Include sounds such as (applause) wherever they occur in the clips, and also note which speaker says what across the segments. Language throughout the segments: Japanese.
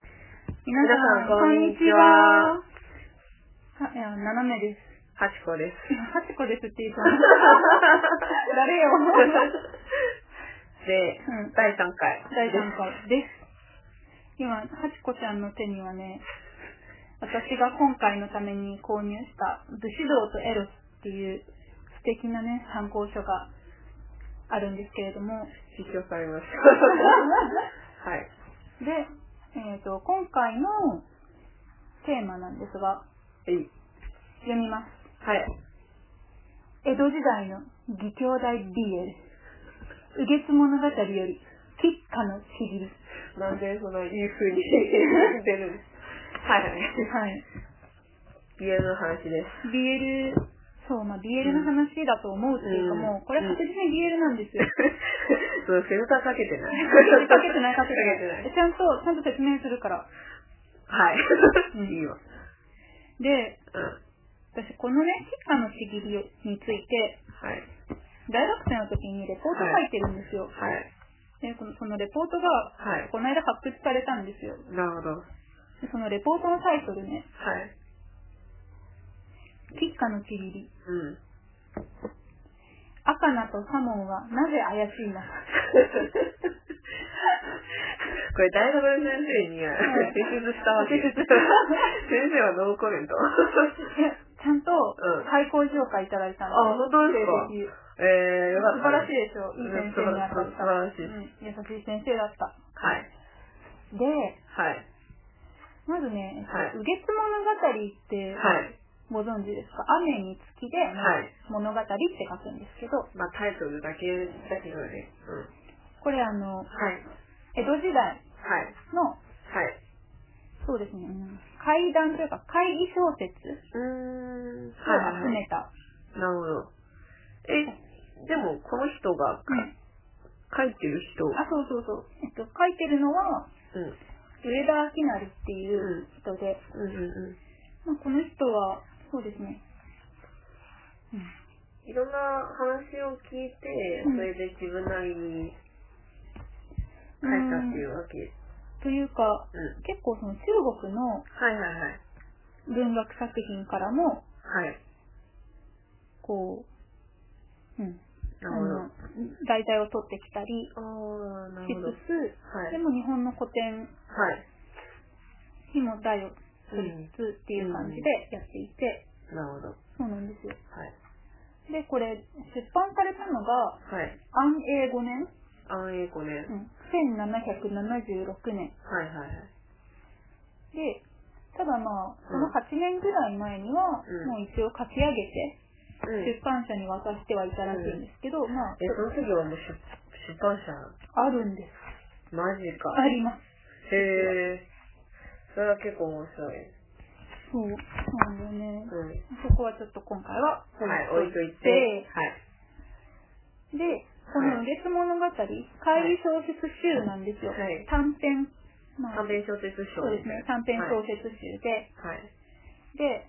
Speaker 1: 皆さん、
Speaker 2: 皆さん
Speaker 1: こ
Speaker 2: こ
Speaker 1: ん
Speaker 2: ん
Speaker 1: に
Speaker 2: に
Speaker 1: ち
Speaker 2: ち
Speaker 1: は
Speaker 2: は。
Speaker 1: はいや、斜めです。
Speaker 2: はちこです。
Speaker 1: いやハチコですって (laughs) 言った。誰よ。
Speaker 2: で、
Speaker 1: うん
Speaker 2: 第3回。
Speaker 1: 第3回です。今、ハチコちゃんの手にはね、私が今回のために購入した、武士道とエロスっていう素敵なね、参考書があるんですけれど (laughs) も、
Speaker 2: です。実況されました。はい。
Speaker 1: で、えっ、と、今回のテーマなんですが、
Speaker 2: えい。
Speaker 1: 読みます。
Speaker 2: はい。
Speaker 1: 江戸時代の義兄弟 BL。うげつ物語より、吉家のちぎり。
Speaker 2: なんで、その、いい風に言ってるんですはいはい。
Speaker 1: はい。
Speaker 2: 家の話で
Speaker 1: (laughs)
Speaker 2: す。
Speaker 1: BL、そう、まあ BL の話だと思うというか、
Speaker 2: うん
Speaker 1: もう、これ
Speaker 2: うん
Speaker 1: 確実に BL なんです (laughs) よ。
Speaker 2: その、フェルターかけてない。
Speaker 1: かけてないかけてな
Speaker 2: か
Speaker 1: い。ちゃんと、ちゃんと説明するから。
Speaker 2: はい
Speaker 1: うん。
Speaker 2: いいわ。
Speaker 1: で、
Speaker 2: うん。
Speaker 1: 私、このね、吉家のちぎりについて、
Speaker 2: はい。
Speaker 1: 大学生の時にレポート書いてるんですよ。
Speaker 2: はい。
Speaker 1: で、このそのレポートが、
Speaker 2: はい。
Speaker 1: この間発掘されたんですよ。
Speaker 2: なるほど。は
Speaker 1: でそのレポートのタイトルね、
Speaker 2: い。
Speaker 1: 吉家のちぎり。
Speaker 2: うん。
Speaker 1: アカナとサモンはなぜ怪しいの (laughs) か。
Speaker 2: これ大学の先生には
Speaker 1: はい
Speaker 2: 提出した (laughs) わけです。
Speaker 1: 提出
Speaker 2: 先生はノーコメン (laughs) ト。
Speaker 1: いやちゃんと
Speaker 2: うん
Speaker 1: 最高評価いただいた
Speaker 2: あ
Speaker 1: の。
Speaker 2: 本当ですか
Speaker 1: 成績
Speaker 2: えー、よか
Speaker 1: 素晴ら
Speaker 2: った
Speaker 1: しい。でしょ。いい先生に当たった。
Speaker 2: うん素晴らしい
Speaker 1: うん優しい先生だった。
Speaker 2: はい。
Speaker 1: で、
Speaker 2: はい。
Speaker 1: まずね、
Speaker 2: はい
Speaker 1: 右月物語って
Speaker 2: はい。
Speaker 1: ご存知ですか、雨に月で
Speaker 2: はい
Speaker 1: 物語って書くんですけど、
Speaker 2: まあタイトルだけだけどね。うん。
Speaker 1: これあの、
Speaker 2: はい。
Speaker 1: 江戸時代
Speaker 2: はい。
Speaker 1: の、
Speaker 2: はい。
Speaker 1: そうですね、うん、怪談というか怪異小説
Speaker 2: うーん。
Speaker 1: を集
Speaker 2: はい。
Speaker 1: めた。
Speaker 2: なるほど。え、でもこの人が
Speaker 1: うん
Speaker 2: 書いてる人。
Speaker 1: あ、そうそうそう。えっと、書いてるのは、
Speaker 2: うん。うん
Speaker 1: 上田明成っていう人で、
Speaker 2: うんうん。
Speaker 1: まあ、この人は、そうですね。
Speaker 2: いろんな話を聞いて、
Speaker 1: うん
Speaker 2: それで自分なりに書いたっていうわけ。う
Speaker 1: というか、
Speaker 2: ん。
Speaker 1: 結構その中国の
Speaker 2: はいはいはい。
Speaker 1: 文学作品からも、
Speaker 2: はい。
Speaker 1: こう、うん、あ
Speaker 2: なるほど。
Speaker 1: の、題材を取ってきたり
Speaker 2: あー、な
Speaker 1: し (laughs)
Speaker 2: るほど。
Speaker 1: つ
Speaker 2: は
Speaker 1: つ、で
Speaker 2: い。
Speaker 1: も日本の古典
Speaker 2: はい。
Speaker 1: にも題を取りつつっていう感じでやっていて、
Speaker 2: なるほど。は
Speaker 1: そうなんですよ。
Speaker 2: い。
Speaker 1: で、これ、出版されたのが、
Speaker 2: はい。
Speaker 1: 安永5年、
Speaker 2: 安永子ね。はい
Speaker 1: うん、1776年
Speaker 2: はいはい。
Speaker 1: で、ただまあ、その
Speaker 2: うん
Speaker 1: 8年ぐらい前には、
Speaker 2: うん
Speaker 1: もう一応書き上げて、
Speaker 2: うん。
Speaker 1: 出版社に渡してはいたらしいんですけど、まあ、
Speaker 2: え、その時はもう出出版社、
Speaker 1: あるんです。
Speaker 2: マジか。
Speaker 1: あります。
Speaker 2: へえ。それは結構面白い。
Speaker 1: そう。なんだよね。
Speaker 2: うん。はい
Speaker 1: そこはちょっと今回は、、
Speaker 2: 置いといて。はい。
Speaker 1: で、この
Speaker 2: はい
Speaker 1: ゲス物語、怪異小説集なんですよ。
Speaker 2: はい
Speaker 1: 短編、まあ、
Speaker 2: 短編小説賞
Speaker 1: そうですね、短編小
Speaker 2: 説。
Speaker 1: 説集で、
Speaker 2: はい。
Speaker 1: で、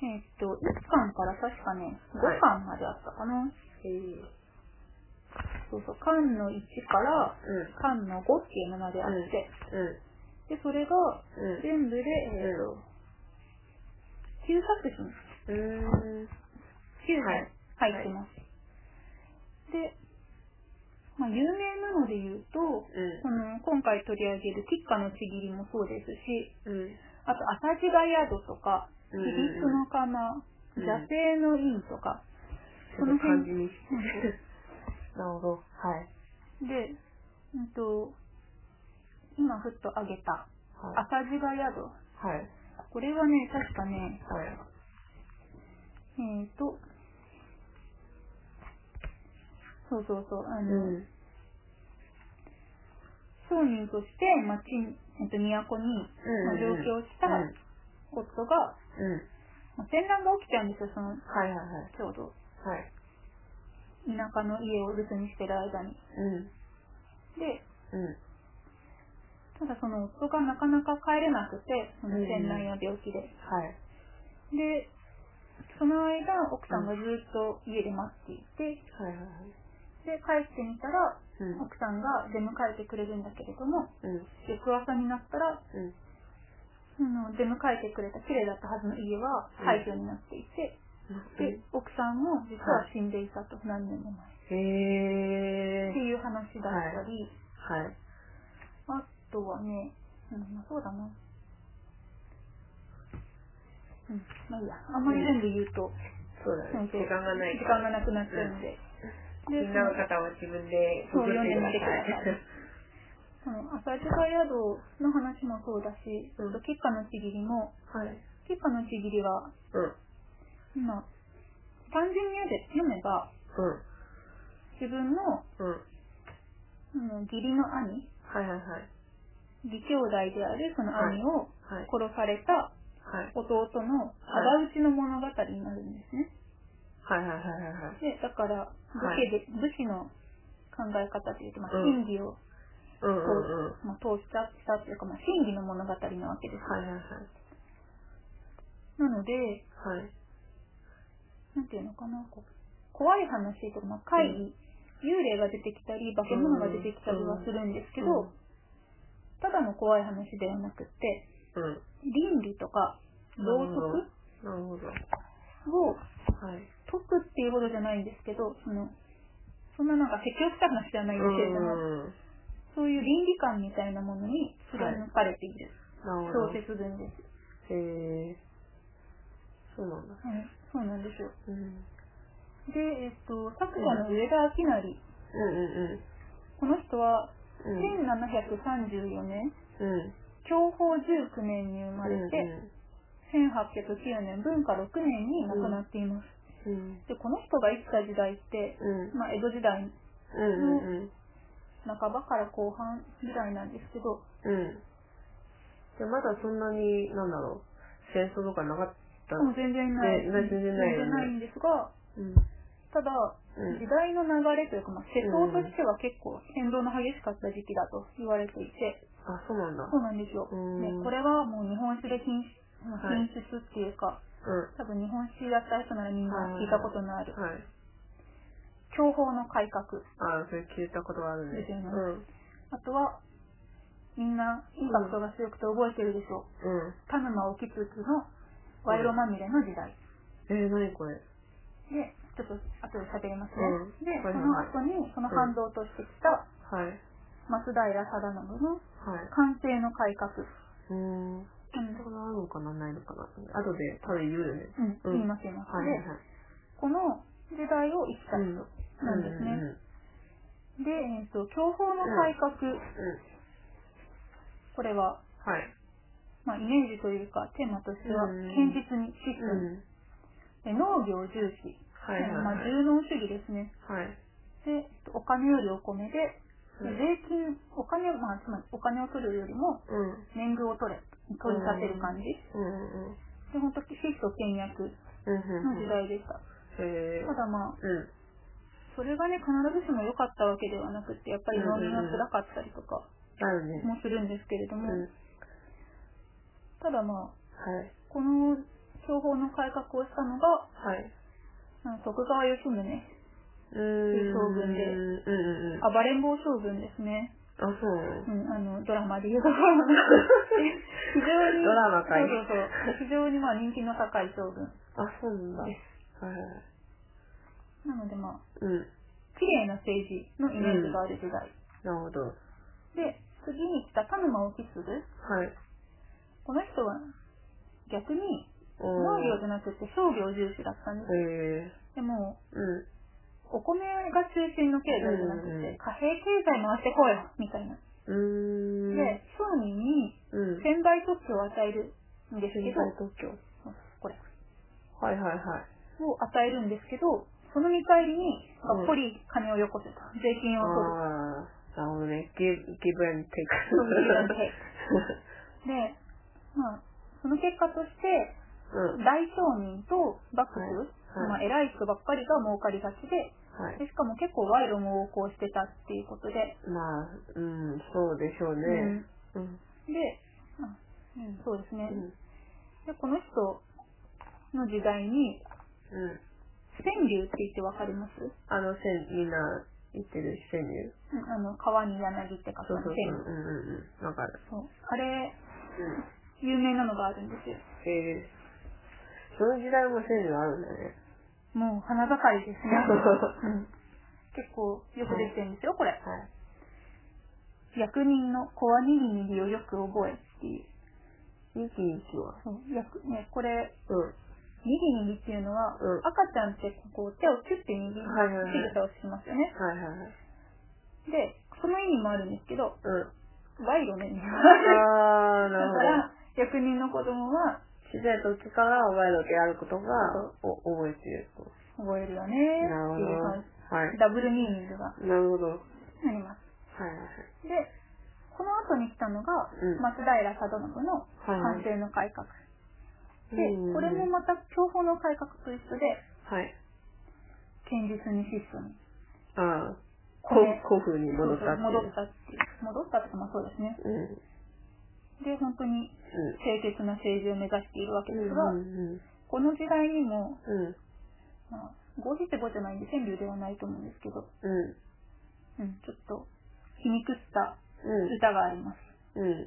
Speaker 1: えーっと、1巻から確かね、
Speaker 2: はい
Speaker 1: 5巻まであったかな。
Speaker 2: へー
Speaker 1: そうそう、巻の1から、
Speaker 2: うん。
Speaker 1: 缶の5っていうのまであって、
Speaker 2: うん。
Speaker 1: で、それが
Speaker 2: うん。
Speaker 1: 全部で、えーと9作品、
Speaker 2: うーん。
Speaker 1: 9編入ってます。で、まあ、有名なので言うと、この今回取り上げる吉家のちぎりもそうですし、
Speaker 2: うん。うん。
Speaker 1: あと、朝地が宿とか、
Speaker 2: う
Speaker 1: 比
Speaker 2: ん
Speaker 1: 率の釜、
Speaker 2: うん
Speaker 1: 邪性の院とか、
Speaker 2: その感じに
Speaker 1: うん。
Speaker 2: なるほど。はい。
Speaker 1: で、うんと、今ふっと挙げた、
Speaker 2: は
Speaker 1: 朝地が宿。
Speaker 2: い。はい。
Speaker 1: これはね、確かね、
Speaker 2: はい。
Speaker 1: えーと、そうそうそう、あ
Speaker 2: う
Speaker 1: の、
Speaker 2: ん。
Speaker 1: 商人として町に、えっと、都に、まあ上京した
Speaker 2: うん。
Speaker 1: 夫が、
Speaker 2: うん。
Speaker 1: まあ戦乱が起きちゃうんですよ、その、
Speaker 2: はいはいは
Speaker 1: ちょうど、
Speaker 2: い。はい。
Speaker 1: 田舎の家を留守にしてる間に。
Speaker 2: うん。
Speaker 1: で、
Speaker 2: うん。
Speaker 1: ただその夫がなかなか帰れなくて、その
Speaker 2: うんうん
Speaker 1: 戦乱や病気で。
Speaker 2: はい。
Speaker 1: で、その間、奥さんがずっと家で待っていて、
Speaker 2: はいはいはい。
Speaker 1: で、帰ってみたら、
Speaker 2: うん。
Speaker 1: 奥さんが出迎えてくれるんだけれども、
Speaker 2: うん。
Speaker 1: 翌朝になったら、
Speaker 2: うん。
Speaker 1: あの出迎えてくれた綺麗だったはずの家は
Speaker 2: うん
Speaker 1: 廃墟になっていて、で、奥さんも実は死んでいたと、何年も前。
Speaker 2: へえ
Speaker 1: っていう話だったり、
Speaker 2: はい。
Speaker 1: あとはね、うん、そうだな。うん、まあいいや。あんまり全部言うと、
Speaker 2: そうだね。時間がない
Speaker 1: 時
Speaker 2: から
Speaker 1: 間がなくなっちゃうんで。
Speaker 2: み
Speaker 1: で、
Speaker 2: んなの方は自分で
Speaker 1: そう
Speaker 2: ググって
Speaker 1: 読
Speaker 2: くだ
Speaker 1: んでみてくださ
Speaker 2: さ
Speaker 1: い
Speaker 2: い。
Speaker 1: その、朝市街宿の話もそうだし、
Speaker 2: うん
Speaker 1: あと、結果のちぎりも、
Speaker 2: はい。
Speaker 1: 結果のちぎりは、
Speaker 2: うん。
Speaker 1: 今、単純に読めば、自分の、
Speaker 2: うん。うん。
Speaker 1: あの義理の兄、
Speaker 2: はいはいはい。
Speaker 1: 義兄弟であるその兄を
Speaker 2: はい。
Speaker 1: 殺された
Speaker 2: はい。
Speaker 1: 弟の仇討ちの物語になるんですね。
Speaker 2: はいはいはいはいはい。
Speaker 1: で、だから、武家で、武士の考え方というと、まあ、
Speaker 2: うん
Speaker 1: 真理を、
Speaker 2: うんうんうん。
Speaker 1: まあ、通したしたというか、まあ、真理の物語なわけです。
Speaker 2: はいはいはい。
Speaker 1: なので、
Speaker 2: はい。
Speaker 1: なんていうのかな、こう怖い話とか、まあ、怪異、幽霊が出てきたり、化け物が出てきたりはするんですけど、
Speaker 2: うん
Speaker 1: ただの怖い話ではなくって、
Speaker 2: うん。
Speaker 1: 倫理とか、道徳
Speaker 2: なるほど。
Speaker 1: を
Speaker 2: はい。
Speaker 1: 解くっていうほどじゃないんですけど、その、そんななんか積極した話ではないんですけれども、
Speaker 2: うん。
Speaker 1: そういう倫理観みたいなものに貫かれている
Speaker 2: なる
Speaker 1: 小
Speaker 2: ほど。へ
Speaker 1: 説文です。
Speaker 2: え。そうなんだ。
Speaker 1: はい、そうなんですよ。
Speaker 2: うん。うん
Speaker 1: で、えっと、作者の上田明成、
Speaker 2: うん
Speaker 1: この人は
Speaker 2: うん。うん。
Speaker 1: 1734年、
Speaker 2: うん。
Speaker 1: 享保19年に生まれて、
Speaker 2: うん
Speaker 1: 1809年、文化6年に亡くなっています。
Speaker 2: うん。
Speaker 1: で、この人が生きた時代って、
Speaker 2: うん。
Speaker 1: まあ、江戸時代
Speaker 2: うんうん
Speaker 1: 半ばから後半ぐらいなんですけど、
Speaker 2: うん。うん。で、まだそんなに、なんだろう、戦争とかなかった。
Speaker 1: もう全然ない。
Speaker 2: ね全然ない
Speaker 1: 全然
Speaker 2: よね
Speaker 1: ないんですが、
Speaker 2: うん。
Speaker 1: ただ、
Speaker 2: うん
Speaker 1: 時代の流れというか、まあ、世相としては結構変動の激しかった時期だと言われていて、
Speaker 2: あ、そうなんだ。
Speaker 1: そうなんですよ。
Speaker 2: うん
Speaker 1: ね、これはもう日本史で品質、まあ
Speaker 2: はい
Speaker 1: 品質っていうか、
Speaker 2: う
Speaker 1: 多分日本史やった人ならみんな聞いたことのある、
Speaker 2: ん。はい。
Speaker 1: 享保の改革。
Speaker 2: あ、それ聞いたことあるね。
Speaker 1: ですよね
Speaker 2: うん。
Speaker 1: あとは、みんなインパクトが強くて覚えてるでしょう。
Speaker 2: うん。
Speaker 1: 田沼興津の賄賂まみれの時代。
Speaker 2: えー、何これ
Speaker 1: で、ちょっと後で喋りますね。
Speaker 2: うん
Speaker 1: で、
Speaker 2: はいはい
Speaker 1: その後に、その反動としてきた
Speaker 2: はい。はい。
Speaker 1: 松平定信の官制の改革。
Speaker 2: うーん。
Speaker 1: うん
Speaker 2: それがあるのかなないのかな後で多分言うよね。
Speaker 1: うん、
Speaker 2: うん
Speaker 1: 言います言います。
Speaker 2: はいはい
Speaker 1: で、この時代を生きた
Speaker 2: はい。
Speaker 1: 人
Speaker 2: うん
Speaker 1: なんですね。で、えっ、と、享保の改革、
Speaker 2: うん。うん
Speaker 1: これは、
Speaker 2: はい。
Speaker 1: まあ、イメージというか、テーマとしては、
Speaker 2: うん
Speaker 1: 堅実に、システム、
Speaker 2: ん。
Speaker 1: で農業重視、
Speaker 2: はいはい
Speaker 1: まあ、
Speaker 2: はい。
Speaker 1: 柔農主義ですね。
Speaker 2: はい。
Speaker 1: で、えっとお金よりお米で、
Speaker 2: う
Speaker 1: で
Speaker 2: ん
Speaker 1: 税金、お金、まあ、つまりお金を取るよりも、
Speaker 2: うん。
Speaker 1: 年貢を取れ、取り立てる感じ。
Speaker 2: うんうんうん。
Speaker 1: で、本当質素倹約
Speaker 2: うん
Speaker 1: の
Speaker 2: うんう
Speaker 1: 時
Speaker 2: ん。
Speaker 1: 代でした。
Speaker 2: え
Speaker 1: ただまあ、
Speaker 2: ー。うん。
Speaker 1: それがね、必ずしも良かったわけではなくて、やっぱり農民が辛かったりとか
Speaker 2: だよね。
Speaker 1: もするんですけれど
Speaker 2: う
Speaker 1: も、
Speaker 2: ん。
Speaker 1: ただまあ、
Speaker 2: はい。
Speaker 1: この享保の改革をしたのが、
Speaker 2: はい。
Speaker 1: あの徳川吉宗、
Speaker 2: うーん。
Speaker 1: そういう将軍で
Speaker 2: うんうんうん。あ、
Speaker 1: 暴れん坊将軍ですね。
Speaker 2: そうな
Speaker 1: うん、あ
Speaker 2: の
Speaker 1: の、ドラマで言うところ
Speaker 2: (laughs)
Speaker 1: の非常に、
Speaker 2: ドラマかい
Speaker 1: そうそうそう。非常にまあ人気の高い将軍
Speaker 2: あ、そうなんだ。は
Speaker 1: で
Speaker 2: い
Speaker 1: す。
Speaker 2: はい。
Speaker 1: なのでまあ、
Speaker 2: うん。
Speaker 1: 綺麗な政治のイメージがある時代。
Speaker 2: なるほど。は
Speaker 1: で、次に来た田沼興津。
Speaker 2: い。
Speaker 1: この人は逆に
Speaker 2: お
Speaker 1: 農
Speaker 2: ー
Speaker 1: 業じゃなくて商業重視だったんです。
Speaker 2: え
Speaker 1: でも、
Speaker 2: ー。うん。
Speaker 1: お米が中心の経済じゃなく
Speaker 2: うんう
Speaker 1: て
Speaker 2: ん、
Speaker 1: 貨幣経済回してこいよ、みたいな。
Speaker 2: うーん。
Speaker 1: で、商人に
Speaker 2: うん。
Speaker 1: 仙台特許を与えるんですけ
Speaker 2: 仙
Speaker 1: ど
Speaker 2: 台、特許。
Speaker 1: これ、
Speaker 2: はいはいはい。
Speaker 1: を与えるんですけど、その見返りに、がっぽり金をよこせと。税金
Speaker 2: あ
Speaker 1: を取る。
Speaker 2: あー、なるほどね。give, give and take.
Speaker 1: そういう関係で、まあ、その結果として、
Speaker 2: うん。
Speaker 1: 大商人と幕府、ま
Speaker 2: は
Speaker 1: あ、偉い人ばっかりが儲かりがちで、
Speaker 2: はい。
Speaker 1: でしかも結構賄賂も横行してたっていうことで、
Speaker 2: まあ、うん、そうでしょうね。うん。
Speaker 1: うん、で、あうん、そうですね、
Speaker 2: うん。
Speaker 1: で、この人の時代に、
Speaker 2: うん。
Speaker 1: 川柳って言ってわかります
Speaker 2: あの、せん、みんな、言ってる川柳
Speaker 1: うんあの、川に柳って書く
Speaker 2: そうそうそ
Speaker 1: 川柳。
Speaker 2: う。うんうんうん。わかる。
Speaker 1: そう。あれ、
Speaker 2: うん。
Speaker 1: 有名なのがあるんですよ。
Speaker 2: へえその時代も川柳あるんだね。
Speaker 1: もう花盛りです
Speaker 2: (laughs)
Speaker 1: ね。うん結構よくできてるんですよ、これ。
Speaker 2: はい。
Speaker 1: 役人の子はにぎにぎをよく覚えっていう。
Speaker 2: ニキニキは。
Speaker 1: そう役ね、これ、
Speaker 2: うん。
Speaker 1: にぎにぎっていうのは、
Speaker 2: うん
Speaker 1: 赤ちゃんってこう手をキュッて握る
Speaker 2: はいはいはい
Speaker 1: 仕草をしますよね。
Speaker 2: はいはいはい。
Speaker 1: で、その意味もあるんですけど、
Speaker 2: うん。
Speaker 1: 賄賂の意味もある。
Speaker 2: あー、
Speaker 1: だ
Speaker 2: なる
Speaker 1: から、
Speaker 2: ほど。
Speaker 1: 役人の子供は
Speaker 2: 小さい時からお前の手やることがお覚えてると。
Speaker 1: 覚えるよねって
Speaker 2: な
Speaker 1: い
Speaker 2: るほ
Speaker 1: う感
Speaker 2: ど。は
Speaker 1: じ。
Speaker 2: い。
Speaker 1: ダブルミーニングが
Speaker 2: なるほど。は
Speaker 1: な
Speaker 2: い
Speaker 1: ります。
Speaker 2: はい
Speaker 1: で、この後に来たのが、
Speaker 2: うん
Speaker 1: 松平定信の
Speaker 2: はいはい
Speaker 1: 反省の改革。で
Speaker 2: はい。うん、
Speaker 1: これもまた享保の改革と一緒で、
Speaker 2: はい。
Speaker 1: 堅実に質素に。
Speaker 2: ああ、
Speaker 1: こ
Speaker 2: こ
Speaker 1: れ
Speaker 2: 古風に戻ったっていう。
Speaker 1: 戻ったっていう。戻ったっていうかまあそうですね。
Speaker 2: う
Speaker 1: で、
Speaker 2: ん。うん。
Speaker 1: 本当に清潔な政治を目指しているわけで
Speaker 2: う
Speaker 1: す
Speaker 2: ん。
Speaker 1: が、
Speaker 2: うん。
Speaker 1: この時代にも、
Speaker 2: うん。
Speaker 1: まあ、五字って五じゃないんで川柳ではないと思うんですけど、
Speaker 2: うん。
Speaker 1: うん、ちょっと皮肉った
Speaker 2: うん。
Speaker 1: 歌があります。
Speaker 2: うん。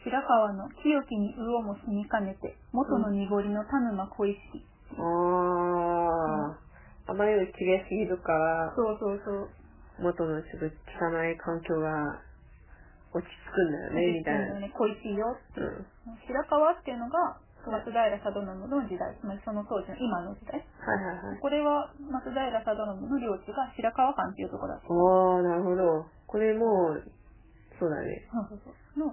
Speaker 1: 白川の清きに魚も住みかねて、元の濁りの田沼小石。
Speaker 2: ああ、あまりにも綺麗すぎるから、
Speaker 1: そうそうそう。
Speaker 2: 元のすぐ汚い環境が落ち着くんだよね、みたいな。
Speaker 1: ね、小石よって
Speaker 2: う。
Speaker 1: いうん白川っていうのが松平定信の時代、つまりその当時の今の時代。
Speaker 2: はいはいはい。
Speaker 1: これは松平定信の領地が白川藩っていうところだった。
Speaker 2: ああ、なるほど。これもう、そうだね。
Speaker 1: そうそうそう。の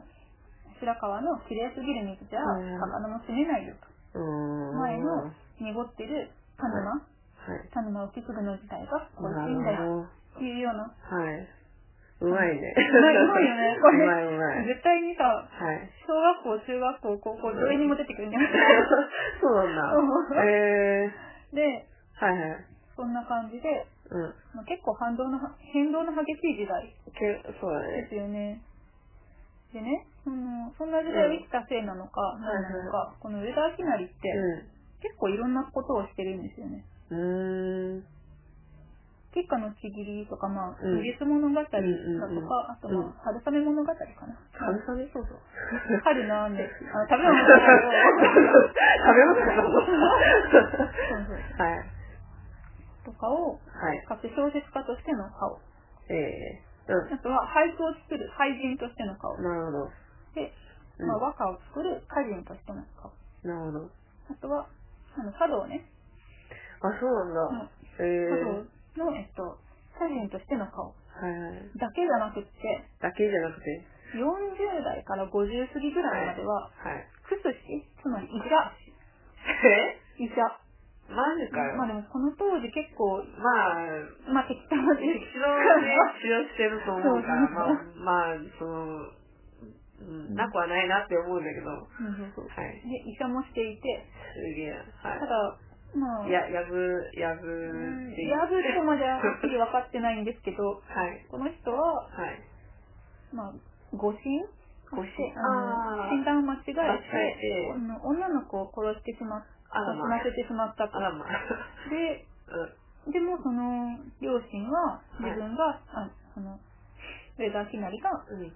Speaker 1: 白川の綺麗すぎる水じゃ
Speaker 2: うん
Speaker 1: 魚も住めないよと。
Speaker 2: うーん。
Speaker 1: 前
Speaker 2: は
Speaker 1: の濁ってる田沼、
Speaker 2: い。
Speaker 1: 田沼を受け継ぐの時代がこう
Speaker 2: な
Speaker 1: しいんだ
Speaker 2: るほ
Speaker 1: よ
Speaker 2: ど。
Speaker 1: っていうような。
Speaker 2: はい。うまいね。
Speaker 1: うまいよ
Speaker 2: (laughs)
Speaker 1: ね、これ。
Speaker 2: うまいうまい。
Speaker 1: 絶対にさ、 (laughs)
Speaker 2: はい。
Speaker 1: 小学校、中学校、高校、どれにも出てく
Speaker 2: (laughs)
Speaker 1: るんじゃない
Speaker 2: そうなんだ。ええ
Speaker 1: で、
Speaker 2: ー。はいはい。
Speaker 1: そんな感じで、
Speaker 2: うん。
Speaker 1: まあ、結構反動の、変動の激しい時代
Speaker 2: けそうだ
Speaker 1: で
Speaker 2: ね。
Speaker 1: すよね。でね、そのそんな時代を生きたせいなのか、何なのか、この上田明成って、結構いろんなことをしてるんですよね。
Speaker 2: うん。うーん。
Speaker 1: 結果のちぎりとか、まあ、
Speaker 2: うん
Speaker 1: 無実物語だとか、
Speaker 2: うんうんうん
Speaker 1: あと、ま
Speaker 2: うん
Speaker 1: あ、春雨物語かな。
Speaker 2: カムサビそうそう。
Speaker 1: 春の
Speaker 2: (laughs)
Speaker 1: 雨、あ食べ
Speaker 2: 食べ物だと思う
Speaker 1: 物だけど (laughs)
Speaker 2: はい。
Speaker 1: とかを、
Speaker 2: はい。
Speaker 1: 書く小説家としての顔。
Speaker 2: ええう
Speaker 1: あとは、俳句を作る俳人としての顔
Speaker 2: ん。。なるほど。
Speaker 1: で、
Speaker 2: うん
Speaker 1: まあ、和歌を作る歌人としての顔。
Speaker 2: なるほど。
Speaker 1: あとは、あの、茶道ね。
Speaker 2: あ、そうなんだ。ええ
Speaker 1: 茶道の、えっと、歌人としての顔。
Speaker 2: はいはい。
Speaker 1: だけじゃなくって、
Speaker 2: だけじゃなくて。
Speaker 1: 40代から50過ぎぐらいまでは、 (laughs)
Speaker 2: はい。
Speaker 1: くすし、つまり医者、
Speaker 2: え
Speaker 1: 医者。
Speaker 2: マジかよ。
Speaker 1: まあでも、この当時結構、
Speaker 2: まあ、
Speaker 1: まあ適当な
Speaker 2: 一
Speaker 1: (laughs) 時
Speaker 2: 応ね、
Speaker 1: 期。
Speaker 2: 使用してると思うから、まあ、まあ、その、うん、なくはないなって思うんだけど。は
Speaker 1: うんそうそう
Speaker 2: い。
Speaker 1: で、医者もしていて、
Speaker 2: すげえ。
Speaker 1: た
Speaker 2: は
Speaker 1: だ、まあ、
Speaker 2: い。や、やぶ、やぶ
Speaker 1: うん
Speaker 2: って
Speaker 1: いやぶとまでははっきり分かってないんですけど、
Speaker 2: (laughs) はい。
Speaker 1: この人は、
Speaker 2: はい。
Speaker 1: まあ、誤診
Speaker 2: 誤診
Speaker 1: あ
Speaker 2: あー
Speaker 1: の診断を間違えて、
Speaker 2: 間違えて
Speaker 1: あの女の子を殺してしまっ
Speaker 2: あら
Speaker 1: 死
Speaker 2: まあ
Speaker 1: なせてしまったと
Speaker 2: あ。らまあ。
Speaker 1: で、
Speaker 2: うん。
Speaker 1: でもその両親は自分が、あその上田明成が
Speaker 2: うん。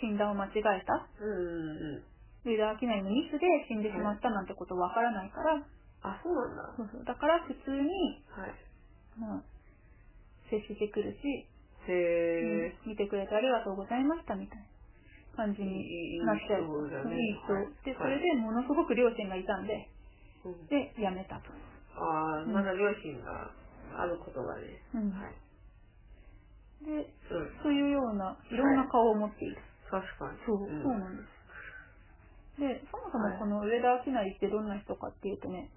Speaker 1: 診断を間違えた。
Speaker 2: うんうんうん。
Speaker 1: 上田明成のミスで死んでしまったなんてことわからないから、
Speaker 2: あ、そうなんだ。
Speaker 1: そうそうだから普通に、
Speaker 2: はい。
Speaker 1: まあ、接してくるし、
Speaker 2: へ
Speaker 1: 見てくれてありがとうございましたみたいな感じになっちゃう。
Speaker 2: いいいい人だね
Speaker 1: いい人
Speaker 2: はい
Speaker 1: で、それでものすごく両親がいたんで、
Speaker 2: ぇー。うん
Speaker 1: で、辞めたと。
Speaker 2: あー、まだ両親がある言葉で。
Speaker 1: うん
Speaker 2: はい。
Speaker 1: で、
Speaker 2: うん。
Speaker 1: そういうような、いろんな顔を持っている。
Speaker 2: 確かに。
Speaker 1: そう、
Speaker 2: ん
Speaker 1: そう
Speaker 2: うん。
Speaker 1: なんです。で、そもそもこの上田明成ってどんな人かっていうとね、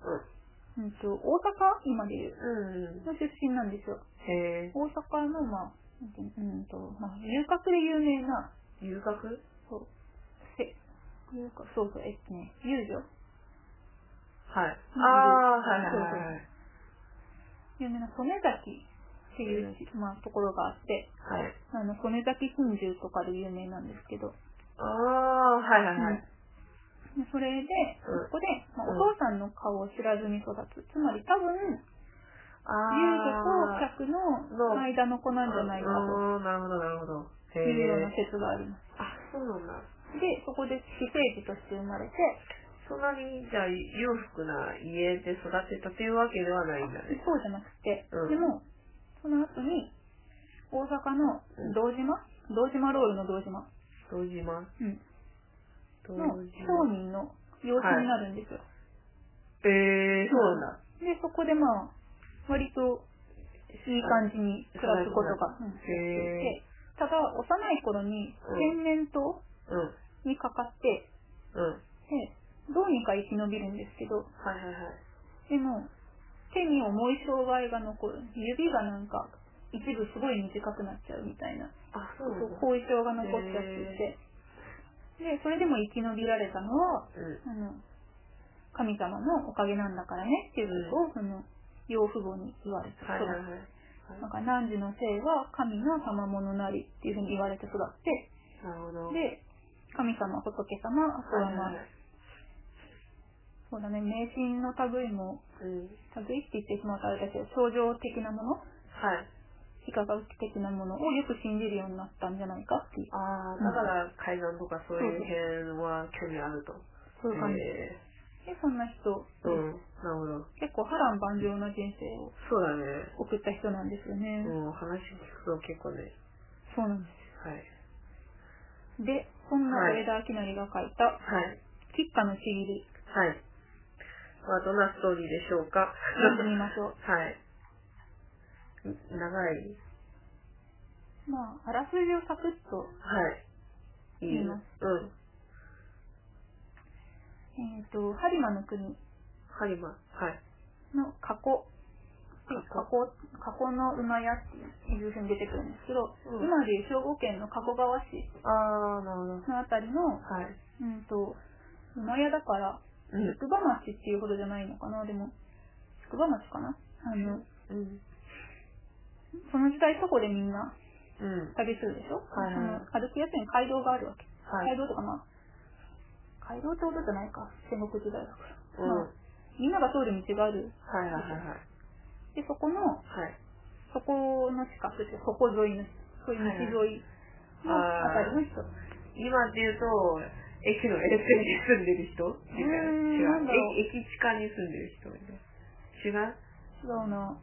Speaker 1: うんと、大阪今でいう、
Speaker 2: うんうん。
Speaker 1: の出身なんですよ。
Speaker 2: へぇ
Speaker 1: 大阪の、まあ、なんていうのうんと、まあ、遊郭で有名な、
Speaker 2: ー。遊学
Speaker 1: そう、せ、遊郭、そうそう、えっとね、遊女
Speaker 2: はい。あー、
Speaker 1: うん
Speaker 2: はいはい
Speaker 1: そう
Speaker 2: はい。
Speaker 1: 有名な曽根崎っていう、まあ、ところがあって、
Speaker 2: はい。
Speaker 1: あの、曽根崎真珠とかで有名なんですけど、
Speaker 2: あー、はいはいはい。
Speaker 1: でそれで、
Speaker 2: うん
Speaker 1: そこで、まあ、
Speaker 2: うん
Speaker 1: お父さんの顔を知らずに育つ。つまり多分、遊
Speaker 2: あ
Speaker 1: 女と客の間の子なんじゃないかと
Speaker 2: うん、なるほど、なるほど。へ
Speaker 1: いうような
Speaker 2: え。
Speaker 1: 説がありま
Speaker 2: あ、そうなんだ。
Speaker 1: す。で、そこで私生児として生まれて、
Speaker 2: そんなに、じゃあ、裕福な家で育てたというわけではないんだね。
Speaker 1: そうじゃなくて、
Speaker 2: う
Speaker 1: で
Speaker 2: ん
Speaker 1: も、その後に、大阪の堂島、堂島ロールの堂島、
Speaker 2: 堂
Speaker 1: う
Speaker 2: 島。
Speaker 1: ん、
Speaker 2: 堂
Speaker 1: の商
Speaker 2: 島。
Speaker 1: 人の養子になるんですよ。
Speaker 2: えー、そうなんだ。
Speaker 1: で、そこでまあ、割といい感じに暮らすことがうんでき
Speaker 2: へ
Speaker 1: て、ただ幼い頃に天然痘
Speaker 2: うん。
Speaker 1: にかかって、
Speaker 2: うん。
Speaker 1: で、どうにか生き延びるんですけど、
Speaker 2: はいはいはい。
Speaker 1: でも、手に重い障害が残る。指がなんか、一部すごい短くなっちゃうみたいな、
Speaker 2: あ、そうなんだ。
Speaker 1: 後遺症が残っちゃってて、で、それでも生き延びられたのは、
Speaker 2: うん。
Speaker 1: あの、神様のおかげなんだからねっていうことを、その、養父母に言われて育
Speaker 2: はいは
Speaker 1: っ。
Speaker 2: いはいはい
Speaker 1: なんか、何時の生は神の賜物なりっていうふうに言われて育って、
Speaker 2: なるほど。
Speaker 1: で、神様、仏様、あと
Speaker 2: は
Speaker 1: はいま
Speaker 2: はい
Speaker 1: あ
Speaker 2: はい、
Speaker 1: そうだね、迷信の類も、
Speaker 2: うん。
Speaker 1: 類って言ってしまうとあれだけど、症状的なもの、
Speaker 2: はい。
Speaker 1: 非科学的なものをよく信じるようになったんじゃないかっていう、
Speaker 2: ああ、だから改ざんとかそういう辺は興味あると。
Speaker 1: そういう感じ。
Speaker 2: へ
Speaker 1: で、そんな人、
Speaker 2: ーうん。なるほど。
Speaker 1: 結構波乱万丈な人生を
Speaker 2: そうだね。
Speaker 1: 送った人なんですよね。
Speaker 2: もう話聞くと結構ね。
Speaker 1: そうなんです。
Speaker 2: はい。
Speaker 1: で、そんな
Speaker 2: はい
Speaker 1: 上田明成が書いた、
Speaker 2: はい。
Speaker 1: 喫下のちぎり、
Speaker 2: はい。まあ、どんなストーリーでしょうか。
Speaker 1: 読んでみましょ
Speaker 2: (laughs) はい。ん長い。
Speaker 1: う。まあ、あらすじをサクッと、
Speaker 2: はい。いい
Speaker 1: いい
Speaker 2: の
Speaker 1: の
Speaker 2: うん。
Speaker 1: えっ、と、播磨の国
Speaker 2: ハリマ。はい。
Speaker 1: の加古、加
Speaker 2: 過
Speaker 1: 古、加古の馬屋っていうふうに出てくるんですけど、
Speaker 2: うん
Speaker 1: 今でいう兵庫県の加古川市
Speaker 2: ああ、なるほど。
Speaker 1: のあたりの、
Speaker 2: はい。
Speaker 1: うんと、馬屋だから、
Speaker 2: うん。
Speaker 1: 宿場町っていうほどじゃないのかな、でも、宿場町かなあの、
Speaker 2: うん。
Speaker 1: その時代そこでみんな
Speaker 2: うん。
Speaker 1: 旅するでしょ、
Speaker 2: はいはい
Speaker 1: その歩きやすい街道があるわけ。
Speaker 2: はい
Speaker 1: 街。道とかまあ、街道ってほどじゃないか、戦国時代だから。
Speaker 2: うん。
Speaker 1: まあ
Speaker 2: は
Speaker 1: みんなが通る道がある。
Speaker 2: いはいはいはい。
Speaker 1: で、そこの、
Speaker 2: はい。
Speaker 1: そこの近くって、そこ沿いの、そういう道沿いの
Speaker 2: はい
Speaker 1: あ
Speaker 2: は
Speaker 1: た
Speaker 2: い
Speaker 1: りの人。
Speaker 2: 今で言うと、駅の沿線に住んでる人違う。違
Speaker 1: なんだろ
Speaker 2: う
Speaker 1: う。
Speaker 2: 駅駅地下に住んでる人みたいな。違う
Speaker 1: 違うな。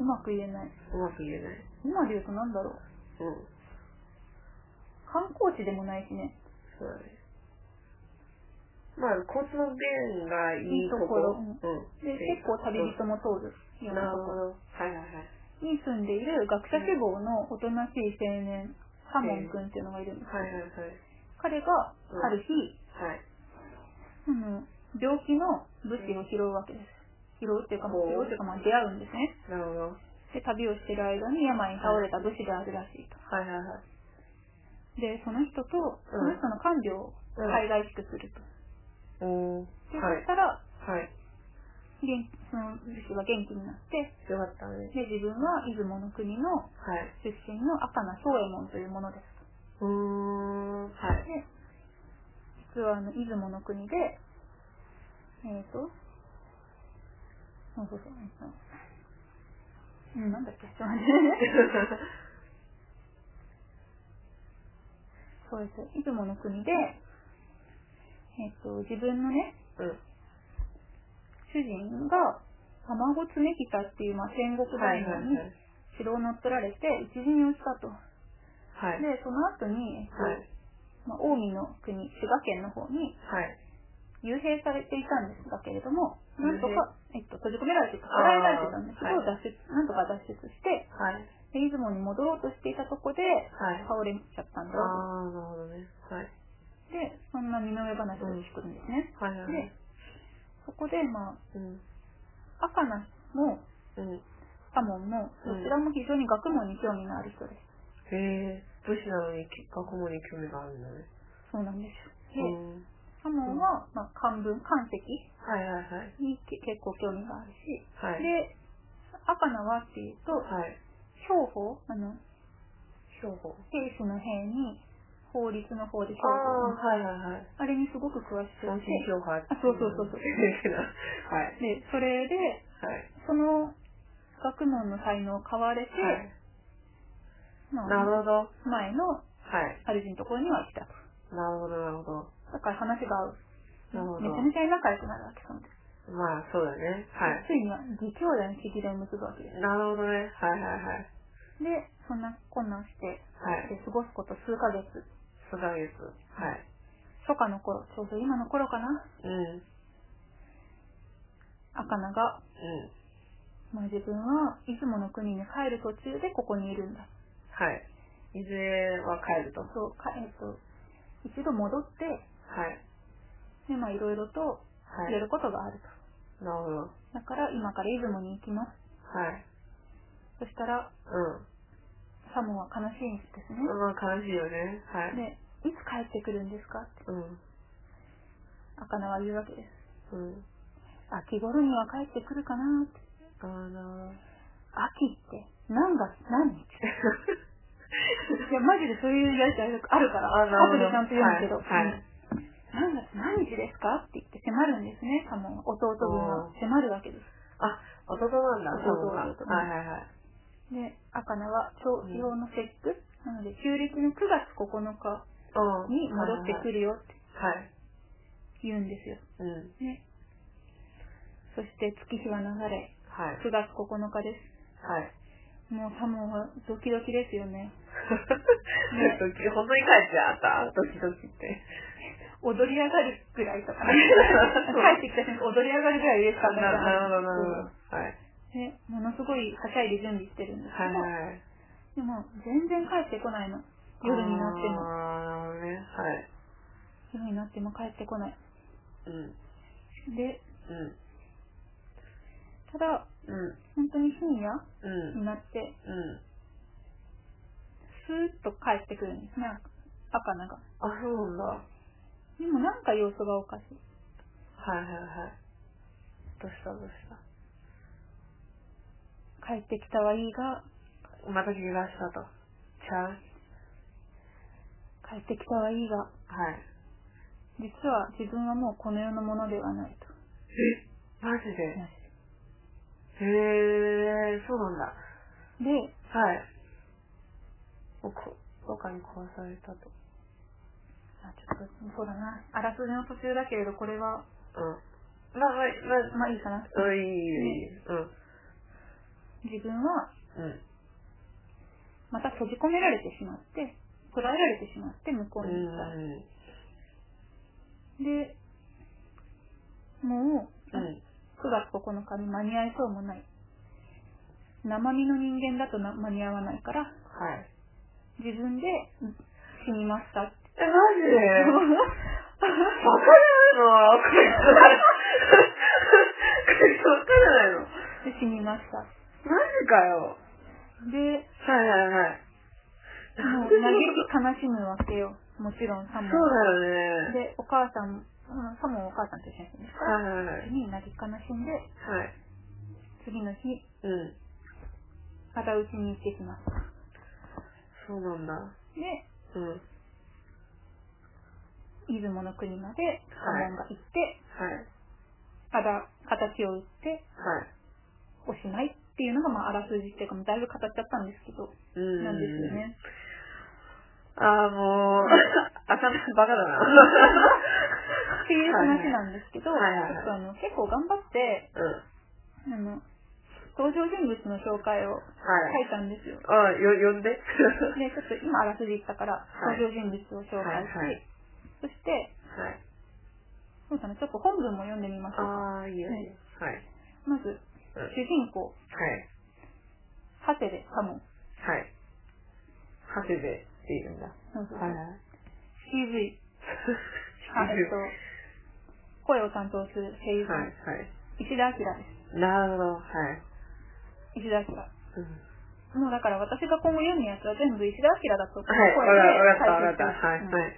Speaker 1: うまく言えない。
Speaker 2: うまく言えない。
Speaker 1: 今で言うとなんだろう。
Speaker 2: うん。
Speaker 1: 観光地でもないしね。
Speaker 2: そうだね。まあ、交通の便がいいところ。
Speaker 1: いいとこ
Speaker 2: うん。
Speaker 1: で、結構旅人も通るよう
Speaker 2: な
Speaker 1: な
Speaker 2: る
Speaker 1: とこ
Speaker 2: ほど。はいはいは
Speaker 1: に
Speaker 2: い。
Speaker 1: 住んでいる学者志望のおとなしい青年、サモン君っていうのがいるんです。
Speaker 2: はいはいはい。
Speaker 1: 彼がある日、
Speaker 2: はい。
Speaker 1: あの病気の物資を拾うわけです。拾うっていうか、
Speaker 2: ほう
Speaker 1: 拾うっていうか、まあ、出会うんですね。
Speaker 2: なるほど。は
Speaker 1: で、旅をしてる間に病に倒れた武士であるらしいと。
Speaker 2: いはいはい。
Speaker 1: で、その人と、その人の看病を海外しくすると。
Speaker 2: おー。
Speaker 1: で、
Speaker 2: は
Speaker 1: そ
Speaker 2: い
Speaker 1: し。たら、
Speaker 2: はい。
Speaker 1: 元気その武士が元気になって、
Speaker 2: よかったね。
Speaker 1: で、自分は出雲の国の
Speaker 2: はい。
Speaker 1: 出身の赤名宗右衛門というものです。
Speaker 2: うーん。はい。
Speaker 1: で、実はあの、出雲の国で、えっ、ー、と、そうそうそう、うん、なんだっけ、ちょっと待って
Speaker 2: (laughs)
Speaker 1: そうです。出雲の国で、えっ、と、自分のね、
Speaker 2: (laughs) うん。
Speaker 1: 主人が、卵爪めきたっていう、まあ、戦国
Speaker 2: は
Speaker 1: 大
Speaker 2: いはい
Speaker 1: 名に
Speaker 2: はい。
Speaker 1: 城を乗っ取られて、討ち死にをしたと。
Speaker 2: はい。
Speaker 1: で、その後に、えっと
Speaker 2: はい。
Speaker 1: まあ、近江の国、滋賀県の方に、
Speaker 2: はい。
Speaker 1: 幽閉されていたんですがけれども、なんと
Speaker 2: 幽
Speaker 1: か、えっと、閉じ込められて捕らえられてたんですけど、
Speaker 2: あーはい
Speaker 1: 脱出、なんとか脱出して、
Speaker 2: はい。
Speaker 1: で出雲に戻ろうとしていたとこで、
Speaker 2: はい。
Speaker 1: 倒れちゃったん
Speaker 2: あ
Speaker 1: だよ。
Speaker 2: ー、なるほどね。はい。
Speaker 1: で、そんな身の上話を聞くんですね。
Speaker 2: はいはいはい
Speaker 1: で。、そこで、ま
Speaker 2: うん。
Speaker 1: あ、赤名も、
Speaker 2: うん。
Speaker 1: 左門も、どちらも非常に学問に興味のある人です。
Speaker 2: へえ。武士なのにき学問に興味があるんだね。
Speaker 1: そうなんです
Speaker 2: う
Speaker 1: よ。で、
Speaker 2: ん。
Speaker 1: 左門は、まあ、漢文、漢石
Speaker 2: はいはいはい。
Speaker 1: に結構興味があるし、
Speaker 2: はい。
Speaker 1: で、赤名はっていうと、
Speaker 2: はい。
Speaker 1: 兵法、あの、
Speaker 2: 兵法。
Speaker 1: 兵士の兵に法律の法で兵法
Speaker 2: あー、はいはいはい。
Speaker 1: あれにすごく詳しく
Speaker 2: 安
Speaker 1: て
Speaker 2: 心兵法。 (laughs)
Speaker 1: あそうそうそうそう
Speaker 2: はい。
Speaker 1: でそれで
Speaker 2: はい。
Speaker 1: その学問の才能を買われて、まあ
Speaker 2: なるほど。は
Speaker 1: 前の
Speaker 2: い。
Speaker 1: 主人のところには来たと。
Speaker 2: なるほど、なるほど。
Speaker 1: だから話が合う。
Speaker 2: なるほ
Speaker 1: めちゃ
Speaker 2: ど。
Speaker 1: めちゃ仲良くなるわけ、その時。
Speaker 2: まあ、そうだね。はい。
Speaker 1: ついには、義兄弟の式で結ぶわけです。
Speaker 2: なるほどね。はいはいはい。
Speaker 1: で、そんな困難して、
Speaker 2: はい。
Speaker 1: で過ごすこと数ヶ月。
Speaker 2: 数ヶ月。はい。
Speaker 1: 初夏の頃、ちょうど今の頃かな。
Speaker 2: うん。うん。
Speaker 1: 赤菜が、まあ、自分は出雲の国に帰る途中でここにいるんだ。
Speaker 2: はい。いずれは帰ると。は
Speaker 1: そう、かえっと、一度戻って、
Speaker 2: い。
Speaker 1: で、まあ、いろいろと
Speaker 2: は
Speaker 1: や
Speaker 2: い。
Speaker 1: ることがあると。
Speaker 2: なるほど。は
Speaker 1: だから、今から出雲に行きます。
Speaker 2: い。
Speaker 1: そしたら、
Speaker 2: う
Speaker 1: サモンは悲しいんですね。
Speaker 2: ん。まあ、悲しいよね。はい。
Speaker 1: で、いつ帰ってくるんですかって
Speaker 2: うん。
Speaker 1: 赤菜は言うわけです。
Speaker 2: うん。
Speaker 1: 秋頃には帰ってくるかなって。
Speaker 2: あー (laughs) な
Speaker 1: 秋って何月
Speaker 2: (laughs)
Speaker 1: 何日
Speaker 2: ー
Speaker 1: いや、マジでそういうやりとりあるから、
Speaker 2: あーな
Speaker 1: 後で
Speaker 2: るほど。
Speaker 1: ちゃんと言うんだけど、
Speaker 2: はい。はい
Speaker 1: 何月何日ですかって言って迫るんですね、サモンは。弟分は
Speaker 2: おー
Speaker 1: 迫るわけです。
Speaker 2: あ、弟なんだ。
Speaker 1: 弟
Speaker 2: そうなんだはいはいはい。
Speaker 1: で、赤菜は調子用の節句、なので、旧暦の9月9日
Speaker 2: うん。
Speaker 1: に戻ってく
Speaker 2: る。
Speaker 1: るよって
Speaker 2: はい。
Speaker 1: 言うんですよ。
Speaker 2: うん。
Speaker 1: ね。そして月日は流れ、
Speaker 2: はい。
Speaker 1: 9月9日です。
Speaker 2: はい。
Speaker 1: もうサモンはドキドキですよね。
Speaker 2: (laughs) ね、ドキ本当に帰っちゃったドキドキって。
Speaker 1: 踊り上がるくらいとか、ね、帰ってきた瞬間踊り上がるぐらいです
Speaker 2: な
Speaker 1: からね。
Speaker 2: なるほど、なるほど。はい。
Speaker 1: ね、ものすごいはしゃいで準備してるんですけ
Speaker 2: はい
Speaker 1: ど、
Speaker 2: はい。
Speaker 1: でも全然帰ってこないの。夜になっても。
Speaker 2: あーなるほどね。
Speaker 1: 夜になっても帰ってこない。
Speaker 2: はい。うん。
Speaker 1: で、
Speaker 2: うん。
Speaker 1: ただ、
Speaker 2: うん。
Speaker 1: 本当に深夜
Speaker 2: うん。
Speaker 1: になって、
Speaker 2: うん。
Speaker 1: スーッと帰ってくるんですね、赤菜が。
Speaker 2: あ、そうなんだ。は
Speaker 1: でもなんか様子がおかしい。
Speaker 2: いはいはい。どうしたどうした
Speaker 1: 帰ってきたはいいが、
Speaker 2: また怪我したと。ちゃう
Speaker 1: 帰ってきたはいいが、
Speaker 2: はい。
Speaker 1: 実は自分はもうこの世のものではないと。
Speaker 2: えマジでへえ、そうなんだ。
Speaker 1: で、
Speaker 2: はい。おこ、どっかに殺されたと。
Speaker 1: あちょっと、そうだな。あらすじの途中だけれど、これは、
Speaker 2: うん。まあ、まあ、ま
Speaker 1: まあいいかな。
Speaker 2: あ、うん、いいよ、いいよ。うん。
Speaker 1: 自分は
Speaker 2: うん。
Speaker 1: また閉じ込められてしまって、捕らえられてしまって向こうに行った。
Speaker 2: うん。
Speaker 1: で、もう、
Speaker 2: うん。
Speaker 1: 9月9日に間に合いそうもない。生身の人間だとな間に合わないから、
Speaker 2: はい。
Speaker 1: 自分で死にましたって。
Speaker 2: え、マジでわからないのこいつら。こ (laughs) いつわからないの。
Speaker 1: で (laughs) 死にました。
Speaker 2: マジかよ。
Speaker 1: で、
Speaker 2: はいはいはい。
Speaker 1: もう嘆き悲しむわけよ。もちろんサ
Speaker 2: そう
Speaker 1: モン
Speaker 2: だよね。
Speaker 1: で、お母さん、うんサモンはお母さんと一緒に住んでるか
Speaker 2: はいはいはい。
Speaker 1: ら、に嘆き悲しんで、
Speaker 2: はい。
Speaker 1: 次の日、
Speaker 2: うん。
Speaker 1: またうちに行ってきます。
Speaker 2: そうなんだ。
Speaker 1: で、
Speaker 2: うん。はい。
Speaker 1: 出雲の国までサモンが行って、ただ形を打って
Speaker 2: はい。
Speaker 1: おしまいっていうのが、まあ、あらすじっていうか、もうだいぶ語っちゃったんですけど、
Speaker 2: うん。
Speaker 1: なんですよ。ね。
Speaker 2: あーもう、 (laughs) あかん、バカだ (laughs) な。
Speaker 1: っていう話なんですけど、ちょ
Speaker 2: はいはい
Speaker 1: っとあの、結構頑張って、
Speaker 2: うん。はい。
Speaker 1: あの、登場人物の紹介を書いたんですよ。
Speaker 2: あ、よ、呼 (laughs) んで。
Speaker 1: で、ちょっと今あらすじ言ったから、
Speaker 2: い
Speaker 1: 登場人物を紹介し、
Speaker 2: はいはい
Speaker 1: そして、
Speaker 2: はい。
Speaker 1: そうだな、ちょっと本文も読んでみましょうか。
Speaker 2: あー、いいよ。
Speaker 1: はい
Speaker 2: はい。
Speaker 1: まず、
Speaker 2: うん。
Speaker 1: 主人公、
Speaker 2: はい。
Speaker 1: ハテレ・サモン。
Speaker 2: はい。ハセでっていうんだ。
Speaker 1: そうそうそう
Speaker 2: はい (laughs) はい。
Speaker 1: CV、あえっと、声を担当する声優さん、
Speaker 2: はいは
Speaker 1: 石田明です。
Speaker 2: い。なるほど、はい。
Speaker 1: 石田明。
Speaker 2: うん
Speaker 1: もうだから私が今後読むやつは全部石田明だと思って
Speaker 2: はい、わかわかった、わかった。
Speaker 1: 最
Speaker 2: はい、
Speaker 1: 初に
Speaker 2: はい。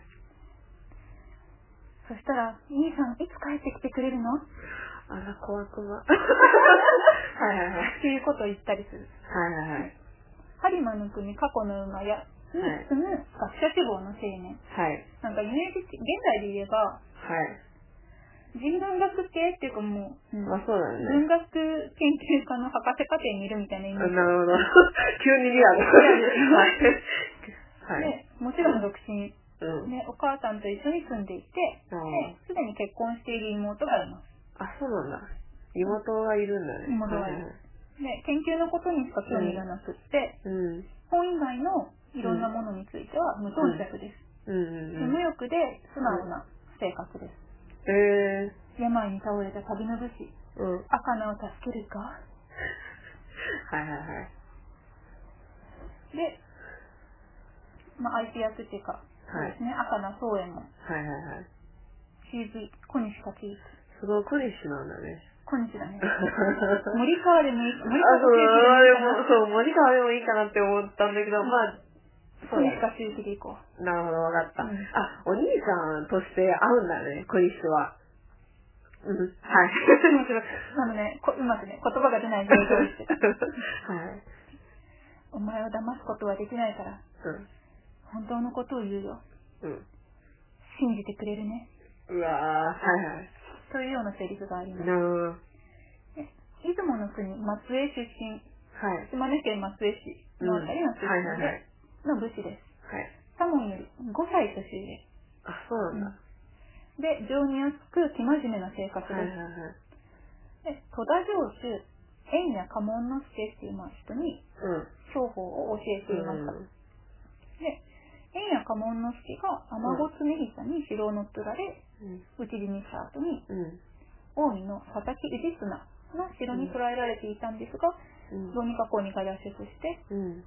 Speaker 1: そしたら、兄さんいつ帰ってきてくれるのっ
Speaker 2: あら、怖くな。はいはいはい。
Speaker 1: ていうことを言ったりする。
Speaker 2: はいはいは
Speaker 1: 播
Speaker 2: い。
Speaker 1: 磨の国過去の馬や、に
Speaker 2: はい
Speaker 1: 住む学者志望の青年。
Speaker 2: はい。
Speaker 1: なんかイメージ、現代で言えば、
Speaker 2: はい。
Speaker 1: 人文学系っていうかもう、うん
Speaker 2: まあそうだよね。
Speaker 1: 文学研究家の博士課程にいるみたいなイメ
Speaker 2: な
Speaker 1: ージ。
Speaker 2: るほ (laughs) ど。急にリアル。はい。はい。
Speaker 1: で、もちろん独身。
Speaker 2: うん。
Speaker 1: ね、お母さんと一緒に住んでいて、
Speaker 2: あ
Speaker 1: で、すでに結婚している妹がいます。
Speaker 2: あ、そうなんだ。妹がいるんだね。
Speaker 1: 妹がいる
Speaker 2: る。
Speaker 1: で、研究のことにしか興味がなくって、
Speaker 2: うん。
Speaker 1: 本以外のいろんなものについては無頓着です。
Speaker 2: うんうん
Speaker 1: で
Speaker 2: うん。
Speaker 1: 無欲で素直な性格です。
Speaker 2: え
Speaker 1: 病に倒れた旅の武士、
Speaker 2: ー。うん。はい
Speaker 1: 赤菜を助けるか
Speaker 2: はいはい。
Speaker 1: で、まあ、相手役っていうか、
Speaker 2: はい
Speaker 1: そうですね、赤菜宗園の
Speaker 2: はいはいはい。
Speaker 1: CV、小西克之。
Speaker 2: すごい小西なんだね。。
Speaker 1: 小西だね
Speaker 2: (laughs) あ、
Speaker 1: 森川でもいい、森
Speaker 2: そう、あれ
Speaker 1: 川
Speaker 2: も、そう、森川でもいいかなって思ったんだけど、まあ、そう
Speaker 1: 周
Speaker 2: だ
Speaker 1: 期でいいか
Speaker 2: ね。
Speaker 1: な。小西か周期でいこう。
Speaker 2: なるほど、わかった。
Speaker 1: うん
Speaker 2: あ、お兄さんとして合うんだね、小西は。うん、はい。
Speaker 1: 面白い。あのね、こうまくね、言葉が出ない状況です。
Speaker 2: (laughs) (laughs) はい。
Speaker 1: お前を騙すことはできないから、本当のことを言うよ。
Speaker 2: うん。うん。
Speaker 1: 信じてくれるね。
Speaker 2: うわー、はいはい。
Speaker 1: というようなセリフがあります。
Speaker 2: なるほど。
Speaker 1: 出雲の国、松江出身、
Speaker 2: はい。
Speaker 1: 島根県松江市のあたりの出
Speaker 2: はい
Speaker 1: 身
Speaker 2: はいはい。
Speaker 1: で、の武士です。
Speaker 2: はい。
Speaker 1: サモンより5歳年上で
Speaker 2: あ、そうなんだ。
Speaker 1: す。で、情に厚く生真面目な性格
Speaker 2: はい
Speaker 1: です。
Speaker 2: はいはい。
Speaker 1: で、戸田城主、縁や家紋の助っていうまあ人に
Speaker 2: うん。
Speaker 1: 商法を教えていました。で、円や家紋の式が雨子恒久に城を乗っ取られ、
Speaker 2: うん。
Speaker 1: 討ち死にした後に、
Speaker 2: うん。
Speaker 1: 近江の佐々木氏綱の城に捕らえられていたんですが、
Speaker 2: うん。
Speaker 1: どうにかこうにか脱出して、
Speaker 2: うん。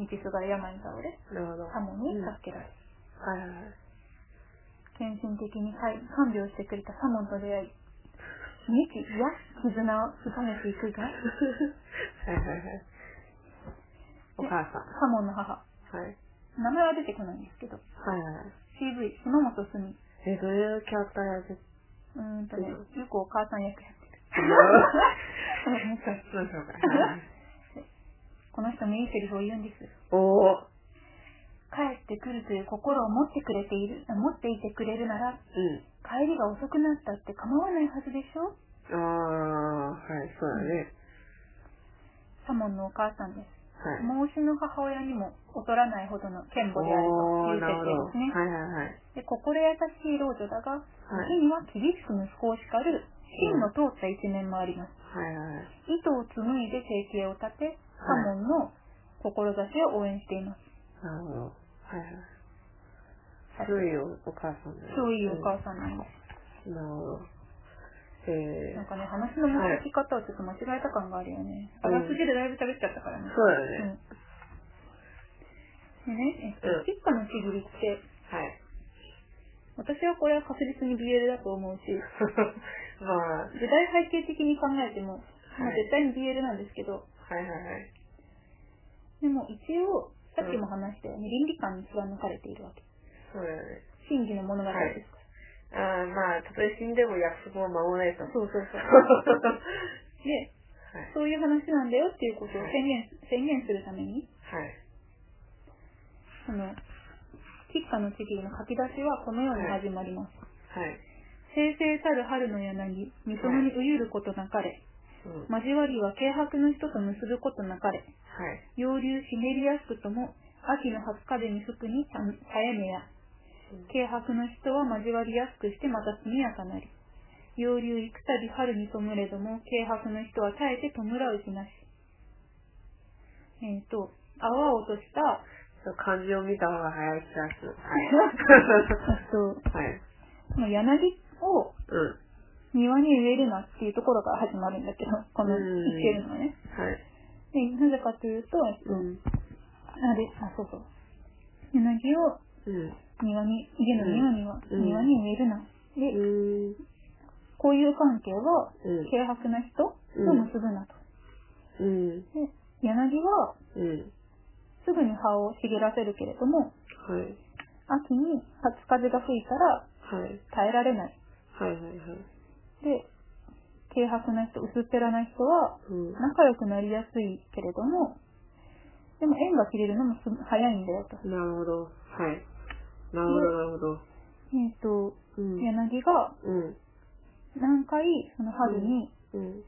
Speaker 1: 道すがれ病に倒れ、
Speaker 2: なるほど。
Speaker 1: 家紋に
Speaker 2: うんはい
Speaker 1: 助けられ、
Speaker 2: はいはい。
Speaker 1: 献身的に看病してくれた左門と出会い、未知や絆を深めていくが、
Speaker 2: はいはいはい。お母さ
Speaker 1: 左門の母、
Speaker 2: ん。はい。
Speaker 1: 名前は出てこないんですけど、
Speaker 2: はいはいはい。
Speaker 1: CV、島本澄、う
Speaker 2: え、どういうキャラクターや (laughs) って
Speaker 1: ーんとね、よくお母さん役やってる。 (laughs) めっちゃ
Speaker 2: そうそうか。
Speaker 1: この人もいいセリフを言うんです。
Speaker 2: おー。
Speaker 1: 帰ってくるという心を持ってくれている、あ持っていてくれるなら、
Speaker 2: うん。
Speaker 1: 帰りが遅くなったって構わないはずでしょ
Speaker 2: あー、はい、そうだね。
Speaker 1: サモンのお母さんです。
Speaker 2: はい。
Speaker 1: 孟子の母親にも劣らないほどの剣母であるとい
Speaker 2: おー、
Speaker 1: う
Speaker 2: なるほ
Speaker 1: 設
Speaker 2: ど。
Speaker 1: 定ですね。
Speaker 2: はいはいはい。
Speaker 1: で心優しい老女だが、
Speaker 2: い
Speaker 1: 時には厳しく息子を叱る、芯の通った一面もあります。
Speaker 2: はいはいはい。
Speaker 1: 糸を紡いで生計を立て、サモンの志を応援しています。
Speaker 2: なるほど。はいはい。強いおお母さんだね。
Speaker 1: 超いいお母さんなんです。
Speaker 2: うん。なるほど。え
Speaker 1: なん
Speaker 2: ー、
Speaker 1: かね、話の持ってき方をちょっと間違えた感があるよね。あ
Speaker 2: うん
Speaker 1: らすじでだいぶ喋っちゃったからね。
Speaker 2: そうだ
Speaker 1: う
Speaker 2: よね。
Speaker 1: ん。でね、えっと
Speaker 2: うん、
Speaker 1: 一家のちぎりって、
Speaker 2: はい。 (laughs)
Speaker 1: 私はこれは確実に BL だと思うし、
Speaker 2: まあ、
Speaker 1: 時代背景的に考えても、まあ
Speaker 2: はい
Speaker 1: 絶対に BL なんですけど、
Speaker 2: はいはいはい。
Speaker 1: でも一応、さっきも話したように倫理観に貫かれているわけ。
Speaker 2: そうだよね。
Speaker 1: 真偽の物語ですか
Speaker 2: あーまあ、たとえ死んでも約束は守らないと。
Speaker 1: ら。そうそうそう。
Speaker 2: (laughs) は
Speaker 1: (laughs) で、
Speaker 2: い。
Speaker 1: そういう話なんだよっていうことを宣言、宣言するために、
Speaker 2: はい。
Speaker 1: その、喫下のちぎりの書き出しはこのように始まります。
Speaker 2: はい。
Speaker 1: 生成たる春の柳、みそにうゆることなかれ。
Speaker 2: うん。はい。
Speaker 1: 交わりは軽薄の人と結ぶことなかれ。洋流ひねりやすくとも、秋の初風に服にたさえめや。軽薄の人は交わりやすくしてまた速やかなり。洋流行くたび春に染むれども、軽薄の人は耐えて弔う気なし。えっ、と、泡を落とした、
Speaker 2: そう漢字を見た方が早い気が
Speaker 1: (laughs)
Speaker 2: する。
Speaker 1: あ (laughs) と、
Speaker 2: はい。はい。
Speaker 1: その柳を
Speaker 2: うん。
Speaker 1: 庭に植えるなっていうところから始まるんだけど、この言ってるのはね。
Speaker 2: はい。
Speaker 1: で、なぜかというと、えっと、
Speaker 2: うん。
Speaker 1: あれ、あ、そうそう。柳を
Speaker 2: うん。
Speaker 1: 庭に、家の庭には、
Speaker 2: うん
Speaker 1: 庭に植えるな。で、
Speaker 2: うん。
Speaker 1: こういう関係は、
Speaker 2: うん
Speaker 1: 軽薄な人と結ぶなと。
Speaker 2: うん。
Speaker 1: で、柳は、
Speaker 2: うん。
Speaker 1: すぐに葉を茂らせるけれども、
Speaker 2: はい。
Speaker 1: 秋に初風が吹いたら
Speaker 2: はい。
Speaker 1: 耐えられない。
Speaker 2: はいはいはい。
Speaker 1: で、軽薄な人、薄っぺらな人は、
Speaker 2: うん。な
Speaker 1: 仲良くなりやすいけれども、でも縁が切れるのもす早いんだよと。
Speaker 2: るほど。はい。なるほど、なるほど。
Speaker 1: えっ、と、
Speaker 2: うん。
Speaker 1: 柳が
Speaker 2: うん。
Speaker 1: 何回、その春に、
Speaker 2: うん。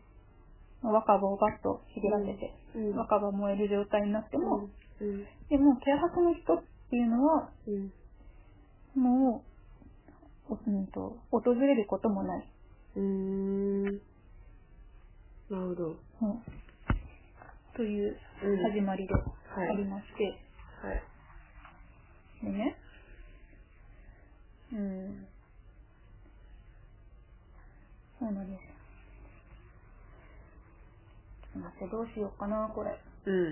Speaker 1: 若葉をバッとひげらせて、
Speaker 2: うん。
Speaker 1: 若葉燃える状態になっても、
Speaker 2: うん。
Speaker 1: でも、軽薄の人っていうのは、
Speaker 2: うん。
Speaker 1: もう、おうんと、訪れることもない。
Speaker 2: うん。なるほど。
Speaker 1: うん、という
Speaker 2: うん
Speaker 1: 始まりでありまして、
Speaker 2: はい。
Speaker 1: でね、うん、そうなんです。ちょっと待って、どうしようかな、これ。
Speaker 2: うん。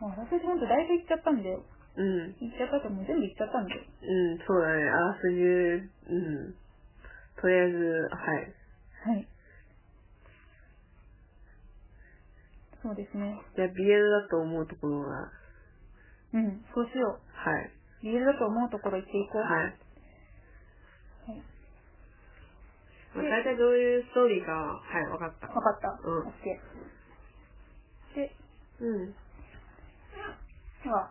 Speaker 1: もう私ほんとだいぶ行っちゃったんで、
Speaker 2: うん。
Speaker 1: 行っちゃったともう全部行っちゃったんで。
Speaker 2: うん、そうだね。あらすじ、うん。とりあえず、は
Speaker 1: は
Speaker 2: い。
Speaker 1: い。そうですね。
Speaker 2: じゃあ、BL だと思うところが、は
Speaker 1: うん、そうしよ
Speaker 2: い。
Speaker 1: う。理由だと思うところ行っていこう。。
Speaker 2: はいい。まあ、大体どういうストーリーかは、はい、わかった。
Speaker 1: わかった。
Speaker 2: うん
Speaker 1: オッケー。で、
Speaker 2: うん。
Speaker 1: では、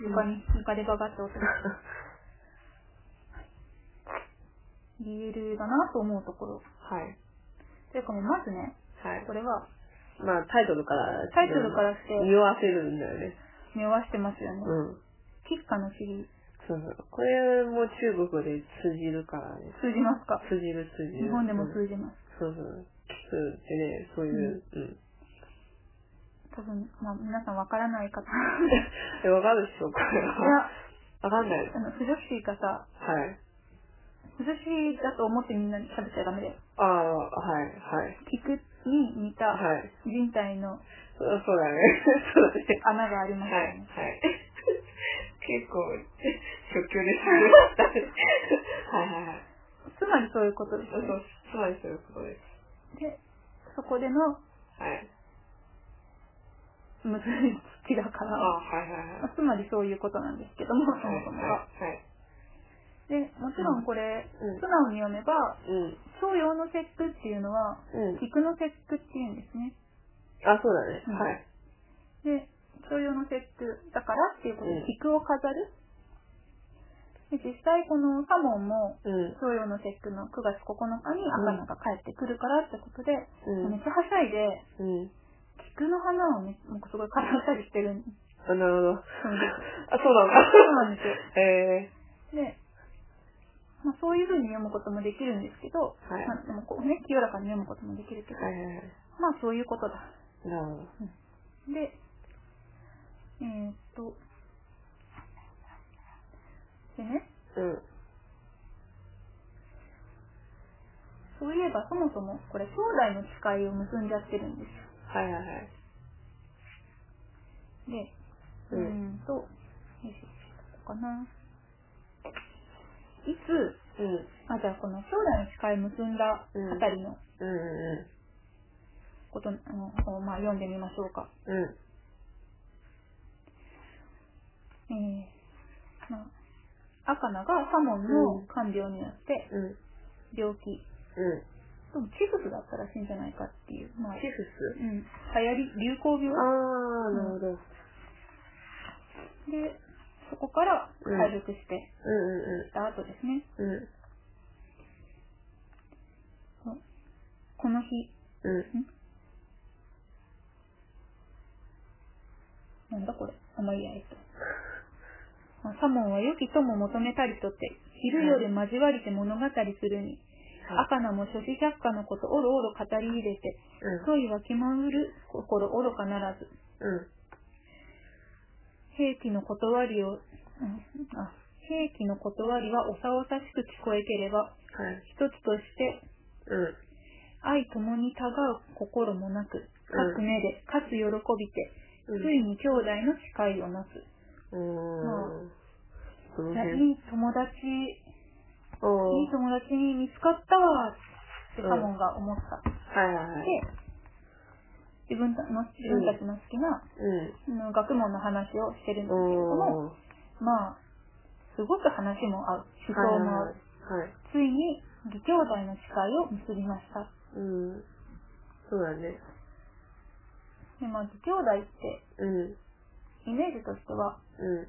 Speaker 1: 床に、床でババッと落とす。理由だなと思うところ。
Speaker 2: はい。
Speaker 1: というかもうまずね、
Speaker 2: はい
Speaker 1: こ。れは
Speaker 2: まあ、タイトルから、
Speaker 1: タイトルからして
Speaker 2: 匂わせるんだよね。
Speaker 1: 匂わしてますよね。
Speaker 2: うん。
Speaker 1: 喫下の尻、
Speaker 2: そうそう。これも中国で通じるからね。
Speaker 1: 通じますか
Speaker 2: 通じる通じる。
Speaker 1: 日本でも
Speaker 2: る。
Speaker 1: 通じます。
Speaker 2: そうそう。キスってね、そういう、うん。 (laughs)
Speaker 1: 多分、まあ皆さんわからない
Speaker 2: (laughs)
Speaker 1: 方。い
Speaker 2: え、わかるでしょこれは。
Speaker 1: や、
Speaker 2: わかんない。
Speaker 1: あの、不女子がさ、
Speaker 2: はい。
Speaker 1: 不女子だと思ってみんなに食べちゃダメだよ。
Speaker 2: ああ、はい、はい。
Speaker 1: 菊に似た
Speaker 2: はい。
Speaker 1: 人体の
Speaker 2: そうそうだね。 (laughs) そうだね。
Speaker 1: 穴があります
Speaker 2: は
Speaker 1: よ
Speaker 2: い、
Speaker 1: ね。
Speaker 2: はい。 (laughs) 結構、初級ですね。はい、はい、はい。
Speaker 1: つまりそういうことです
Speaker 2: そう
Speaker 1: よ
Speaker 2: そう、つまりそういうことです。
Speaker 1: ね。で、そこでの
Speaker 2: はい。
Speaker 1: 結びつきだか
Speaker 2: あ
Speaker 1: ら、
Speaker 2: はい、はい、はい。
Speaker 1: まあつまりそういうことなんですけども、そもそもが。
Speaker 2: はい、はい。
Speaker 1: で、もちろんこれ、
Speaker 2: うん
Speaker 1: 素直に読めば、
Speaker 2: うん。
Speaker 1: 徴用の節句っていうのは、
Speaker 2: うん。
Speaker 1: 菊の節句っていうんですね。
Speaker 2: あ、そうだね。はい。
Speaker 1: で、徴用の節句だからっていうこと
Speaker 2: う
Speaker 1: で
Speaker 2: ん、
Speaker 1: 菊を飾る。で実際このサモンも、
Speaker 2: うん。
Speaker 1: 徴用の節句の9月9日に赤名が帰ってくるからってことで、
Speaker 2: うん
Speaker 1: めっちゃはしゃいで、
Speaker 2: うん。
Speaker 1: 菊の花をね、なんかすごい飾ったりしてるんで
Speaker 2: あ、なるほど。あ、
Speaker 1: すよ。
Speaker 2: そうなんだ。
Speaker 1: そうなんですよ。
Speaker 2: え
Speaker 1: で、まあ、そういう風に読むこともできるんですけど、
Speaker 2: はい
Speaker 1: まあ、でもこうね、清らかに読むこともできるけ
Speaker 2: ー。
Speaker 1: ど、
Speaker 2: はい、はい、はい。
Speaker 1: まあそういうことだ。
Speaker 2: なるほど。
Speaker 1: で、えー、っと、でね、
Speaker 2: うん。
Speaker 1: そういえばそもそもこれ、兄弟の誓いを結んじゃってるんですよ。
Speaker 2: はい、はい、はい。
Speaker 1: で、う
Speaker 2: うん
Speaker 1: ーんと、よいしょ、ここかな。いつ、
Speaker 2: うん。
Speaker 1: あ、じゃあこの兄弟の誓い結んだあたりの
Speaker 2: うん、う
Speaker 1: こと、あのをまあ読んでみましょうか。
Speaker 2: ん、うん。
Speaker 1: えーまあ、赤名がサモンの看病によって
Speaker 2: うん。うん。
Speaker 1: 病気、
Speaker 2: うん。
Speaker 1: でもチフスだったらしいんじゃないかっていう、まあ、
Speaker 2: チ
Speaker 1: う
Speaker 2: フス
Speaker 1: ん、流行り、流行
Speaker 2: あ
Speaker 1: 病
Speaker 2: あー、なるほど。うん
Speaker 1: で、そこから回復して
Speaker 2: う
Speaker 1: た後ですね、
Speaker 2: んうん。うん。
Speaker 1: この日、
Speaker 2: うん。
Speaker 1: なんだこれ、あまりやえっと。まあサモンは良き友求めたりとって、昼夜交わりて物語するに、
Speaker 2: はい
Speaker 1: 赤名も諸子百科のことおろおろ語り入れて、
Speaker 2: うん。
Speaker 1: 恋は気まぐる心愚かならず、
Speaker 2: うん。
Speaker 1: 兵器の断りを、うんあ兵器の断りはおさおさしく聞こえければ、
Speaker 2: はい。
Speaker 1: 一つとして
Speaker 2: うん。
Speaker 1: 愛ともにたがう心もなく、かつ目で、かつ喜びて、
Speaker 2: うん
Speaker 1: ついに兄弟の誓いをなす。
Speaker 2: うーん。この
Speaker 1: いやい
Speaker 2: 辺。
Speaker 1: い友達、
Speaker 2: お
Speaker 1: い
Speaker 2: お。
Speaker 1: い友達に見つかったわってカモンが思った。
Speaker 2: はいはいはい。
Speaker 1: で、自分たの自分たちの好きな、
Speaker 2: うん。
Speaker 1: あの学問の話をしてるんですけれども、
Speaker 2: おー。
Speaker 1: まあ、すごく話も合う、思想も合う。
Speaker 2: はい。はい。
Speaker 1: ついに義兄弟の誓いを結びました。
Speaker 2: うん。そうだね。
Speaker 1: でまあ、義兄弟って
Speaker 2: うん。
Speaker 1: イメージとしては、
Speaker 2: う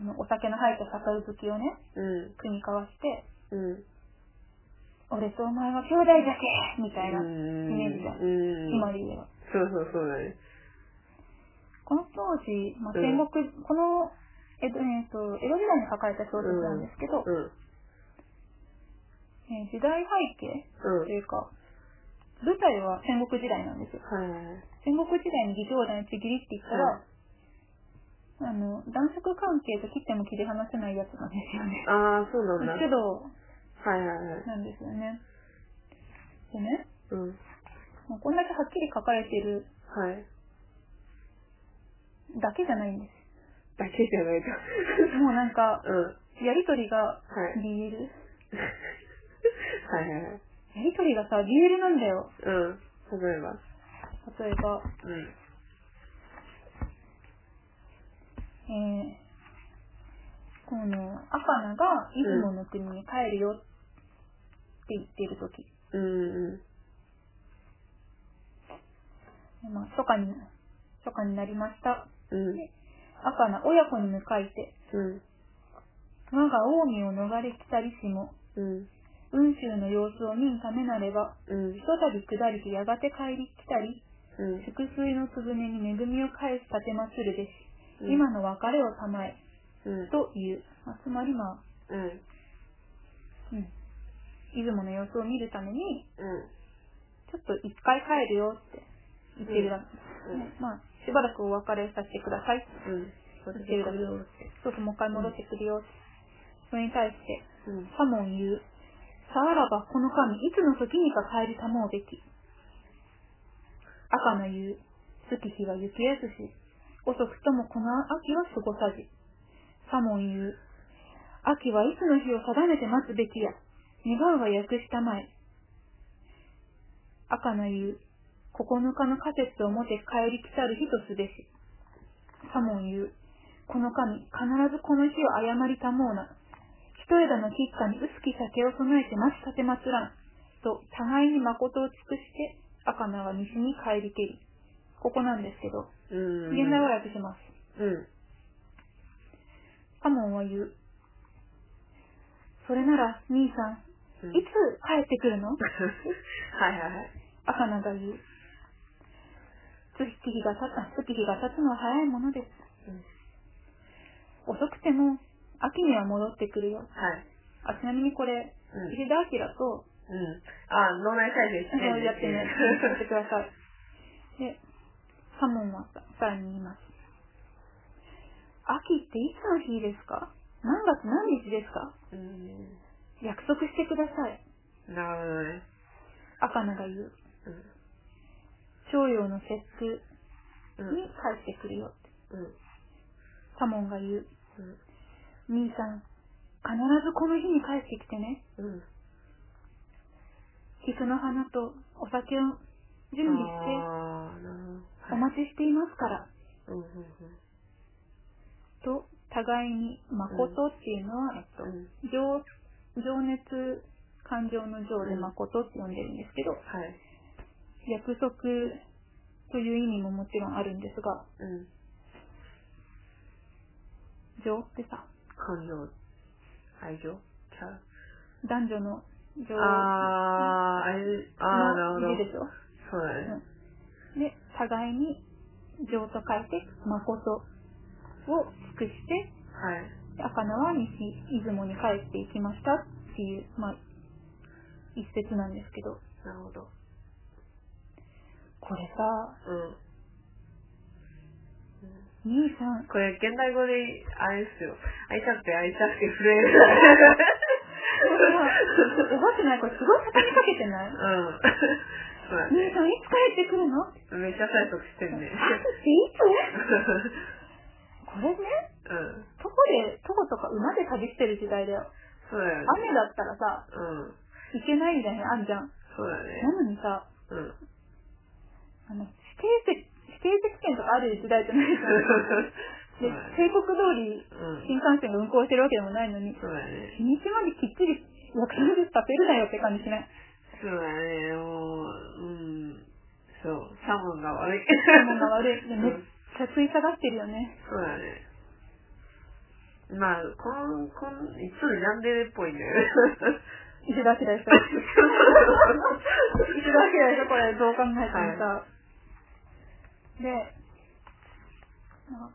Speaker 1: あのお酒の入った酒好きをね、
Speaker 2: ん。うん。
Speaker 1: 組み交わして、
Speaker 2: うん。
Speaker 1: 俺とお前は兄弟だけみたいなイメージだ。
Speaker 2: うん。
Speaker 1: 今で言えば。
Speaker 2: そうそうそうだね。
Speaker 1: この当時、まあ、
Speaker 2: うん
Speaker 1: 戦国、この、えっと、えっと、江戸時代に書かれた小説なんですけど、
Speaker 2: うん。うん。
Speaker 1: えー時代背景というか、舞台は戦国時代なんですよ。
Speaker 2: はい。
Speaker 1: 戦国時代に義兄団ちぎりって言ったら、あの、男色関係と切っても切り離せないやつなんですよね。
Speaker 2: ああ、そうなんだ。
Speaker 1: 主導
Speaker 2: はいはいはい。
Speaker 1: なんですよね。でね、
Speaker 2: うん。
Speaker 1: もうこんだけはっきり書かれてる
Speaker 2: はい。
Speaker 1: だけじゃないんで
Speaker 2: だけじゃないか。
Speaker 1: す。もうなんか、
Speaker 2: うん。は
Speaker 1: やりとりが
Speaker 2: い。
Speaker 1: BL。
Speaker 2: (laughs) はいはいはい。
Speaker 1: やりとりがさ、BL なんだよ。
Speaker 2: うん。例えば。
Speaker 1: 例えば、
Speaker 2: うん。
Speaker 1: えー、この、赤名が出雲の国に帰るよって言ってる時、
Speaker 2: うん。うん。
Speaker 1: まあ、初夏に、初夏になりました。
Speaker 2: うん。
Speaker 1: 赤名親子に向かいて、
Speaker 2: うん。
Speaker 1: 我が近江を逃れ来たりしも、
Speaker 2: うん。
Speaker 1: 雲州の様子を見んためなれば、
Speaker 2: うん
Speaker 1: ひ。とたび下りてやがて帰り来たり、
Speaker 2: うん。
Speaker 1: 祝水のつぶねに恵みを返す立てまつるべし、
Speaker 2: うん
Speaker 1: 今の別れをたまえ、
Speaker 2: うん。
Speaker 1: という。まあ、つまりまあ、
Speaker 2: うん。
Speaker 1: うん。出雲の様子を見るために、
Speaker 2: うん。
Speaker 1: ちょっと一回帰るよって言ってるだけ、
Speaker 2: うんうん
Speaker 1: ねまあ、しばらくお別れさせてくださいって
Speaker 2: うん。
Speaker 1: 言ってるだけ。そうそう、もう一回戻ってくるよって。それに対して、
Speaker 2: うん。
Speaker 1: サモン言う。さあらばこの神、いつの時にか帰りたもうべき。赤の言う。月日は行方ずし。遅くともこの秋は過ごさじ。サモン言う。秋はいつの日を定めて待つべきや。願うは訳したまえ。赤の言う。9日の仮説をもて帰り来たる日とすべし。サモン言う。この神、必ずこの日を誤りたもうな。一枝の吉花に薄き酒を備えて待ち立てまつらん。と、互いに誠を尽くして、赤名は西に帰りけり。ここなんですけど、
Speaker 2: うん。
Speaker 1: 現代は訳します。
Speaker 2: うん。
Speaker 1: カモンは言う。それなら、兄さん、
Speaker 2: うん
Speaker 1: いつ帰ってくるの
Speaker 2: はいはいはい。
Speaker 1: 赤名が言う。月日が経った、月日が経つのは早いものです。
Speaker 2: うん
Speaker 1: 遅くても、秋には戻ってくるよ。
Speaker 2: はい。
Speaker 1: あ、ちなみにこれ、
Speaker 2: うん
Speaker 1: 石田明と、
Speaker 2: うん。あ、脳内再生し
Speaker 1: そ
Speaker 2: て
Speaker 1: うやってね、やってください。で、サモンはさらに言います。秋っていつの日ですか何月何日ですか
Speaker 2: うん。
Speaker 1: 約束してください。
Speaker 2: なるほどね。
Speaker 1: 赤名が言う。
Speaker 2: う
Speaker 1: 朝陽の節句
Speaker 2: ん。うん
Speaker 1: に。帰ってくるよって。
Speaker 2: うん。
Speaker 1: サモンが言う。
Speaker 2: うん。
Speaker 1: 兄さん、必ずこの日に帰ってきてね。
Speaker 2: うん。
Speaker 1: 菊の花とお酒を準備して、
Speaker 2: あー、なる
Speaker 1: お
Speaker 2: ほど。
Speaker 1: 待ちしていますから。
Speaker 2: うん。うん。
Speaker 1: と、互いに、誠っていうのは、えっと、
Speaker 2: うん
Speaker 1: 情、情熱、感情の情で
Speaker 2: うん
Speaker 1: 誠って呼んでるんですけど、
Speaker 2: はい。
Speaker 1: 約束という意味ももちろんあるんですが、
Speaker 2: うん。
Speaker 1: 情ってさ、
Speaker 2: 感情。愛情キャ
Speaker 1: 男女の情
Speaker 2: あー、あれ、あー、なるほど
Speaker 1: の。字でしょ。
Speaker 2: そう
Speaker 1: う
Speaker 2: だね。
Speaker 1: んで、互いに、情と書いて、誠を尽くして、
Speaker 2: はい。
Speaker 1: 赤名は西出雲に帰っていきましたっていう、まあ、一節なんですけど、
Speaker 2: なるほど。
Speaker 1: これさ、
Speaker 2: うん。
Speaker 1: 兄さん、
Speaker 2: これ、現代語で、あれですよ。会いたくて会いたくて震える。
Speaker 1: やばくないこれすごい畳みかけてない
Speaker 2: うん。そうだ
Speaker 1: 兄
Speaker 2: ね。
Speaker 1: さんいつ帰ってくるのって
Speaker 2: めっちゃ催促してんね。 (laughs)
Speaker 1: いつこれね、
Speaker 2: うん。
Speaker 1: 徒歩で、徒歩とか馬で旅してる時代だよ。
Speaker 2: そうだよね。
Speaker 1: 雨だったらさ、
Speaker 2: うん。
Speaker 1: 行けないみたいなのあんじゃん。
Speaker 2: そうだね。
Speaker 1: なのにさ、
Speaker 2: うん。
Speaker 1: あの、指定席、指定席券とかある時代じゃないじ
Speaker 2: そう
Speaker 1: ゃん。
Speaker 2: だ
Speaker 1: で、
Speaker 2: ね。
Speaker 1: 帝国通り
Speaker 2: うん。
Speaker 1: 新幹線が運行してるわけでもないのに、
Speaker 2: そうだね。
Speaker 1: 日にちまできっちり約束立てるなよって感じしない。
Speaker 2: そうだね。もう、うん。そう。サモンが悪い。 (laughs)
Speaker 1: サモンが悪い。で
Speaker 2: う
Speaker 1: めっ
Speaker 2: ん。
Speaker 1: ちゃ食い下がってるよね。
Speaker 2: そうだね。まあ、こん、こん、いつもジャンベレっ
Speaker 1: (laughs)
Speaker 2: ぽいね。
Speaker 1: 石田明でしょ。石田明でしょ、これ、どう考えてもさ。で、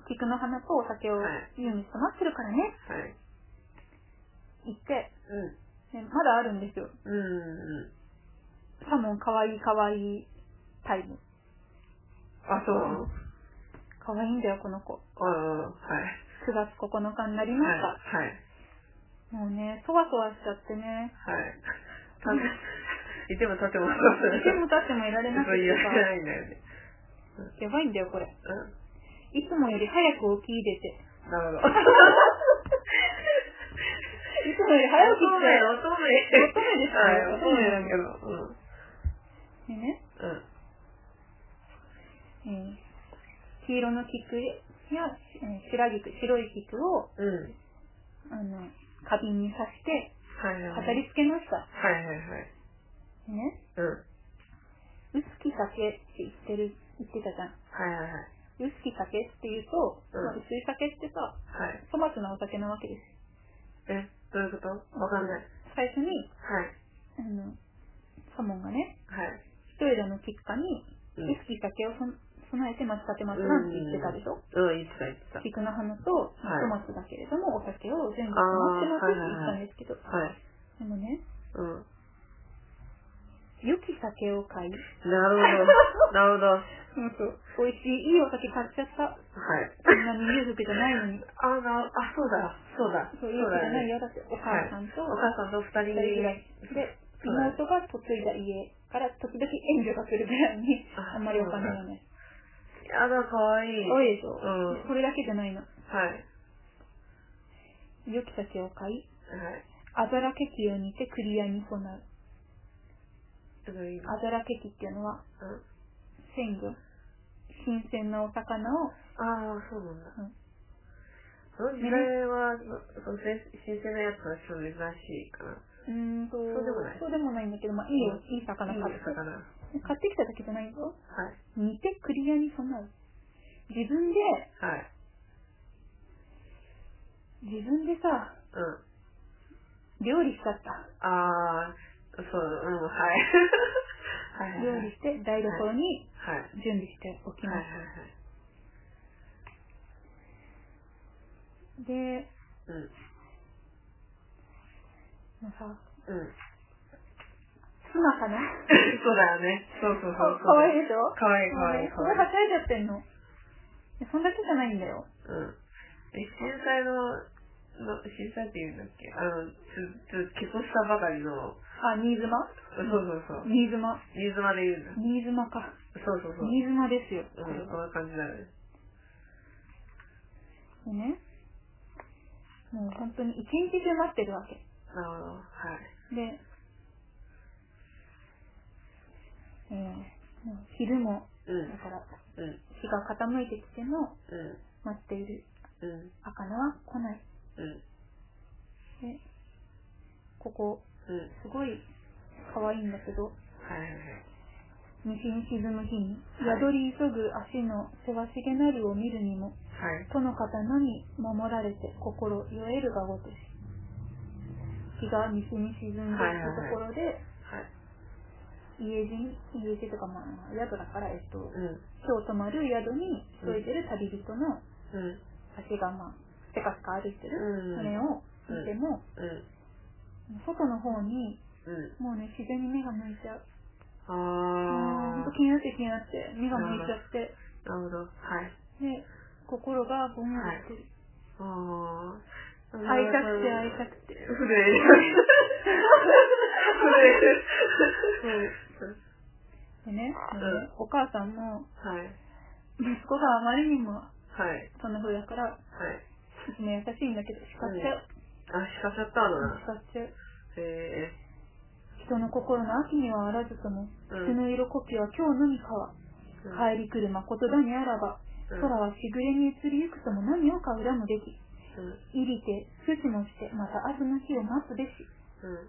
Speaker 1: 菊の花とお酒を
Speaker 2: はい
Speaker 1: 湯に染まってるからね、
Speaker 2: は
Speaker 1: 行
Speaker 2: い。
Speaker 1: って、で
Speaker 2: うん。
Speaker 1: まだあるんですよ。
Speaker 2: うんうん。
Speaker 1: サモンかわいいかわいいタイム。
Speaker 2: あ、そうなの
Speaker 1: かわいいんだよ、この子。
Speaker 2: ああ、はい。
Speaker 1: 9月9日になりま
Speaker 2: はい。
Speaker 1: した。
Speaker 2: はい。
Speaker 1: もうね、そわそわしちゃってね、
Speaker 2: はい。たいても立っても立
Speaker 1: いても立ってもいられなく
Speaker 2: そう
Speaker 1: て
Speaker 2: 言われ
Speaker 1: さ、
Speaker 2: ないんだよね。
Speaker 1: やばいんだよ、これ。
Speaker 2: う
Speaker 1: いつもより早く起き入れて。
Speaker 2: ん。なるほど。
Speaker 1: (laughs) いつもより早く起
Speaker 2: 乙
Speaker 1: き
Speaker 2: 女、乙
Speaker 1: 乙
Speaker 2: 女。
Speaker 1: 女ですね
Speaker 2: はい、乙女だけど。うん。
Speaker 1: て。でね、
Speaker 2: うん。
Speaker 1: えー黄色の菊や、えー白菊、白い菊を、
Speaker 2: うん。
Speaker 1: あの、花瓶に刺して、
Speaker 2: はいはい。
Speaker 1: 飾り付けました。
Speaker 2: はいはいはい。
Speaker 1: でね、
Speaker 2: うん。
Speaker 1: 臼木酒って言ってる、言ってたじゃん。
Speaker 2: はいはいはい。
Speaker 1: 臼木酒って言うと、
Speaker 2: うん
Speaker 1: まあ薄い酒ってさ、
Speaker 2: はい。
Speaker 1: 粗末なお酒なわけです。
Speaker 2: え、どういうことわかんない。
Speaker 1: 最初に、
Speaker 2: はい。
Speaker 1: あの、サモンがね、
Speaker 2: はい。
Speaker 1: 一枝の菊花に、
Speaker 2: うん
Speaker 1: 臼木酒をそ備えて待ち立てますなんて言ってたでしょ
Speaker 2: うん、いつかいつか。
Speaker 1: 菊の花と、
Speaker 2: はい
Speaker 1: まあトマトだけれども、お酒を全部持ってますって言ったんですけど、
Speaker 2: はい。
Speaker 1: でもね、
Speaker 2: うん。
Speaker 1: 良き酒を買い、
Speaker 2: なる
Speaker 1: (laughs)
Speaker 2: ほど。なるほど。は
Speaker 1: 美味しい、いいお酒買っちゃった。
Speaker 2: い。
Speaker 1: そんなに裕福じゃないのに。
Speaker 2: あ、な、あ、そうだ。そうだ。
Speaker 1: そう、裕
Speaker 2: そう
Speaker 1: 福じ
Speaker 2: だ
Speaker 1: ゃない
Speaker 2: ね。
Speaker 1: よ。だって、お母さんと、
Speaker 2: お母さんと二人
Speaker 1: 二人ぐらい。で、妹が嫁いだ家から時々援助が来るぐらいに、
Speaker 2: あ
Speaker 1: あんまりお金がない。
Speaker 2: やだ、かわいい。
Speaker 1: 多いでしょ、
Speaker 2: うん
Speaker 1: それだけじゃないの。
Speaker 2: はい。
Speaker 1: 良き酒を買い、
Speaker 2: はい。
Speaker 1: あざらけきを煮て栗屋に備う。
Speaker 2: すごい。
Speaker 1: あざらけきっていうのは、
Speaker 2: うん
Speaker 1: 鮮魚。新鮮なお魚を、
Speaker 2: ああ、そうなんだ。
Speaker 1: うん
Speaker 2: その時代は、そそのせ新鮮なやつはちょっと珍しいかな。
Speaker 1: うーんと、
Speaker 2: そうでもない
Speaker 1: そうでもないんだけど、まあ、いいよ、いい魚
Speaker 2: いい
Speaker 1: 買って。
Speaker 2: 魚。は
Speaker 1: 買ってきただけじゃないぞ。
Speaker 2: い。
Speaker 1: 煮て栗屋に備う。自分で、
Speaker 2: はい。
Speaker 1: 自分でさ、
Speaker 2: うん。
Speaker 1: 料理しちゃった。
Speaker 2: ああ、そう、うん、はい。 (laughs) はいはい
Speaker 1: 料
Speaker 2: はい。
Speaker 1: 理して台所に
Speaker 2: はい。
Speaker 1: 準備しておき
Speaker 2: はい
Speaker 1: ま
Speaker 2: はい
Speaker 1: す。
Speaker 2: はい。
Speaker 1: で、
Speaker 2: うん。
Speaker 1: もうさ、
Speaker 2: うん。
Speaker 1: 妻かな。
Speaker 2: (laughs) そうだよね。そうそうそう。
Speaker 1: かわいい
Speaker 2: い。
Speaker 1: でしょ
Speaker 2: かわいいかわいい
Speaker 1: も
Speaker 2: か
Speaker 1: う
Speaker 2: わ
Speaker 1: ねすご
Speaker 2: い
Speaker 1: いはしゃいじゃってんの。でそんだけじゃないんだよ。
Speaker 2: うん。え、震災の、の震災って言うんだっけあの、つ、つ、結婚したばかりの、
Speaker 1: あ、新妻
Speaker 2: そうそうそう。
Speaker 1: 新妻。
Speaker 2: 新妻で言うんだ。
Speaker 1: 新妻か。
Speaker 2: そうそうそう。
Speaker 1: 新妻ですよ。
Speaker 2: うん、そんな感じだね。
Speaker 1: でね、もう本当に一日中待ってるわけ。
Speaker 2: なるほど。はい。
Speaker 1: で、えー、もう昼も、
Speaker 2: うん
Speaker 1: だ、から
Speaker 2: うん、
Speaker 1: 日が傾いてきても
Speaker 2: うん、
Speaker 1: 待っている
Speaker 2: うん、
Speaker 1: 魚は来ない。
Speaker 2: うん、
Speaker 1: で、ここ、
Speaker 2: うん。
Speaker 1: すごい可愛いんだけど、
Speaker 2: はいはいはい。
Speaker 1: 西に沈む日に、
Speaker 2: はい
Speaker 1: 宿り急ぐ足のせわしげなるを見るにも、
Speaker 2: はい。
Speaker 1: との方のみ守られて心酔えるがごとし。日が西に沈んでいったところで、
Speaker 2: はい。
Speaker 1: 家路に、家路とかまあ、宿だから、えっと、
Speaker 2: うん、
Speaker 1: 今日泊まる宿に添いでる旅人の
Speaker 2: うん、
Speaker 1: 足がまあ、せかせか歩いてる、
Speaker 2: うん
Speaker 1: それを見ても、
Speaker 2: うん、
Speaker 1: 外の方に、
Speaker 2: うん。
Speaker 1: もうね、自然に目が向いちゃう。ほん
Speaker 2: あ
Speaker 1: と気になって気になって、目が向いちゃって、
Speaker 2: ー、なるほど。はい。
Speaker 1: で、心がぼんやりしてる。
Speaker 2: あー。
Speaker 1: 会いたくて会いた
Speaker 2: て。
Speaker 1: くて。
Speaker 2: 震える。震える。
Speaker 1: でね、あ
Speaker 2: うん
Speaker 1: のお母さんも、
Speaker 2: はい。
Speaker 1: 息子があまりにも
Speaker 2: はい。
Speaker 1: そんな風だから、
Speaker 2: はい。
Speaker 1: ね、優しいんだけど、叱っちゃう。
Speaker 2: あ、しかしちゃったのな。
Speaker 1: 叱っちゃう。
Speaker 2: え
Speaker 1: 人の心の秋にはあらずとも、
Speaker 2: う
Speaker 1: 血
Speaker 2: ん
Speaker 1: の色呼吸は今日のみかは、
Speaker 2: ー。
Speaker 1: 帰
Speaker 2: い。
Speaker 1: り来る誠だにあらば、
Speaker 2: うん
Speaker 1: 空はしぐれに移りゆくとも何をか裏もでき、
Speaker 2: うん、
Speaker 1: 入りて、筋もして、また明日の日を待つべし。
Speaker 2: うん、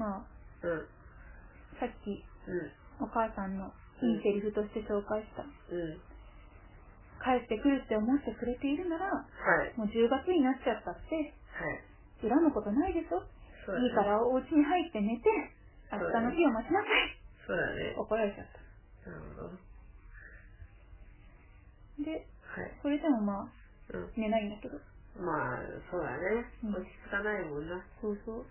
Speaker 1: まあ、
Speaker 2: うん、
Speaker 1: さっきお
Speaker 2: うん。
Speaker 1: 母さんのいいセリフとして紹介した、
Speaker 2: うん。
Speaker 1: 返してくるって思ってくれているなら、
Speaker 2: はい。
Speaker 1: もう10月になっちゃったって、
Speaker 2: はい。
Speaker 1: 恨むことないでしょ
Speaker 2: そうだ
Speaker 1: いい
Speaker 2: ね
Speaker 1: からお家に入って寝て、明日の日を待ちなさい。
Speaker 2: そうだね。
Speaker 1: 怒られちゃった。
Speaker 2: なるほど。は
Speaker 1: で、
Speaker 2: い。
Speaker 1: それでもまあ、
Speaker 2: うん。
Speaker 1: 寝ないんだけど。
Speaker 2: まあ、そうだね。
Speaker 1: うん
Speaker 2: 落ち着かないもんな。
Speaker 1: そうそう。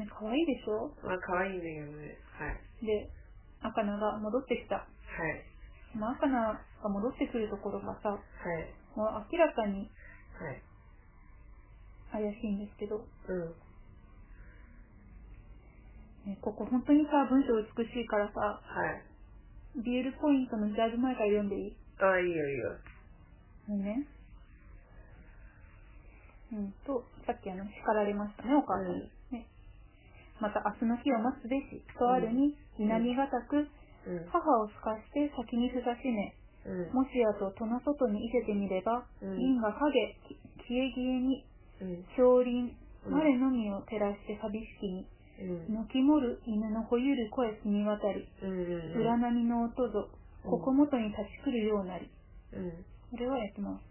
Speaker 1: ね、可愛いでしょ
Speaker 2: まあ、可愛いんだけどね。はい。
Speaker 1: で、赤菜が戻ってきた。
Speaker 2: はい。
Speaker 1: その赤菜が戻ってくるところがさ、
Speaker 2: はい。
Speaker 1: もう明らかに
Speaker 2: はい。
Speaker 1: 怪しいんですけど、
Speaker 2: うん。
Speaker 1: ね、ここ本当にさ、文章美しいからさ、
Speaker 2: はい。
Speaker 1: ビールポイントのジャージ前から読んでいい
Speaker 2: ああ、いいよいいよ。
Speaker 1: あのね。うんと、さっきあの、叱られましたね、お母さんに。ね。また明日の日を待つべし、とあるに、
Speaker 2: うん
Speaker 1: 稲荷がたく、
Speaker 2: うん。
Speaker 1: 母をすかして先にふざしめ、
Speaker 2: うん。
Speaker 1: もしやと戸の外にいせてみれば、
Speaker 2: うん
Speaker 1: 銀が影、き消え消えに、
Speaker 2: うん。
Speaker 1: 少林、
Speaker 2: うん
Speaker 1: 我のみを照らして寂しきに、
Speaker 2: うん。
Speaker 1: のきもる犬のほゆる声澄み渡り、
Speaker 2: うん。
Speaker 1: 裏波の音ぞ、
Speaker 2: うん
Speaker 1: ここもとに立ち来るようなり。
Speaker 2: うん。
Speaker 1: これはやってます。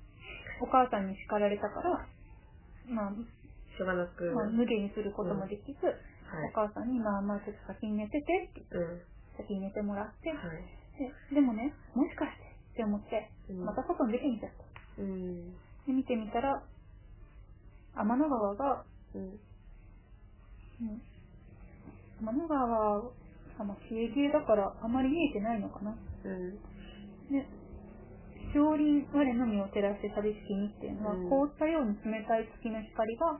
Speaker 1: お母さんに叱られたから、まあ、
Speaker 2: しばらく。
Speaker 1: まあ、
Speaker 2: はい。
Speaker 1: 無限にすることもできず、お母さんに、まあまあ、ちょっと先に寝ててって、
Speaker 2: うん。
Speaker 1: 先に寝てもらって、
Speaker 2: はい。
Speaker 1: ででもね、もしかしてって思って、
Speaker 2: うん
Speaker 1: また外に出てみちゃった。
Speaker 2: うん。
Speaker 1: で、見てみたら、天の川が、
Speaker 2: うん。
Speaker 1: うん、天の川は、あまあ、冷え冷えだから、あまり見えてないのかな。
Speaker 2: うん。
Speaker 1: ね、少林我のみを照らして寂しきにっていうのは、
Speaker 2: うん
Speaker 1: 凍ったように冷たい月の光が
Speaker 2: はい。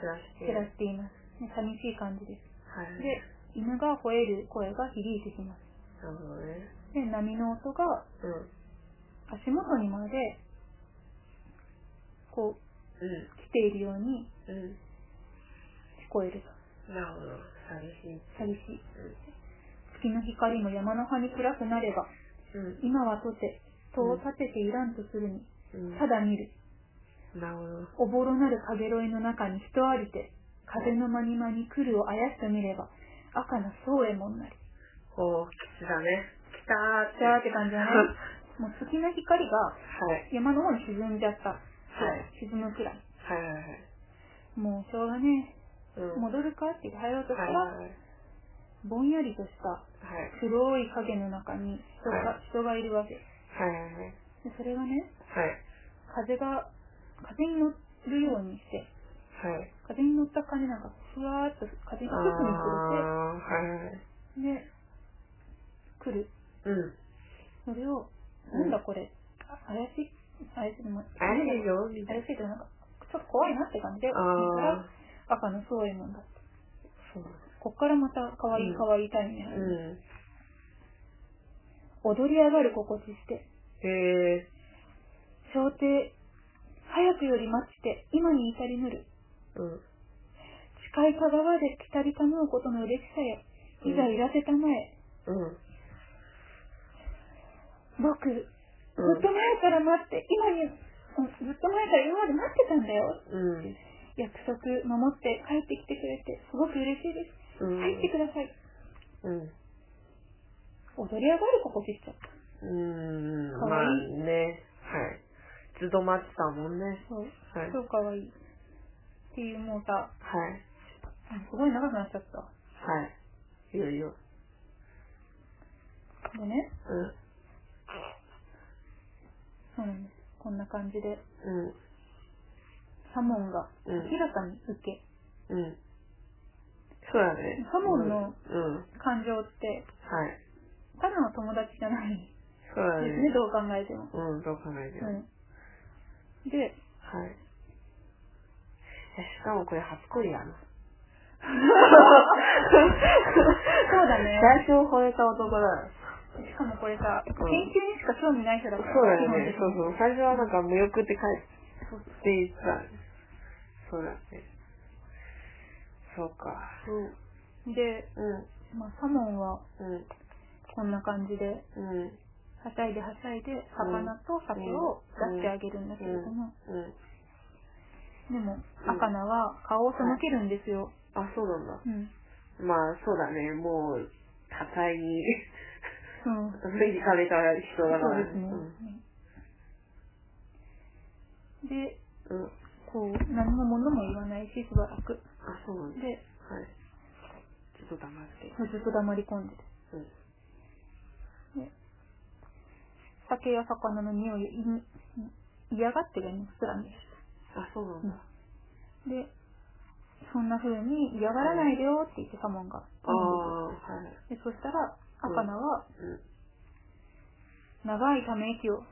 Speaker 2: 照らして。
Speaker 1: 照らしています。ね、寂しい感じです。
Speaker 2: はい。
Speaker 1: で、犬が吠える声が響いてきます。
Speaker 2: なるほどね。
Speaker 1: で、波の音が
Speaker 2: うん。
Speaker 1: 足元にまで、こう、
Speaker 2: うん。
Speaker 1: 来ているように
Speaker 2: うん。
Speaker 1: 聞こえる。
Speaker 2: なるほど。寂しい。
Speaker 1: 寂しい。
Speaker 2: う
Speaker 1: 月の光も山の葉に暗くなれば、
Speaker 2: ん。
Speaker 1: 今はとて、戸を立てていらんとするに、
Speaker 2: うん。
Speaker 1: ただ見る。
Speaker 2: うん。なる
Speaker 1: お
Speaker 2: ほど。
Speaker 1: ぼろなるかげろいの中に人ありて、風のまにまに来るをあやしてみれば、赤な宗右衛門なり。
Speaker 2: こう、キスだね。来たーっ
Speaker 1: じ
Speaker 2: て。
Speaker 1: ゃーって感じだね。もう月の光が
Speaker 2: はい。
Speaker 1: 山の方に沈んじゃった。
Speaker 2: はい
Speaker 1: 沈むくらい。
Speaker 2: はいはいはい。
Speaker 1: もうしょうがね
Speaker 2: う
Speaker 1: え。
Speaker 2: ん。
Speaker 1: 戻るかって入ろうとした
Speaker 2: はい
Speaker 1: ら、
Speaker 2: はいはい。
Speaker 1: ぼんやりとした
Speaker 2: はい。
Speaker 1: 黒い影の中に人が
Speaker 2: はい
Speaker 1: 人がいるわけ。
Speaker 2: はいはいはい。
Speaker 1: でそれがね、
Speaker 2: はい。
Speaker 1: 風が、風に乗るようにして、
Speaker 2: はい。
Speaker 1: 風に乗った感じなんか、ふわーっと風に
Speaker 2: あ
Speaker 1: 一つに触れて、
Speaker 2: ー、はいは
Speaker 1: で、
Speaker 2: い。
Speaker 1: 来る。
Speaker 2: う
Speaker 1: そ
Speaker 2: ん。
Speaker 1: れを、
Speaker 2: うん
Speaker 1: なんだこれ、あ怪しい、怪しい、もう
Speaker 2: あれでしょみたい
Speaker 1: 怪し
Speaker 2: な。
Speaker 1: いけど、なんか、ちょっと怖いなって感じで、見たら、
Speaker 2: あ
Speaker 1: 赤の宗右衛門だった。
Speaker 2: ー、そうなんだ。
Speaker 1: こっからまた、可愛い
Speaker 2: うん
Speaker 1: 可愛いタイムに入る。
Speaker 2: うん。
Speaker 1: 踊り上がる心地して、
Speaker 2: へえ
Speaker 1: 小艇、早くより待ちて、今に至りぬる。
Speaker 2: ー、うん。
Speaker 1: 近い香川で来たりたむうことの嬉しさへ、いざいらせたまえ。
Speaker 2: うん。
Speaker 1: 僕、ずっと前から待って、今に、うんずっと前から今まで待ってたんだよ。
Speaker 2: うん。
Speaker 1: 約束守って帰ってきてくれてすごく嬉しいです。
Speaker 2: うん。
Speaker 1: 入ってください。
Speaker 2: うん。
Speaker 1: 踊り上がる心地しちゃった。
Speaker 2: うん。
Speaker 1: か
Speaker 2: ま
Speaker 1: わ
Speaker 2: あ
Speaker 1: い
Speaker 2: ね。はい。ずっと待ってたもんね。
Speaker 1: そう。
Speaker 2: はい。
Speaker 1: 超可愛い。っていうもうさ、
Speaker 2: はい。
Speaker 1: すごい長くなっちゃった。
Speaker 2: はい。いよいよ。
Speaker 1: でね、
Speaker 2: うん。
Speaker 1: そうなんです。こんな感じで、
Speaker 2: うん。
Speaker 1: サモンが
Speaker 2: うん
Speaker 1: 明らかに受け、
Speaker 2: うん。そうだね。
Speaker 1: ハモンの
Speaker 2: うん。うん。はい。
Speaker 1: 感情って、ただの友達じゃないで
Speaker 2: そうだ
Speaker 1: す
Speaker 2: ね
Speaker 1: ね、。どう考えても。
Speaker 2: うん、どう考えても。
Speaker 1: うん。で、 (laughs)
Speaker 2: はい。えしかもこれ初恋やな。
Speaker 1: そうだね。
Speaker 2: 最初惚れた男だよ。
Speaker 1: しかもこれさ、研究にしか興味ない人だ
Speaker 2: そう
Speaker 1: から。基
Speaker 2: だよ
Speaker 1: 本
Speaker 2: ね
Speaker 1: 的。に
Speaker 2: そうそう。最初はなんか無欲って書
Speaker 1: そ
Speaker 2: いうて言ってた。そうだね。そうか。
Speaker 1: で、
Speaker 2: う
Speaker 1: まあ、サモンは
Speaker 2: ん。うん。
Speaker 1: こんな感じで、
Speaker 2: うん。
Speaker 1: はしゃいではしゃいで、魚と酒を出してあげるんだけれども、
Speaker 2: うん。
Speaker 1: でも、赤菜は顔を背けるんですよ。
Speaker 2: あ、そうなんだ。
Speaker 1: うん。
Speaker 2: まあ、そうだね。もう、多彩に、
Speaker 1: うん。
Speaker 2: 行かれた人だから
Speaker 1: そうですね。
Speaker 2: うん
Speaker 1: で、
Speaker 2: うん。あ、
Speaker 1: こう、何も物も言わないし、しばらく。
Speaker 2: そうなんだ。
Speaker 1: で、
Speaker 2: はい。ちょっと黙って。
Speaker 1: ずっと黙り込んでて。
Speaker 2: うん。
Speaker 1: 酒や魚の匂いをい嫌がってるよね、スラミ
Speaker 2: あ、そうなんだ。
Speaker 1: で、そんな風に嫌がらないでよって言ってサモンが
Speaker 2: ああ、はい。
Speaker 1: で、そしたら、アカナは
Speaker 2: うん。
Speaker 1: 長いため息を、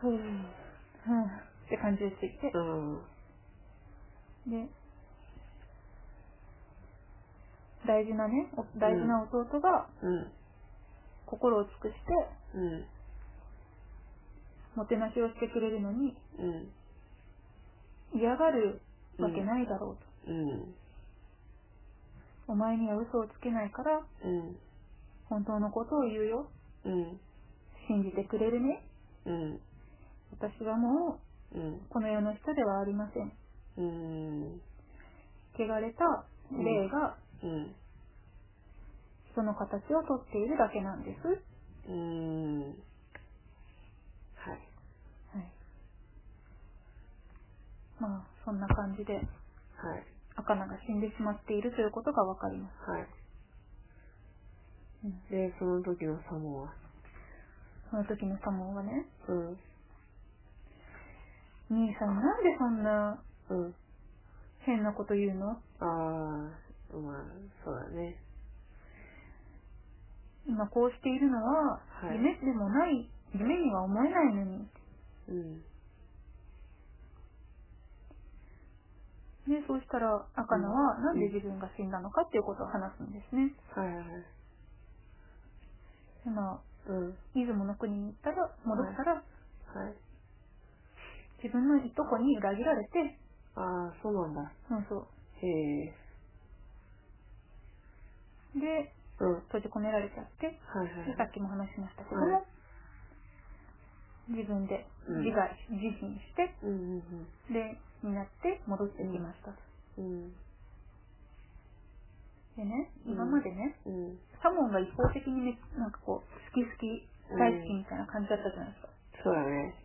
Speaker 2: ふうん。
Speaker 1: ふん、って感じでついて、
Speaker 2: うん。
Speaker 1: で、大事なね、お大事な弟が
Speaker 2: うん。
Speaker 1: 心を尽くして、
Speaker 2: うん。
Speaker 1: もてなしをしてくれるのに、
Speaker 2: うん。
Speaker 1: 嫌がるわけないだろうと。
Speaker 2: うん。
Speaker 1: お前には嘘をつけないから、
Speaker 2: うん。
Speaker 1: 本当のことを言うよ。
Speaker 2: うん。
Speaker 1: 信じてくれるね。
Speaker 2: うん。
Speaker 1: 私はも
Speaker 2: うん
Speaker 1: う、。この世の人ではありません。
Speaker 2: うん。
Speaker 1: 汚れた霊が、
Speaker 2: うん。
Speaker 1: 人の形をとっているだけなんです。
Speaker 2: うん。はい。
Speaker 1: はい。まあ、そんな感じで、
Speaker 2: はい。
Speaker 1: 赤菜が死んでしまっているということがわかります。
Speaker 2: はい。
Speaker 1: うん
Speaker 2: で、その時のサモンは。
Speaker 1: その時のサモンはね、
Speaker 2: うん。
Speaker 1: 兄さんなんでそんな
Speaker 2: うん。
Speaker 1: 変なこと言うの
Speaker 2: ああ、まあ、そうだね。
Speaker 1: 今こうしているのは
Speaker 2: はい
Speaker 1: 夢でもない、夢には思えないのに。
Speaker 2: うん。
Speaker 1: で、そうしたら赤菜はなんで自分が死んだのかっていうことを話すんですね。
Speaker 2: はいはいはい。
Speaker 1: でまあ、
Speaker 2: うん。
Speaker 1: 出雲の国に行ったら、戻ったら、
Speaker 2: はい。
Speaker 1: 自分のいとこに裏切られて、
Speaker 2: ああ、そうなんだ。
Speaker 1: そうそ
Speaker 2: へ
Speaker 1: う。で、
Speaker 2: え。うん。はい
Speaker 1: 閉じ込められちゃって、
Speaker 2: はい
Speaker 1: でさっきも話しましたけども
Speaker 2: はい、
Speaker 1: 自分で
Speaker 2: うん
Speaker 1: 自害、自身して、
Speaker 2: うんうん
Speaker 1: で、になって戻ってきました。
Speaker 2: うん。うん。
Speaker 1: でね、
Speaker 2: うん
Speaker 1: 今までね、
Speaker 2: うん。
Speaker 1: サモンが一方的にね、なんかこう、好き好き、大好きみたいな感じだったじゃないですか。
Speaker 2: そうだね。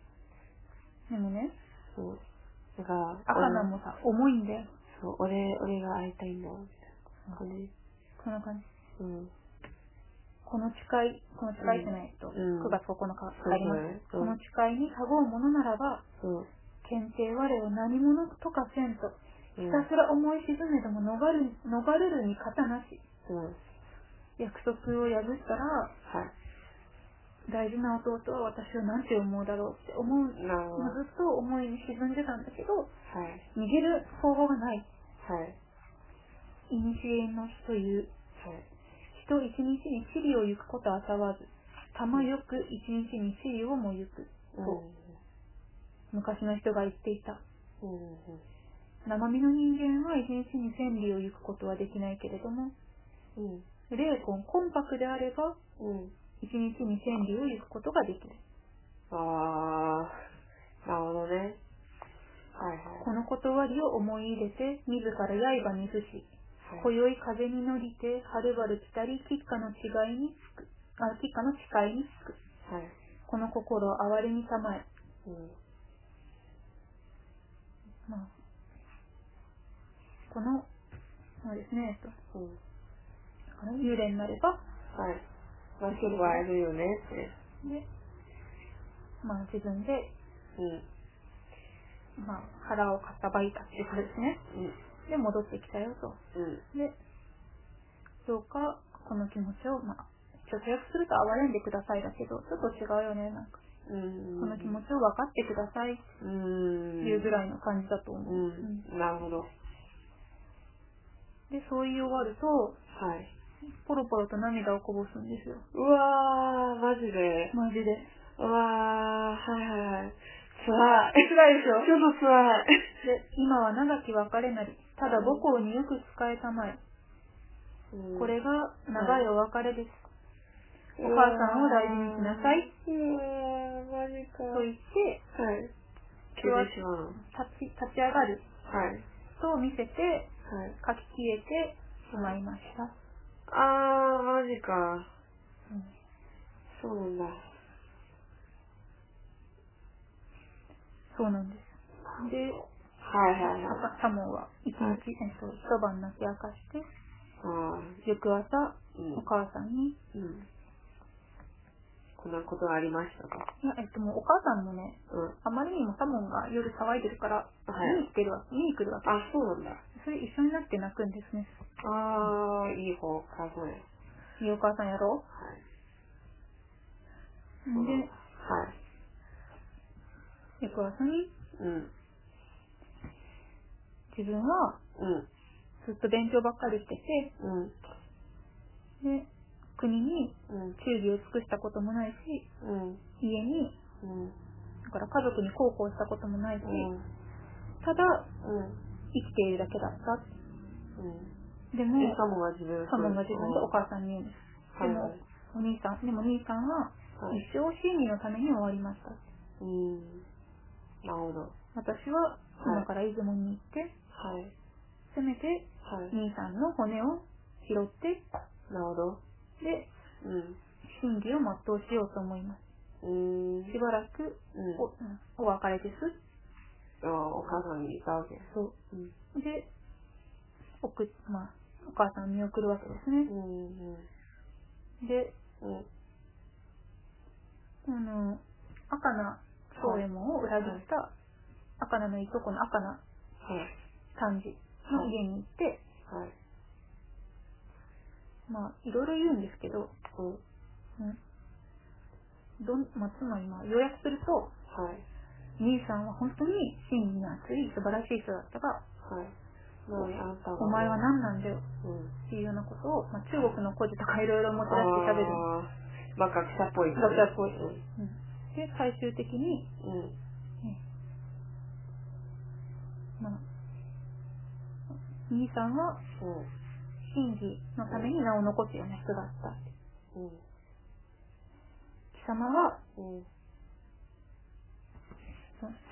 Speaker 1: でもね、
Speaker 2: そう。だから、
Speaker 1: 赤菜もさ、重いんだよ。
Speaker 2: 俺そう、俺、俺が会いたいんだ、みたいな感じ。
Speaker 1: こんな感じ。
Speaker 2: うん。
Speaker 1: この誓い、この誓いじゃないと、
Speaker 2: うん
Speaker 1: 9月9日
Speaker 2: そう
Speaker 1: あります。
Speaker 2: ね
Speaker 1: この誓いにかごうものならば、
Speaker 2: そう。
Speaker 1: 検定我を何者とかせんと、ひ
Speaker 2: うん。
Speaker 1: たすら思い沈めても逃る、逃るるに型なし。
Speaker 2: うん。はい。
Speaker 1: 約束を破ったら、大事な弟は私をなんて思うだろうって思う。
Speaker 2: なるほど。は
Speaker 1: ずっと思いに沈んでたんだけど、
Speaker 2: い。
Speaker 1: 逃げる方法がない。
Speaker 2: はい。
Speaker 1: 古の死という、
Speaker 2: はい。
Speaker 1: 人一日に地理を行くことあさわず、玉よく一日に地理をも行く。
Speaker 2: う
Speaker 1: と昔の人が言っていた。
Speaker 2: ん。うん。うん。
Speaker 1: 生身の人間は一日に千里を行くことはできないけれども、
Speaker 2: うん。
Speaker 1: 霊魂魂魄であれば、
Speaker 2: うん。
Speaker 1: 一日に千里を行くことができる。
Speaker 2: ああ、なるほどね。はいはい。
Speaker 1: この断りを思い入れて、自ら刃に伏し、
Speaker 2: はい、
Speaker 1: 今宵風に乗りて、はるばる来たり、吉家の違いにつく。あ、吉家の誓いにつく。
Speaker 2: はい。
Speaker 1: この心を哀れにたまえ。
Speaker 2: うん。
Speaker 1: まあ、この、そうですね、えっと
Speaker 2: うん。
Speaker 1: だから幽霊になれば、
Speaker 2: はい。まあ、結構会えるよねって。
Speaker 1: で、まあ自分で、
Speaker 2: うん。
Speaker 1: まあ腹をかさばいたっていうことですね。
Speaker 2: うん。
Speaker 1: で、戻ってきたよと。
Speaker 2: うん。
Speaker 1: で、どうかこの気持ちを、まあ、直訳すると哀れんでくださいだけど、ちょっと違うよね、なんか。
Speaker 2: うん。
Speaker 1: この気持ちを分かってくださいって
Speaker 2: うん。
Speaker 1: いうぐらいの感じだと思
Speaker 2: う
Speaker 1: う。
Speaker 2: ん。
Speaker 1: うん
Speaker 2: なるほど。は
Speaker 1: で、そう言い終わると、
Speaker 2: い。
Speaker 1: ポロポロと涙をこぼすんですよ。
Speaker 2: うわー、マジで。
Speaker 1: マジで。
Speaker 2: うわー、はいはいはい。つらい。つらいでしょちょっとつらい。
Speaker 1: で、今は長き別れなり、ただ母校によく使えたまえ。
Speaker 2: うん
Speaker 1: これが長いお別れです。
Speaker 2: お
Speaker 1: お母さんを大事にしなさい。
Speaker 2: うわー、マジか。
Speaker 1: と言って、
Speaker 2: はい。消えてしまうの。
Speaker 1: 立ち、立ち上がる
Speaker 2: はい。
Speaker 1: と見せて、書
Speaker 2: はい。
Speaker 1: き消えてしまいました。
Speaker 2: あー、マジか。
Speaker 1: うん
Speaker 2: そうなんだ。
Speaker 1: そうなんです。で、
Speaker 2: はいはいはい。
Speaker 1: 赤サモンは一日、
Speaker 2: はい
Speaker 1: えっと、一晩泣き明かして、
Speaker 2: あ
Speaker 1: 翌朝、
Speaker 2: ーうん
Speaker 1: お母さんに、
Speaker 2: うん。こんなことがありましたか。
Speaker 1: いや、えっと、もうお母さんもね、
Speaker 2: うん。
Speaker 1: あまりにもサモンが夜騒いでるから、
Speaker 2: はい
Speaker 1: 見に来てるわ、見に来るわけ。
Speaker 2: あ、そうなんだ。
Speaker 1: それ一緒になって泣くんですね。
Speaker 2: ああ、いい方かそれ。はい。
Speaker 1: いいお母さんやろう。
Speaker 2: そうなんだ
Speaker 1: で、翌朝に、
Speaker 2: はい。うん。
Speaker 1: 自分は
Speaker 2: うん。
Speaker 1: ずっと勉強ばっかりしてて、
Speaker 2: うん。
Speaker 1: で、国に
Speaker 2: うん。
Speaker 1: 忠義を尽くしたこともないし、
Speaker 2: うん。
Speaker 1: 家に、
Speaker 2: うん。
Speaker 1: だから家族に孝行したこともないし、
Speaker 2: うん。
Speaker 1: ただ
Speaker 2: うん。
Speaker 1: 生きているだけだった。
Speaker 2: うん。
Speaker 1: でも、
Speaker 2: で、サモンが自分
Speaker 1: サモンが自分でお
Speaker 2: か
Speaker 1: 母さんに言うんです。
Speaker 2: は
Speaker 1: で
Speaker 2: い
Speaker 1: も、
Speaker 2: はい。
Speaker 1: お兄さん、でもお兄さんは、
Speaker 2: はい
Speaker 1: 一生真理のために終わりました。
Speaker 2: うん。なるほど。
Speaker 1: 私は、今から出雲に行って、
Speaker 2: はい。
Speaker 1: せめて、
Speaker 2: はい。
Speaker 1: 兄さんの骨を拾って、
Speaker 2: なるほど。
Speaker 1: で、
Speaker 2: う
Speaker 1: 真
Speaker 2: ん。
Speaker 1: 理を全うしようと思います。
Speaker 2: うん。
Speaker 1: しばらく
Speaker 2: うん。
Speaker 1: お、うんお別れです。
Speaker 2: あお母さんにいたわけ。
Speaker 1: そ
Speaker 2: うん。
Speaker 1: う。で、送っ、まあ、お母さんを見送るわけです
Speaker 2: う
Speaker 1: ね。
Speaker 2: ん。うん。
Speaker 1: で、
Speaker 2: うん。
Speaker 1: あの、赤名宗右衛門を裏切った赤名のいとこの赤名
Speaker 2: はい。
Speaker 1: 三次の家に行って、
Speaker 2: はい。
Speaker 1: まあ、いろいろ言うんですけど、
Speaker 2: うん。
Speaker 1: うん。どん、まあ、つまりまあ、要約すると、
Speaker 2: はい。
Speaker 1: 兄さんは本当に真理の熱い素晴らしい人だったが、
Speaker 2: はい。なのにあんた
Speaker 1: お前は何なんだよ
Speaker 2: うん。
Speaker 1: っていうようなことを、まあ、中国の故事とかいろいろ持ち出して喋る。
Speaker 2: あーまあ、学者っぽい。
Speaker 1: 学者っぽい
Speaker 2: う
Speaker 1: う
Speaker 2: ん。
Speaker 1: ん、で、最終的に、
Speaker 2: うん。
Speaker 1: まあ、兄さんは真理のために名を残すような人だった。
Speaker 2: うん。
Speaker 1: 貴様は
Speaker 2: うん。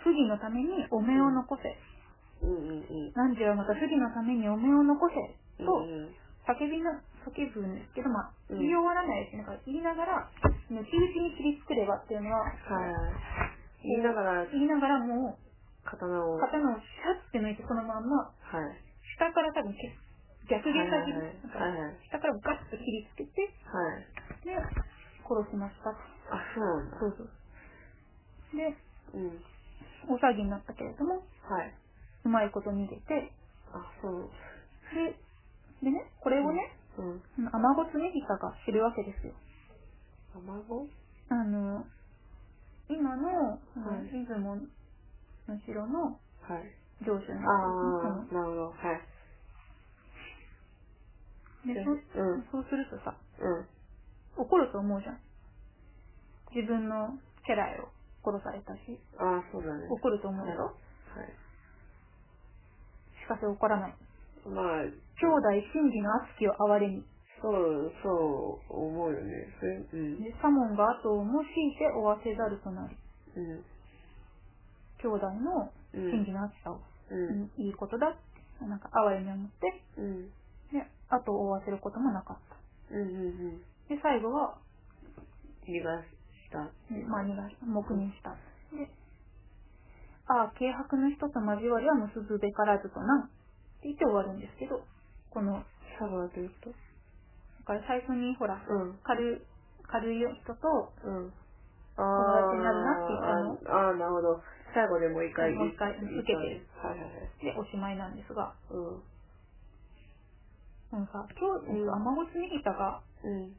Speaker 1: 不義のためにお面を残せ。
Speaker 2: うん。うん。うん。
Speaker 1: 何時はまた不義のためにお面を残せ。
Speaker 2: う
Speaker 1: と
Speaker 2: ん。うん。
Speaker 1: 叫びな、叫ぶんですけど、まあ、
Speaker 2: うん
Speaker 1: 言い終わらないですね。だから言いながら、抜き打ちに切りつければっていうのは、
Speaker 2: はい。言いながら、
Speaker 1: 言いながらもう、
Speaker 2: 刀を。はい。
Speaker 1: 刀をシャッて抜いてそのまんま、下から多分け逆
Speaker 2: はい
Speaker 1: 弦
Speaker 2: は
Speaker 1: だ
Speaker 2: い
Speaker 1: け、
Speaker 2: はい。
Speaker 1: なん
Speaker 2: は
Speaker 1: か
Speaker 2: いはい。
Speaker 1: 下からガッと切りつけて、
Speaker 2: はい。
Speaker 1: で、殺しました。
Speaker 2: あ、そうなんだ。
Speaker 1: そうそう。で、
Speaker 2: うん。
Speaker 1: 大騒ぎになったけれども、
Speaker 2: はい。
Speaker 1: うまいこと逃げて、
Speaker 2: あ、そう。
Speaker 1: で、でね、これをね、
Speaker 2: うん。
Speaker 1: 雨ごつねひかが知るわけですよ。
Speaker 2: 卵
Speaker 1: あの、今の、
Speaker 2: はい
Speaker 1: 出雲の城の
Speaker 2: はい。
Speaker 1: 領主
Speaker 2: あ
Speaker 1: なん
Speaker 2: あ、なるほど。はい。
Speaker 1: ですよで、そそ
Speaker 2: うん。
Speaker 1: うするとさ、
Speaker 2: うん。
Speaker 1: 怒ると思うじゃん。自分の家来を殺されたし、
Speaker 2: ああ、そうだね。
Speaker 1: 怒ると思うよ。
Speaker 2: はい。
Speaker 1: しかし怒らない。
Speaker 2: まあ、
Speaker 1: 兄弟真理の熱きを哀れに。
Speaker 2: そう、そう、思うよね。それ、うん。
Speaker 1: でサモンが後をも強いて追わせざるとなり。
Speaker 2: うん。
Speaker 1: 兄弟の
Speaker 2: うん。
Speaker 1: 真理の熱さを、
Speaker 2: うん。
Speaker 1: いいことだって、なんか哀れに思って、
Speaker 2: うん。
Speaker 1: で、後を追わせることもなかった。
Speaker 2: うん。うん。うん。
Speaker 1: で、最後は、
Speaker 2: 逃がした。
Speaker 1: まあ、逃がした、黙認した。で、ああ、軽薄の人と交わりは結ぶべからずとな、って言って終わるんですけど、この、だ
Speaker 2: サバというこ
Speaker 1: から最初に、ほら、
Speaker 2: とうん。
Speaker 1: 軽い、軽い人と、
Speaker 2: うん。
Speaker 1: 友
Speaker 2: あ
Speaker 1: 達になるなって言っ
Speaker 2: あ、ああ、なるほど。最後でもう一回
Speaker 1: もう一回
Speaker 2: 言い
Speaker 1: 受けて
Speaker 2: 言いたいはいはいはい。
Speaker 1: で、おしまいなんですが、
Speaker 2: うん。
Speaker 1: このさ、今日、
Speaker 2: うん
Speaker 1: 天越ねひたが、
Speaker 2: うん。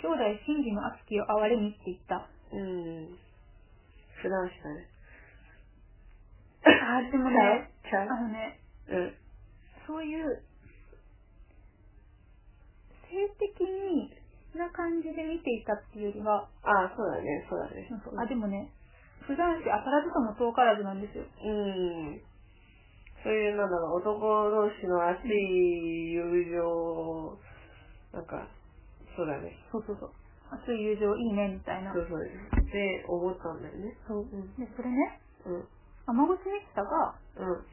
Speaker 1: 兄弟真理の熱きを哀れにって言った。
Speaker 2: うん。普段したね。
Speaker 1: ああ、でも
Speaker 2: (laughs)
Speaker 1: ね、
Speaker 2: ちゃ
Speaker 1: あ
Speaker 2: う
Speaker 1: のね、
Speaker 2: うん。
Speaker 1: そういう、性的に、な感じで見ていたっていうよりは、
Speaker 2: ああ、そうだね、そうだね。
Speaker 1: あ、でもね、普段しあたらずとも遠からずなんですよ。
Speaker 2: うん。そういう、なんだろう、男同士の熱い友情、なんか、そうだね。
Speaker 1: そうそうそう。熱い友情いいね、みたいな。
Speaker 2: そうそう。って思ったんだよね。
Speaker 1: そう。
Speaker 2: うん
Speaker 1: で、それね、
Speaker 2: うん。
Speaker 1: 天越ネキサが、
Speaker 2: うん。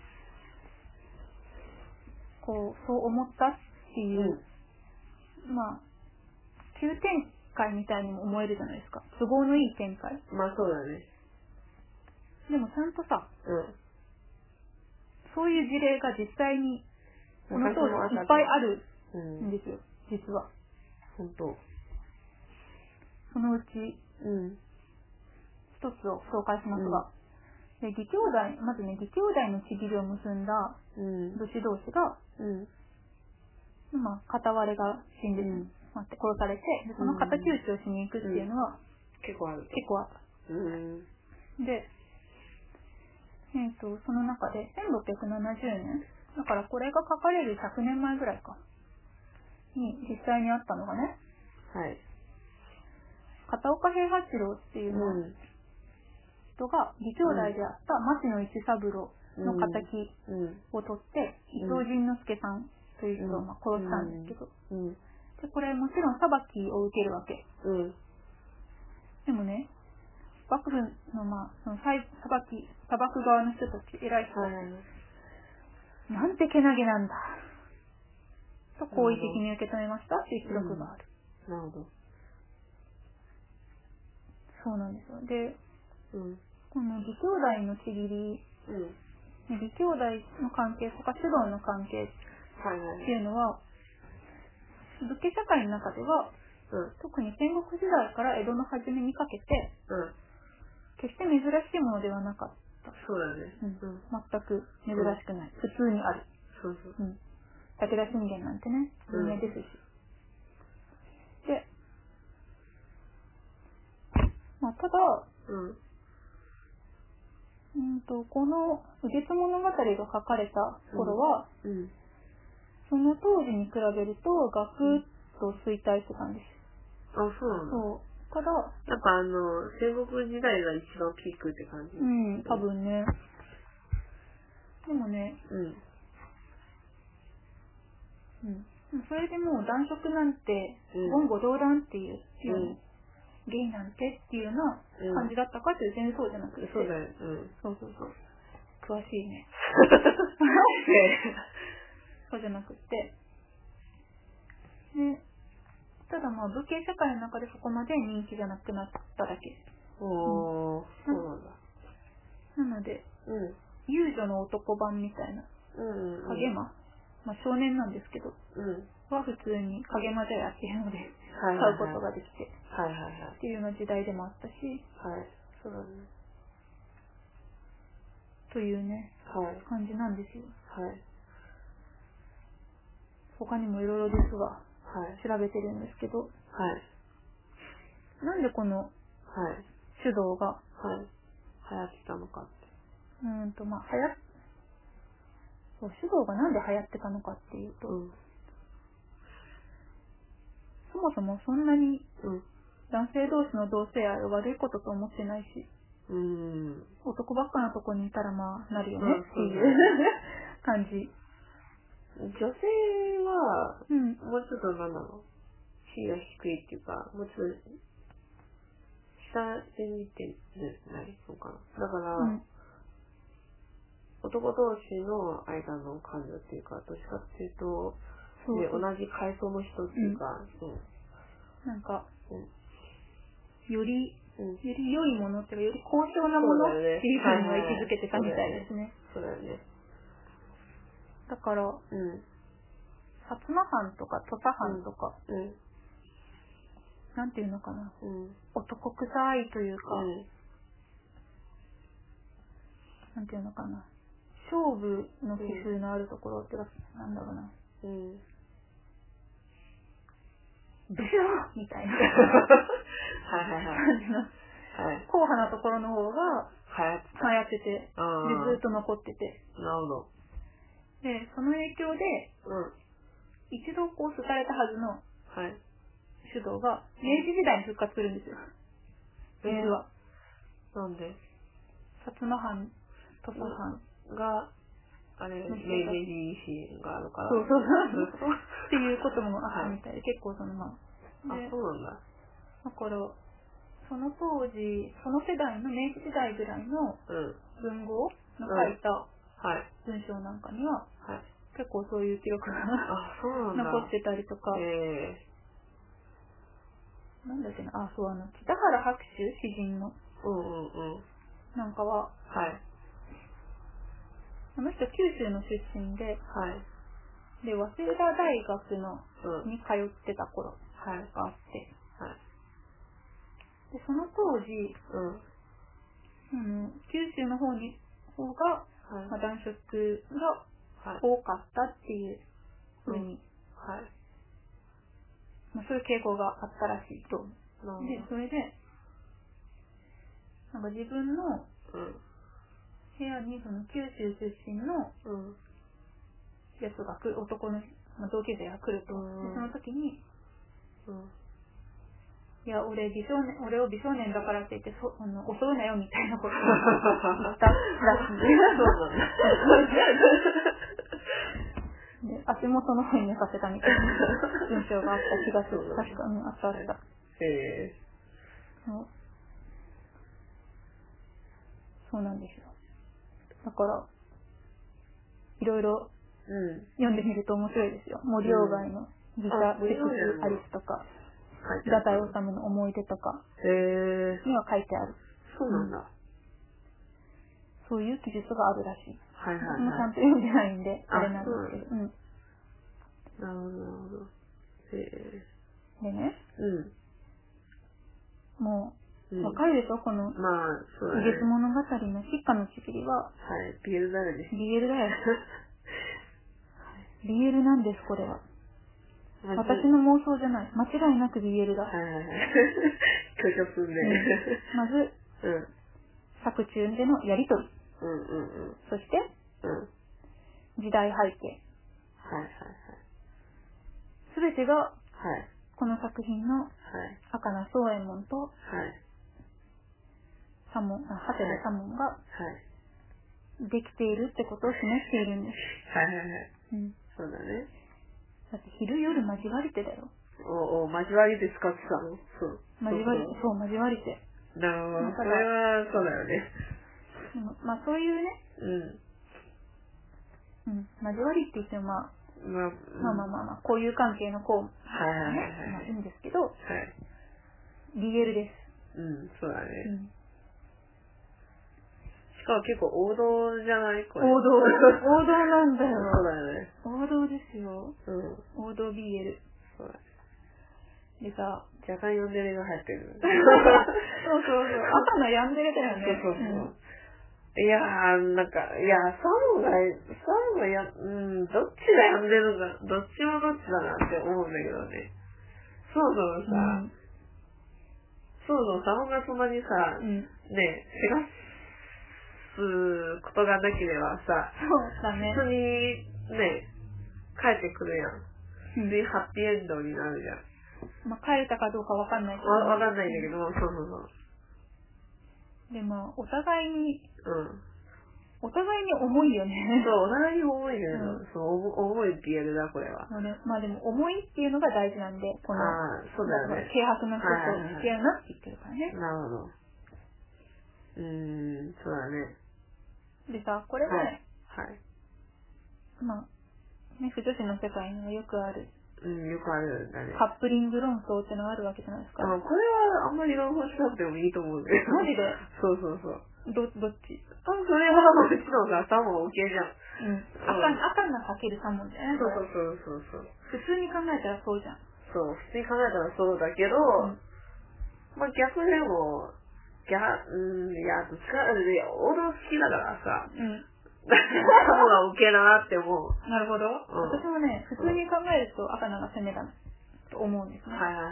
Speaker 1: こう、そう思ったっていうう、まあ、急展開みたいにも思えるじゃないですか。都合のいい展開。
Speaker 2: ん。まあ、そうだね。
Speaker 1: でもちゃんとさ、
Speaker 2: うん。
Speaker 1: そういう事例が実際に、この
Speaker 2: 昔
Speaker 1: 当
Speaker 2: もあっ
Speaker 1: 時
Speaker 2: た
Speaker 1: いっぱいある
Speaker 2: うんん。
Speaker 1: ですよ、実は。
Speaker 2: 本当。
Speaker 1: そのうち
Speaker 2: うん。
Speaker 1: 一つを紹介しますが、で義兄弟、まずね、義兄弟のちぎりを結んだ
Speaker 2: うん。
Speaker 1: 武士同士が、
Speaker 2: うん。
Speaker 1: まあ、片割れが死んで、
Speaker 2: うん
Speaker 1: まあ殺されて、でその敵討ちをしに行くっていうのは
Speaker 2: 結構ある。
Speaker 1: 結構あった。
Speaker 2: うん。
Speaker 1: で、えっ、と、その中で1670年、だからこれが書かれる100年前ぐらいか、に実際にあったのがね、
Speaker 2: はい。
Speaker 1: 片岡平八郎っていううの
Speaker 2: ん。
Speaker 1: 人が、義兄弟であった町野市三郎の敵
Speaker 2: うん。
Speaker 1: を取って、伊
Speaker 2: うん
Speaker 1: 藤仁之助さんという人をまあ殺したんですけど、
Speaker 2: うん。
Speaker 1: で、これもちろん裁きを受けるわけ。
Speaker 2: うん。
Speaker 1: でもね、幕府のまあ、その裁裁き、裁く側の人たち、偉い人
Speaker 2: はいはいはい。
Speaker 1: なんてけなげなんだ。と好意的に受け止めましたっていう記録がある。
Speaker 2: なるほど。
Speaker 1: そうなんですよ。で、
Speaker 2: うん。
Speaker 1: この義兄弟のちぎり、
Speaker 2: うん。
Speaker 1: 義兄弟の関係とか主導の関係っ
Speaker 2: はいは
Speaker 1: て
Speaker 2: い。
Speaker 1: いうのは、武家社会の中では、
Speaker 2: うん。
Speaker 1: 特に戦国時代から江戸の初めにかけて、
Speaker 2: うん。
Speaker 1: 決して珍しいものではなかった。
Speaker 2: そうだね。
Speaker 1: うん
Speaker 2: うん。
Speaker 1: 全く珍しくない。普通にある。
Speaker 2: そうそう。
Speaker 1: うん。武田信玄なんてね、有名ですし。で、まあ、ただ、
Speaker 2: う
Speaker 1: う
Speaker 2: ん。
Speaker 1: んと、この、右月物語が書かれた頃は、
Speaker 2: うん。
Speaker 1: その当時に比べると、ガクッと衰退してたんです。
Speaker 2: あ、そうなんだ。
Speaker 1: そう。ただ、
Speaker 2: やっぱあの、戦国時代が一番ピークって感じ。
Speaker 1: うん、多分ね。でもね、
Speaker 2: うん。
Speaker 1: うん。それでもう男色なんて、
Speaker 2: うん
Speaker 1: 言語道断っていう、
Speaker 2: うん
Speaker 1: ゲイなんてっていうような感じだったかっていう全然そうじゃなくて。
Speaker 2: そうだよ。うん。
Speaker 1: そうそうそう。詳しいね。 (laughs) そうじゃなくって。ね、ただまあ武家社会の中でそこまで人気がなくなっただけ。
Speaker 2: おー、そうなんだ。
Speaker 1: なので、
Speaker 2: うん。
Speaker 1: 遊女の男版みたいな、
Speaker 2: うん。うん
Speaker 1: 影。間、まあ少年なんですけど、
Speaker 2: うん。
Speaker 1: は普通に影間じゃやっていうので、
Speaker 2: は
Speaker 1: 買
Speaker 2: い。
Speaker 1: うことができて、
Speaker 2: はいはいはい。
Speaker 1: っていうような時代でもあったし、
Speaker 2: はい。そうだね。
Speaker 1: というね、
Speaker 2: はい。
Speaker 1: 感じなんですよ。
Speaker 2: はい。
Speaker 1: 他にもいろいろですが、
Speaker 2: はい。
Speaker 1: 調べてるんですけど、
Speaker 2: はい。
Speaker 1: なんでこの
Speaker 2: はい。
Speaker 1: 主導が
Speaker 2: はい。流行ってたのかっ
Speaker 1: う
Speaker 2: て。
Speaker 1: ーんと、まあ、流行っ、そう、主導がなんで流行ってたのかっていうと、
Speaker 2: うん。
Speaker 1: そもそもそんなに
Speaker 2: うん。
Speaker 1: 男性同士の同性愛を悪いことと思ってないし、
Speaker 2: うん。
Speaker 1: 男ばっかなとこにいたらまあ、なるよね
Speaker 2: うん
Speaker 1: っていう、(laughs)
Speaker 2: そう
Speaker 1: 感じ。
Speaker 2: 女性は、
Speaker 1: うん。
Speaker 2: もうちょっとなんだろう。地位が低いっていうか、もうちょっと、下で見てるないのかな。だから、
Speaker 1: うん。
Speaker 2: 男同士の間の感情っていうか、どっちかっていうと、
Speaker 1: そう
Speaker 2: ね
Speaker 1: そう
Speaker 2: 同じ階層の人っていうか、そう。
Speaker 1: なんか、
Speaker 2: うん
Speaker 1: より、
Speaker 2: うん。
Speaker 1: より良いものっていうか、より高尚なもの
Speaker 2: そう
Speaker 1: っ
Speaker 2: だよね
Speaker 1: ていうふうには位置づけてたみたいですね。
Speaker 2: そうだよね。
Speaker 1: だから、
Speaker 2: うん。
Speaker 1: 薩摩藩とか土佐藩とか、
Speaker 2: うん。
Speaker 1: なんていうのかな、
Speaker 2: うん。
Speaker 1: 男臭いというか、
Speaker 2: うん。
Speaker 1: なんていうのかな。勝負の気風のあるところってか、なんだろうな。
Speaker 2: うん。
Speaker 1: ブシューみたいな
Speaker 2: はいはいはい。
Speaker 1: 感じの、
Speaker 2: はい。
Speaker 1: 硬派なところの方が
Speaker 2: はや、
Speaker 1: 流行ってて、で
Speaker 2: ああ。
Speaker 1: ずっと残ってて。
Speaker 2: なるほど。
Speaker 1: で、その影響で、
Speaker 2: うん。
Speaker 1: 一度こう、廃れたはずの
Speaker 2: はい。
Speaker 1: 主導が、明治時代に復活するんですよ。
Speaker 2: えー
Speaker 1: 実は。
Speaker 2: なんで
Speaker 1: 薩摩藩、土佐藩。
Speaker 2: が、あれ、明
Speaker 1: そう
Speaker 2: 治維新があるから。
Speaker 1: そうそう
Speaker 2: そういうこと
Speaker 1: っていうこともあった
Speaker 2: はい
Speaker 1: みたいで、結構そのまあ。
Speaker 2: あ、
Speaker 1: で
Speaker 2: そ、うなんだ。
Speaker 1: だから、その当時、その世代の明治時代ぐらいの
Speaker 2: うん。
Speaker 1: 文豪の書いた
Speaker 2: はい。
Speaker 1: 文章なんかには、
Speaker 2: はい。
Speaker 1: 結構そういう記録が
Speaker 2: あ、そうなんだ。
Speaker 1: 残ってたりとか、
Speaker 2: え
Speaker 1: なんだっけな、あ、そう、あの、北原白秋詩人の、
Speaker 2: ー。うんうんうん。
Speaker 1: なんかは、
Speaker 2: はい。
Speaker 1: あの人九州の出身で、
Speaker 2: はい。
Speaker 1: で、早稲田大学の
Speaker 2: うん。
Speaker 1: に通ってた頃
Speaker 2: はい。はい。
Speaker 1: があって、で、その当時、
Speaker 2: うん。は
Speaker 1: あの九州の方に、方が、
Speaker 2: い。
Speaker 1: まあ、男色が
Speaker 2: はい。
Speaker 1: 多かったっていう風に、
Speaker 2: はい。
Speaker 1: まあ、そういう傾向があったらしいと。
Speaker 2: なる
Speaker 1: で、そ
Speaker 2: ほ
Speaker 1: れで、なんか自分の
Speaker 2: ど。うん。
Speaker 1: 部屋にその九州出身の
Speaker 2: うん。
Speaker 1: やつが来る、男の、まあ、同級生が来ると。で
Speaker 2: うん
Speaker 1: その時に、
Speaker 2: うん。
Speaker 1: いや、俺美少年、俺を美少年だからって言って、そあの襲うなよみたいなことを
Speaker 2: (laughs)
Speaker 1: 言ったらしい。
Speaker 2: そうなんだ。
Speaker 1: で、足元の方に寝かせたみたいな現象があった気がする
Speaker 2: そう。なんだ
Speaker 1: 確かに、うんあったあった。
Speaker 2: ええ
Speaker 1: そうそうなんですよ。だから、いろいろ
Speaker 2: うん。
Speaker 1: 読んでみると面白いですよ。森鴎外のギタ
Speaker 2: あ
Speaker 1: ー、セック
Speaker 2: 森鴎外
Speaker 1: ス
Speaker 2: の
Speaker 1: アリスとか、
Speaker 2: はい
Speaker 1: 太宰治の思い出とか
Speaker 2: ええ
Speaker 1: には書いてある。
Speaker 2: そうなんだ。
Speaker 1: そういう記述があるらしい。
Speaker 2: はいはい
Speaker 1: 私もちゃ
Speaker 2: は
Speaker 1: んと読んでないんで、
Speaker 2: あ
Speaker 1: あれなんですけど。うん。
Speaker 2: い。なるほど、なるほど。ええ
Speaker 1: でね、
Speaker 2: うん。
Speaker 1: も
Speaker 2: う
Speaker 1: う、
Speaker 2: ん、
Speaker 1: わかるでしょこの、
Speaker 2: まあ、そうだ
Speaker 1: 無
Speaker 2: ね。
Speaker 1: 月物語のシッカのちぎりは、
Speaker 2: はい、ピエールだらね。
Speaker 1: BL だよ。BL なんです、これは。私
Speaker 2: の。
Speaker 1: の妄想じゃない。間違いなく BL だ
Speaker 2: は。いはいはい。拒絶すんで。
Speaker 1: まず、
Speaker 2: うん。
Speaker 1: 作中でのやりとり。
Speaker 2: うんうんうん。
Speaker 1: そして、
Speaker 2: うん。はい
Speaker 1: 時代背景。
Speaker 2: はいはい。
Speaker 1: すべてが、
Speaker 2: はい。
Speaker 1: この作品の
Speaker 2: はい。
Speaker 1: 赤名宗右衛門と
Speaker 2: はい。
Speaker 1: サモン、あ、ハテナサモンが
Speaker 2: はい。
Speaker 1: できているってことを示しているんです。
Speaker 2: はいはいはい。
Speaker 1: うん。
Speaker 2: そうだね。
Speaker 1: だって昼夜交わりてだよ。
Speaker 2: おお、交わりで使ってたのそう。
Speaker 1: 交わり
Speaker 2: そう
Speaker 1: て、そう、交わりて。
Speaker 2: そうなるほ
Speaker 1: なん
Speaker 2: ど。
Speaker 1: か
Speaker 2: それは、そうだよね。
Speaker 1: でもまあそういうね、
Speaker 2: うん。
Speaker 1: うん、交わりって言ってもまあ、
Speaker 2: ま
Speaker 1: まあ
Speaker 2: あ、
Speaker 1: まあまあまあ、交友関係の子もね、
Speaker 2: あ。はいはいはい
Speaker 1: ま
Speaker 2: は
Speaker 1: あい
Speaker 2: い。
Speaker 1: いんですけど、
Speaker 2: はい。
Speaker 1: BL です。
Speaker 2: うん、そうだ
Speaker 1: う
Speaker 2: ね。
Speaker 1: ん、
Speaker 2: しかも結構王道じゃないこ
Speaker 1: 王
Speaker 2: れ。
Speaker 1: 道。王道なんだ
Speaker 2: そ
Speaker 1: よ。
Speaker 2: うだよね。
Speaker 1: 王道ですよ。
Speaker 2: うん。
Speaker 1: 王道 BL。
Speaker 2: そうだね。
Speaker 1: で
Speaker 2: (laughs)
Speaker 1: さ、
Speaker 2: 若干ヨンデレが入って
Speaker 1: (laughs)
Speaker 2: る。
Speaker 1: そうそうそう。赤のやんでるだよね。
Speaker 2: そうそうそう。いやー、なんか、いや、サムが、サムがや、うん、どっちがやんでるのか、どっちもどっちだなって思うんだけどね。そもそも
Speaker 1: う
Speaker 2: さ、
Speaker 1: ん
Speaker 2: そもそもサムがそんなにさ、
Speaker 1: うん。うん。
Speaker 2: ね、せがすことがなければさ、
Speaker 1: そうだね
Speaker 2: 普。通にね、帰ってくるや
Speaker 1: う
Speaker 2: ん。普通に
Speaker 1: ん。
Speaker 2: ハッピーエンドになるじゃん。
Speaker 1: まあ、帰れたかどうかわかんないけど。
Speaker 2: わわかんないんだけど、そうそう
Speaker 1: でも、お互いに、
Speaker 2: そう。うん。
Speaker 1: お互いに重いよね。
Speaker 2: そう、お互いに重いね。
Speaker 1: う
Speaker 2: そう、お重い BL だ、これ
Speaker 1: (laughs)
Speaker 2: は。
Speaker 1: そうねまあでも、重いっていうのが大事なんで、この、
Speaker 2: ああ、そうだよね。
Speaker 1: 軽薄な人と付き合うなって言ってるからね。
Speaker 2: なるほど。うーん、そうだね。
Speaker 1: でさ、これは、
Speaker 2: はい。はい。
Speaker 1: まあ、ね、不女子の世界にはよくある、
Speaker 2: うん、よくあるんだね。
Speaker 1: カップリング論争ってのがあるわけじゃないです
Speaker 2: あ
Speaker 1: か。
Speaker 2: のこれはあんまり論法しなくてもいいと思うんだけど。
Speaker 1: マジで
Speaker 2: (laughs) そうそうそう。
Speaker 1: ど、どっち
Speaker 2: あそれはもちろんさ、サモン OK じゃん。
Speaker 1: うん。赤、赤なかける3文字だよね。
Speaker 2: そう
Speaker 1: これ
Speaker 2: そうそうそうそう。
Speaker 1: 普通に考えたらそうじゃん。
Speaker 2: そう、普通に考えたらそうだけど、
Speaker 1: うん
Speaker 2: まあ逆でも、ギャ、うん、いや、どっちか、いや、王道好きだから
Speaker 1: (laughs)
Speaker 2: さ、
Speaker 1: うん。
Speaker 2: サモンが OK だなって思う。
Speaker 1: なるほど。
Speaker 2: ん
Speaker 1: 私もね、普通に考えると赤なが攻めだな、と思うんですね。
Speaker 2: はいはいは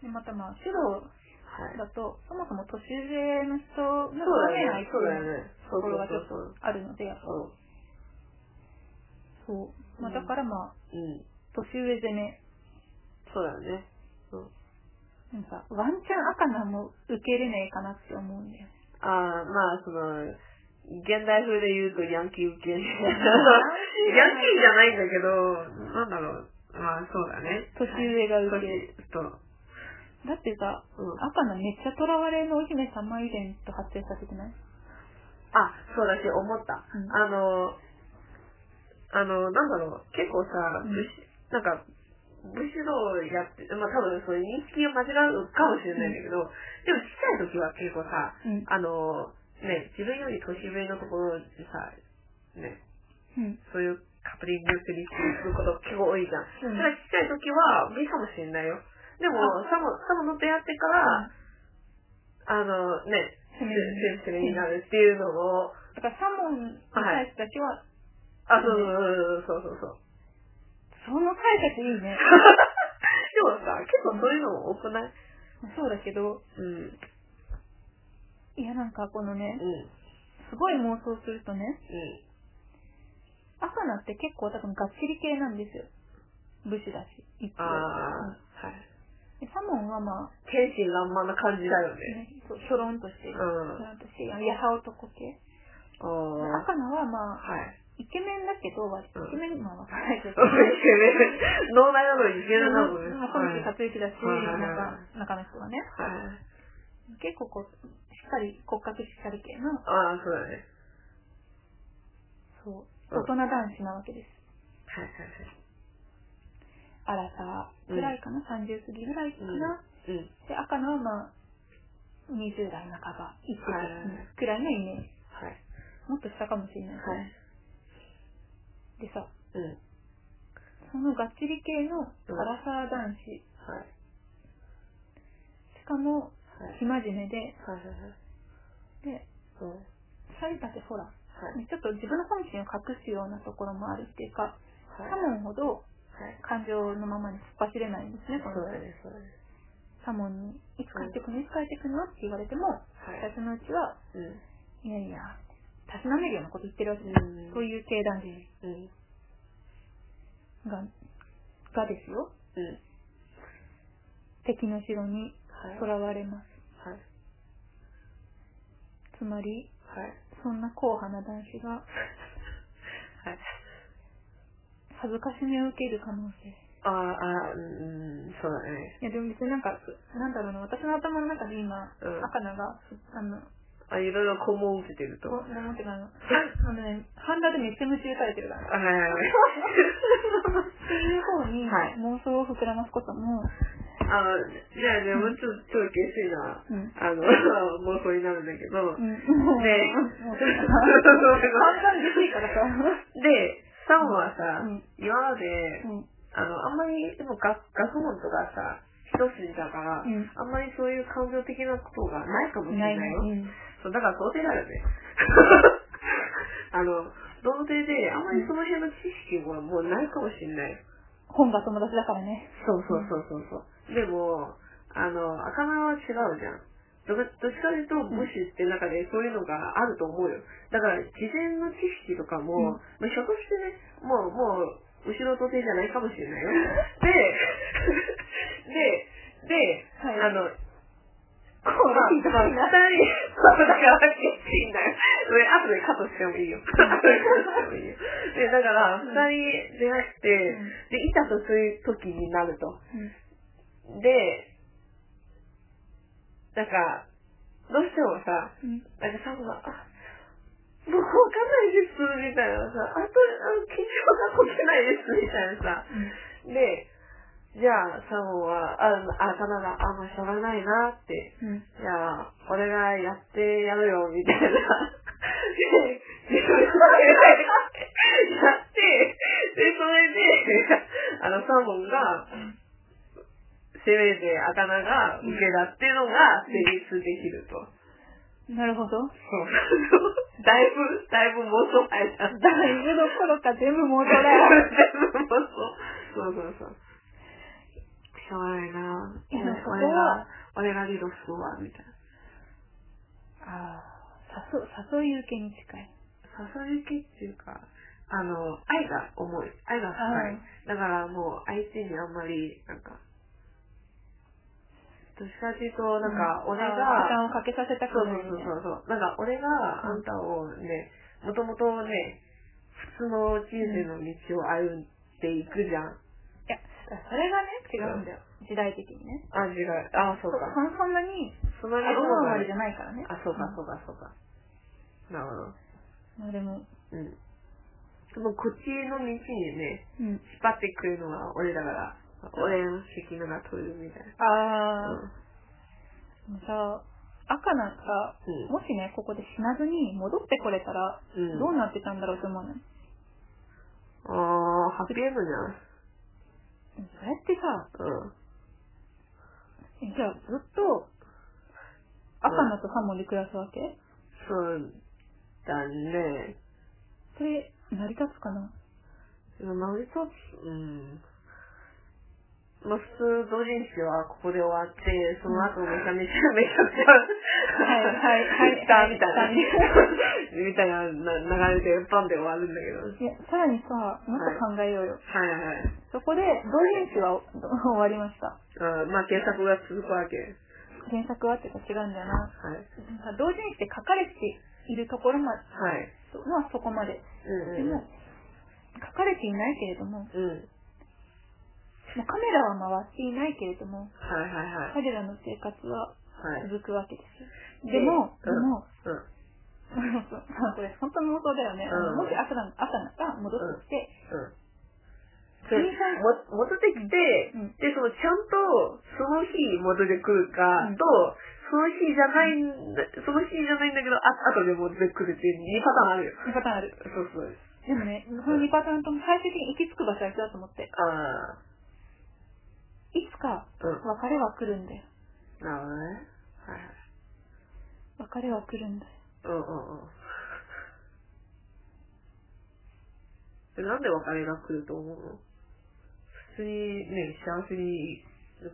Speaker 2: い。
Speaker 1: で、またまあ、白
Speaker 2: はい。
Speaker 1: だと、そもそも年上の人の
Speaker 2: そう
Speaker 1: 同
Speaker 2: だ
Speaker 1: 年
Speaker 2: よ
Speaker 1: 代っ。
Speaker 2: ね
Speaker 1: て
Speaker 2: そうだよ
Speaker 1: いう
Speaker 2: ね。そ
Speaker 1: と
Speaker 2: う
Speaker 1: ころがち
Speaker 2: そ
Speaker 1: ょ
Speaker 2: う
Speaker 1: っと
Speaker 2: そう
Speaker 1: あるので、
Speaker 2: そう。
Speaker 1: そう。まあ、だからまあ、
Speaker 2: うん。うん。
Speaker 1: 年上攻め。
Speaker 2: そうだよね。うん。
Speaker 1: でもさ、ワンチャン赤なも受け入れねえかなって思うんだよね。
Speaker 2: ああ、まあ、その、現代風で言うとヤンキー
Speaker 1: (laughs)
Speaker 2: 受 (laughs) け。ヤンキーじゃないんだけど、なんだろう。まあ、そうだね。
Speaker 1: 年上が受け入れ。
Speaker 2: 年と、
Speaker 1: だってさ、
Speaker 2: うん。
Speaker 1: 赤のめっちゃ囚われのお姫様イベント発生させてない
Speaker 2: あ、そうだし、思った。
Speaker 1: うん
Speaker 2: あの、あの、なんだろう、結構さ、
Speaker 1: うん
Speaker 2: 武士、なんか、武士道をやって、まあ多分そういう認識を間違うかもしれないんだけど、でも小さい時は結構さ、
Speaker 1: うん
Speaker 2: あの、ね、自分より年上のところにさ、ね、
Speaker 1: うん。
Speaker 2: そういうカップリングクリスすること結構多いじゃん。
Speaker 1: うん
Speaker 2: ただちっちゃい時は無理かもしれないよ。でも、サム、サムの出会ってから、あのね、
Speaker 1: 攻め
Speaker 2: センセレになるっていうのを、
Speaker 1: だからサモンに対してだけは、
Speaker 2: あ、そうそうそうそうそうそう。
Speaker 1: その解釈いい
Speaker 2: (laughs)
Speaker 1: ね。
Speaker 2: でもさ、結構そういうのも多くない
Speaker 1: そうだけど、
Speaker 2: うん。うん。
Speaker 1: いやなんかこのね、
Speaker 2: うん。
Speaker 1: すごい妄想するとね、赤菜って結構多分がっちり系なんですよ。武士だし、一
Speaker 2: あ
Speaker 1: 応。
Speaker 2: あ
Speaker 1: うん、
Speaker 2: はい。
Speaker 1: でサモンはまあ、
Speaker 2: 天真爛漫な感じだよね。
Speaker 1: ね、そうひょろんとしてる。
Speaker 2: うん。
Speaker 1: ひょろんとして、あの矢羽男系。
Speaker 2: ああ。は
Speaker 1: 赤菜はまあ、
Speaker 2: い。
Speaker 1: イケメンだけど、割と
Speaker 2: うん
Speaker 1: イケメンまあわかんないけ
Speaker 2: (laughs) イケ
Speaker 1: ど。
Speaker 2: メン。脳内なのにイケメンなのね。
Speaker 1: まあ、小西克之だし、
Speaker 2: はいはい
Speaker 1: なんか、中の人はね、
Speaker 2: はい。
Speaker 1: 結構こう、しっかり、骨格しっかり系の、
Speaker 2: ああ、そうだね。
Speaker 1: そう、
Speaker 2: うん
Speaker 1: 大人男子なわけです。
Speaker 2: はいはい
Speaker 1: あらさ、ぐらいかな、30過ぎぐらいか
Speaker 2: はい。
Speaker 1: な。
Speaker 2: うん。うん。
Speaker 1: で、赤のはまあ、20代半ば、1期
Speaker 2: はいはいはい
Speaker 1: くらいのイメージ。
Speaker 2: はい。
Speaker 1: もっと下かもしれないけど、
Speaker 2: はい。
Speaker 1: でさ、
Speaker 2: うん。
Speaker 1: そのがっちり系の
Speaker 2: うん
Speaker 1: アラサー男子、し
Speaker 2: はい。
Speaker 1: かも
Speaker 2: はい。
Speaker 1: 生真面目で、
Speaker 2: はいはいはい。
Speaker 1: で、
Speaker 2: うん。は
Speaker 1: 最たてほら、
Speaker 2: い。
Speaker 1: ちょっと自分の本心を隠すようなところもあるっていうか、
Speaker 2: は
Speaker 1: サ
Speaker 2: い。
Speaker 1: モンほど
Speaker 2: はい。
Speaker 1: 感情のままに突っ走れないんですね、こ
Speaker 2: そう
Speaker 1: の
Speaker 2: だね、そうだね。
Speaker 1: サモンに。いつ帰ってくのいつ帰ってくのって言われても、
Speaker 2: は
Speaker 1: 最初
Speaker 2: い。
Speaker 1: のうちは、
Speaker 2: うん。
Speaker 1: いやいや、たしなめるようなこと言ってるわけです。
Speaker 2: うん。
Speaker 1: そう
Speaker 2: い
Speaker 1: いう系男
Speaker 2: う。うん。
Speaker 1: 子が、がですよ。
Speaker 2: うん。
Speaker 1: 敵の城に
Speaker 2: はい。
Speaker 1: 囚われます。
Speaker 2: はい。
Speaker 1: つまり、
Speaker 2: はい。
Speaker 1: そんな硬派な男子が
Speaker 2: はい。
Speaker 1: 恥ずかしめを受ける可能性。
Speaker 2: ああ、ああ、うん、うんそうだね。
Speaker 1: いやでも別になんか、なんだろうな、私の頭の中で今、
Speaker 2: うん
Speaker 1: 赤菜が、あの、
Speaker 2: あ、いろいろこも受けてると。
Speaker 1: こ
Speaker 2: は
Speaker 1: うなんていうかあの、あのね、ハンダでめっちゃ鞭打たれてるから。
Speaker 2: いはいはい。
Speaker 1: っていう方に
Speaker 2: はい
Speaker 1: 妄想を膨らますことも、
Speaker 2: あの、じゃあね、もうちょっと超厳しいな、
Speaker 1: うん。(laughs)
Speaker 2: あの、妄想になるんだけど、
Speaker 1: うん。もう、
Speaker 2: ね
Speaker 1: もうとにかく、簡単にいからさ。
Speaker 2: で、サムはさ、
Speaker 1: うん
Speaker 2: 今まで
Speaker 1: う、ん。
Speaker 2: あの、あんまり、でも学学問とかさ、一筋だから、
Speaker 1: うん
Speaker 2: あんまりそういう感情的なことがないかもしれ
Speaker 1: な
Speaker 2: ないい
Speaker 1: ね。
Speaker 2: よ。
Speaker 1: うん。
Speaker 2: そう、だから童貞だ
Speaker 1: (laughs)
Speaker 2: よね。あの、童貞で、あんまりその辺の知識はもうないかもしれない。
Speaker 1: 本が友達だからね。
Speaker 2: そうそうそうそうそう。でも、あの、赤間は違うじゃん。どどっちかというと、武士って中でそういうのがあると思うよ。だから、事前の知識とかも、まあ、ひょっとしてね、もう、もう、後ろと手じゃないかもしれ (laughs) ないよ。で、で、で、
Speaker 1: はい
Speaker 2: あの、こう、まあ、二人、
Speaker 1: はい
Speaker 2: だから、わけいんだよ。それ、後でカットしてもいいよ。後でカットしてもいいよ。で、だから、二人出会って、
Speaker 1: うん
Speaker 2: で、いたとそういう時になると。
Speaker 1: うん。
Speaker 2: で、なんか、どうしてもさ、
Speaker 1: うん。
Speaker 2: なんかサムが、あ僕わかんないです、みたいなさ、あと、あの、緊張が解けないです、みたいなさ。で、じゃあ、サムは、あ、あ、カナが、あ、もうしょうがないなって、
Speaker 1: うん。
Speaker 2: じゃあ、俺がやってやるよ、みたいな。で、自分がやって、で、それで、あの、サーモンが、せめて、あかなが受けだっていうのが成立できると。
Speaker 1: うん。なるほど。
Speaker 2: そう。 (laughs) だいぶ、だいぶ妄想入った。
Speaker 1: だいぶどころか全部妄想だよ。
Speaker 2: そうそうそう。しょうがないなぁ。
Speaker 1: いやそこは
Speaker 2: 俺が、俺がリードするわ、みたいな。
Speaker 1: (laughs) ああ、誘う、誘い受けに近い。
Speaker 2: 誘い気っていうか、あの、愛が重い。愛が深
Speaker 1: う
Speaker 2: い
Speaker 1: ん。
Speaker 2: だからもう相手にあんまり、なんか、どっちかっていうと、なんか、俺
Speaker 1: ああ時間
Speaker 2: が、
Speaker 1: をかけさせた
Speaker 2: そ
Speaker 1: く
Speaker 2: う
Speaker 1: ない
Speaker 2: そう
Speaker 1: みたい
Speaker 2: そ
Speaker 1: な。
Speaker 2: うそう。なんか、俺があんたをね、もともとね、普通の人生の道を歩んでいくじゃん。
Speaker 1: いや、それがね、違うんだよ。時代的にね。
Speaker 2: あ、違う。あ、そうか。
Speaker 1: そそんなに、
Speaker 2: その
Speaker 1: あ
Speaker 2: 理
Speaker 1: れ
Speaker 2: 論
Speaker 1: の
Speaker 2: が
Speaker 1: 割じゃないからね。
Speaker 2: あ、そうか、そうか、そうか。なるほど。
Speaker 1: まあでも、
Speaker 2: うん。そのこっちの道にね、
Speaker 1: うん。
Speaker 2: 引っ張ってくるのは俺だから、俺の責任が取るみたいな。
Speaker 1: ああ、
Speaker 2: うん
Speaker 1: もうさ、赤なんか、
Speaker 2: うん
Speaker 1: もしね、ここで死なずに戻ってこれたら、
Speaker 2: うん
Speaker 1: どうなってたんだろうと思うの。
Speaker 2: ああ、ハッピーエンドじゃん。
Speaker 1: でもそれってさ、
Speaker 2: うん。
Speaker 1: えじゃあずっと、赤菜とサモンで暮らすわけ、
Speaker 2: そうだね。
Speaker 1: それ、成り立つかな
Speaker 2: でも、マウリトス、うん。まあ、普通、同人誌はここで終わって、その後めちゃめちゃめちゃめちゃ、
Speaker 1: はいはいはい
Speaker 2: 来たみたいな、
Speaker 1: はい
Speaker 2: みたいなな流れでバンで終わるんだけ
Speaker 1: い
Speaker 2: ど。
Speaker 1: や、さらにさ、もっと考えようよ。
Speaker 2: はいはいはい。
Speaker 1: そこで、同人誌は終わりました。
Speaker 2: あまあ、原作が続くわけ。
Speaker 1: 原作はっていうか違うんだよな。
Speaker 2: はい。
Speaker 1: さ同人誌って書かれているところまで
Speaker 2: はい。
Speaker 1: はそこまで。
Speaker 2: うん
Speaker 1: で
Speaker 2: うん。
Speaker 1: も、書かれていないけれども、も
Speaker 2: うん。
Speaker 1: うカメラは回っていないけれども、
Speaker 2: はいはいはい。
Speaker 1: 彼らの生活は
Speaker 2: はい。
Speaker 1: 続くわけですよ。
Speaker 2: で
Speaker 1: でも、
Speaker 2: う
Speaker 1: で
Speaker 2: ん
Speaker 1: も、
Speaker 2: うん。
Speaker 1: これ本当の妄想だよね。
Speaker 2: うん
Speaker 1: もし朝が朝が戻ってきて、
Speaker 2: うん。それも戻ってきて、
Speaker 1: うん
Speaker 2: で、そのちゃんと、その日戻ってくるか
Speaker 1: うん
Speaker 2: と、その日じゃないんだ、その日じゃないんだけど、あ後で戻ってくるっていう2パター
Speaker 1: 2パターンあ
Speaker 2: ンあるよ。
Speaker 1: る。
Speaker 2: そうそう。
Speaker 1: でもね、その2パターンとも最終的に行き着く場所は一緒だと思って、
Speaker 2: あ
Speaker 1: いつか
Speaker 2: うん
Speaker 1: 別れは来るんだよ。
Speaker 2: あ、なるほどね。はいはい。
Speaker 1: 別れは来るんだよ。
Speaker 2: うんうんうん。でなんで別れが来ると思うの普通にね、幸せに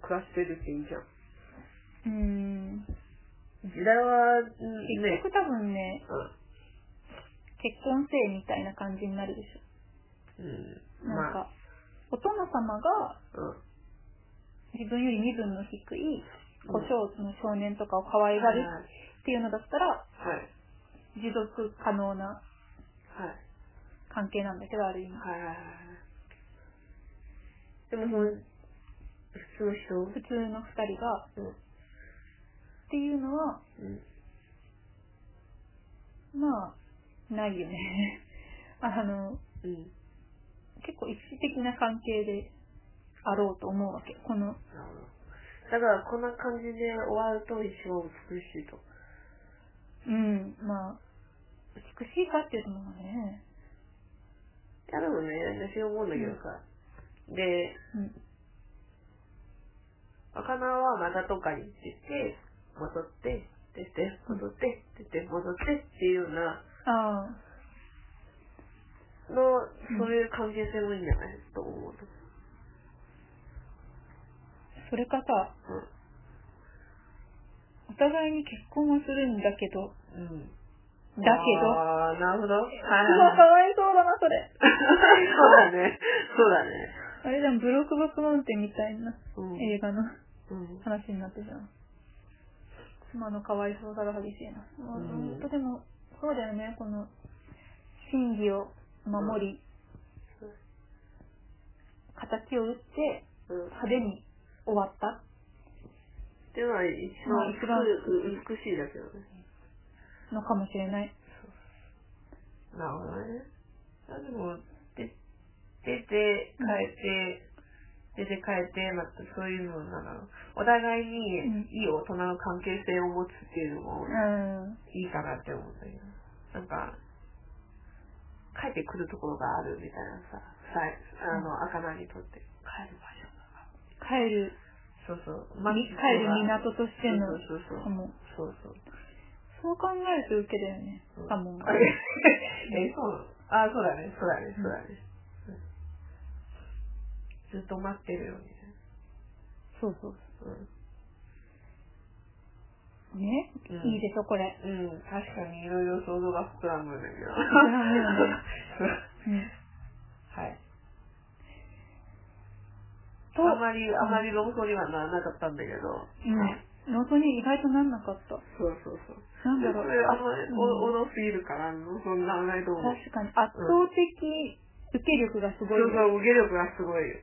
Speaker 2: 暮らしてるっていいじゃん。
Speaker 1: うーん。
Speaker 2: 時代は、ね、
Speaker 1: 結局多分ね、
Speaker 2: う
Speaker 1: 結婚生みたいな感じになるでし
Speaker 2: ん。う
Speaker 1: ょ。な
Speaker 2: ん。
Speaker 1: ん
Speaker 2: まあ、
Speaker 1: か、お殿様が
Speaker 2: うん。
Speaker 1: 自分より身分の低い故障の少年とかを可愛がる
Speaker 2: はい
Speaker 1: っていうのだったら、
Speaker 2: はい。
Speaker 1: 持続可能な
Speaker 2: はい。
Speaker 1: 関係なんだけど、ある意味。
Speaker 2: はいはいはいはい。でもその、普通の人
Speaker 1: 普通の二人が、
Speaker 2: うん。
Speaker 1: っていうのは、
Speaker 2: うん。
Speaker 1: まあ、ないよね。 (laughs) あの、
Speaker 2: うん。
Speaker 1: 結構一時的な関係であろうと思うわけ。この、
Speaker 2: なるほど。だからこんな感じで終わると一生美しいと。
Speaker 1: うん、まあ、美しいかっていうのもね、
Speaker 2: いやでもね、私思うんだけどさ。で、
Speaker 1: うん、
Speaker 2: 若菜はまたとかに行って、戻って、出て、戻って、出て、戻ってっていうような、
Speaker 1: ああ、
Speaker 2: の、そういう関係性もいいんじゃないと思うと。
Speaker 1: それかさ、
Speaker 2: う
Speaker 1: お互いに結婚はするんだけど、
Speaker 2: ん。うん。
Speaker 1: だけど、
Speaker 2: ああ、なるほど。はいう
Speaker 1: わ、
Speaker 2: はい
Speaker 1: か
Speaker 2: はい。
Speaker 1: わいそうだな、それ。
Speaker 2: そうだね。そうだね。
Speaker 1: あれじゃん、ブロックバックマウンテンみたいな
Speaker 2: うん
Speaker 1: 映画の
Speaker 2: うん。
Speaker 1: 話になってるじゃん。妻のかわいそうさが激しいな。もう
Speaker 2: うん
Speaker 1: 本当でも、そうだよね、この、真偽を守り、
Speaker 2: うん
Speaker 1: 形を打って、
Speaker 2: うん。
Speaker 1: 派手に終わった。
Speaker 2: では、一
Speaker 1: まあ
Speaker 2: 番
Speaker 1: 一番
Speaker 2: 美しいだけどね。
Speaker 1: のかもしれない。
Speaker 2: なるほどね。あでも、で出て、帰って、出て帰って、またそういうのなの。お互い
Speaker 1: うん
Speaker 2: にいい大人の関係性を持つっていうのも
Speaker 1: うん。
Speaker 2: いいかなって思うんだけど。なんか、帰ってくるところがあるみたいなさ、さあの、赤菜にとって帰る場所が。
Speaker 1: 帰る、
Speaker 2: そうそう。
Speaker 1: 帰る港としての、
Speaker 2: そうそう
Speaker 1: かも
Speaker 2: そう。そうそ
Speaker 1: そ
Speaker 2: う。
Speaker 1: う考えると受けだよね。か
Speaker 2: (laughs)
Speaker 1: も。
Speaker 2: あえ、そうあ、そうだね、そうだね、そうだね。ずっと待ってるよね。
Speaker 1: そうそう。
Speaker 2: うん。
Speaker 1: ね、
Speaker 2: うん
Speaker 1: いいでしょ、これ。
Speaker 2: うん、確かにいろいろ想像が膨らむんだけど。
Speaker 1: らむよ
Speaker 2: (laughs)
Speaker 1: ねうん。
Speaker 2: はい。
Speaker 1: と、
Speaker 2: あまり、あまり論争にはならなかったんだけど。はい
Speaker 1: うん。本当に意外となんなかった。
Speaker 2: そうそうそう。
Speaker 1: なんだろう
Speaker 2: それあんまり
Speaker 1: うん
Speaker 2: おおろすぎるから、そんなないと思う。
Speaker 1: 確かに、圧倒的受け力がす
Speaker 2: そ
Speaker 1: ご
Speaker 2: う
Speaker 1: い。
Speaker 2: そう、語彙力がすごいよ。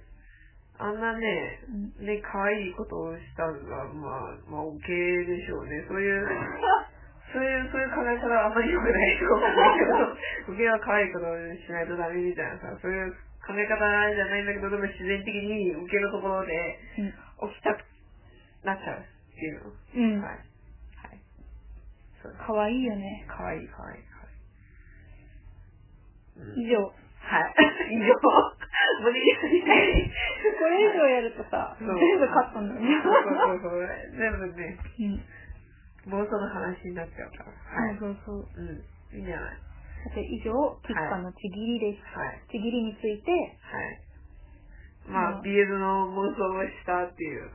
Speaker 2: あんなね、
Speaker 1: うん
Speaker 2: ね、可愛いことをしたのが、まあ、まあ、OK でしょうね。そ
Speaker 1: (laughs)
Speaker 2: ういう、そういう、そういう考え方はあんまり良くないと思
Speaker 1: (laughs)
Speaker 2: うんだけど、受けは可愛いことをしないとダメみたいなさ、そういう考え方じゃないんだけど、でも自然的に受けのところで
Speaker 1: うん
Speaker 2: 起きたくなっちゃうっていうの。
Speaker 1: うん
Speaker 2: はい。はい。そうです。
Speaker 1: かわいいよね。
Speaker 2: かわいい、かわいい、かわいい。うん
Speaker 1: 以上。こ
Speaker 2: はい。以上。無理やり。
Speaker 1: れ以上やるとさ、
Speaker 2: そ
Speaker 1: 全
Speaker 2: う
Speaker 1: 部カットになる。
Speaker 2: そうそうそう。全部ね、
Speaker 1: うん。
Speaker 2: 妄想の話になっちゃうから。はい。
Speaker 1: そうそうそう。
Speaker 2: うん。いいんじゃない
Speaker 1: さて、以上、キッカのちぎりです。
Speaker 2: はい。
Speaker 1: ちぎりについて、
Speaker 2: はい。ま
Speaker 1: う
Speaker 2: あ、
Speaker 1: ん
Speaker 2: BL の妄想をしたっていう。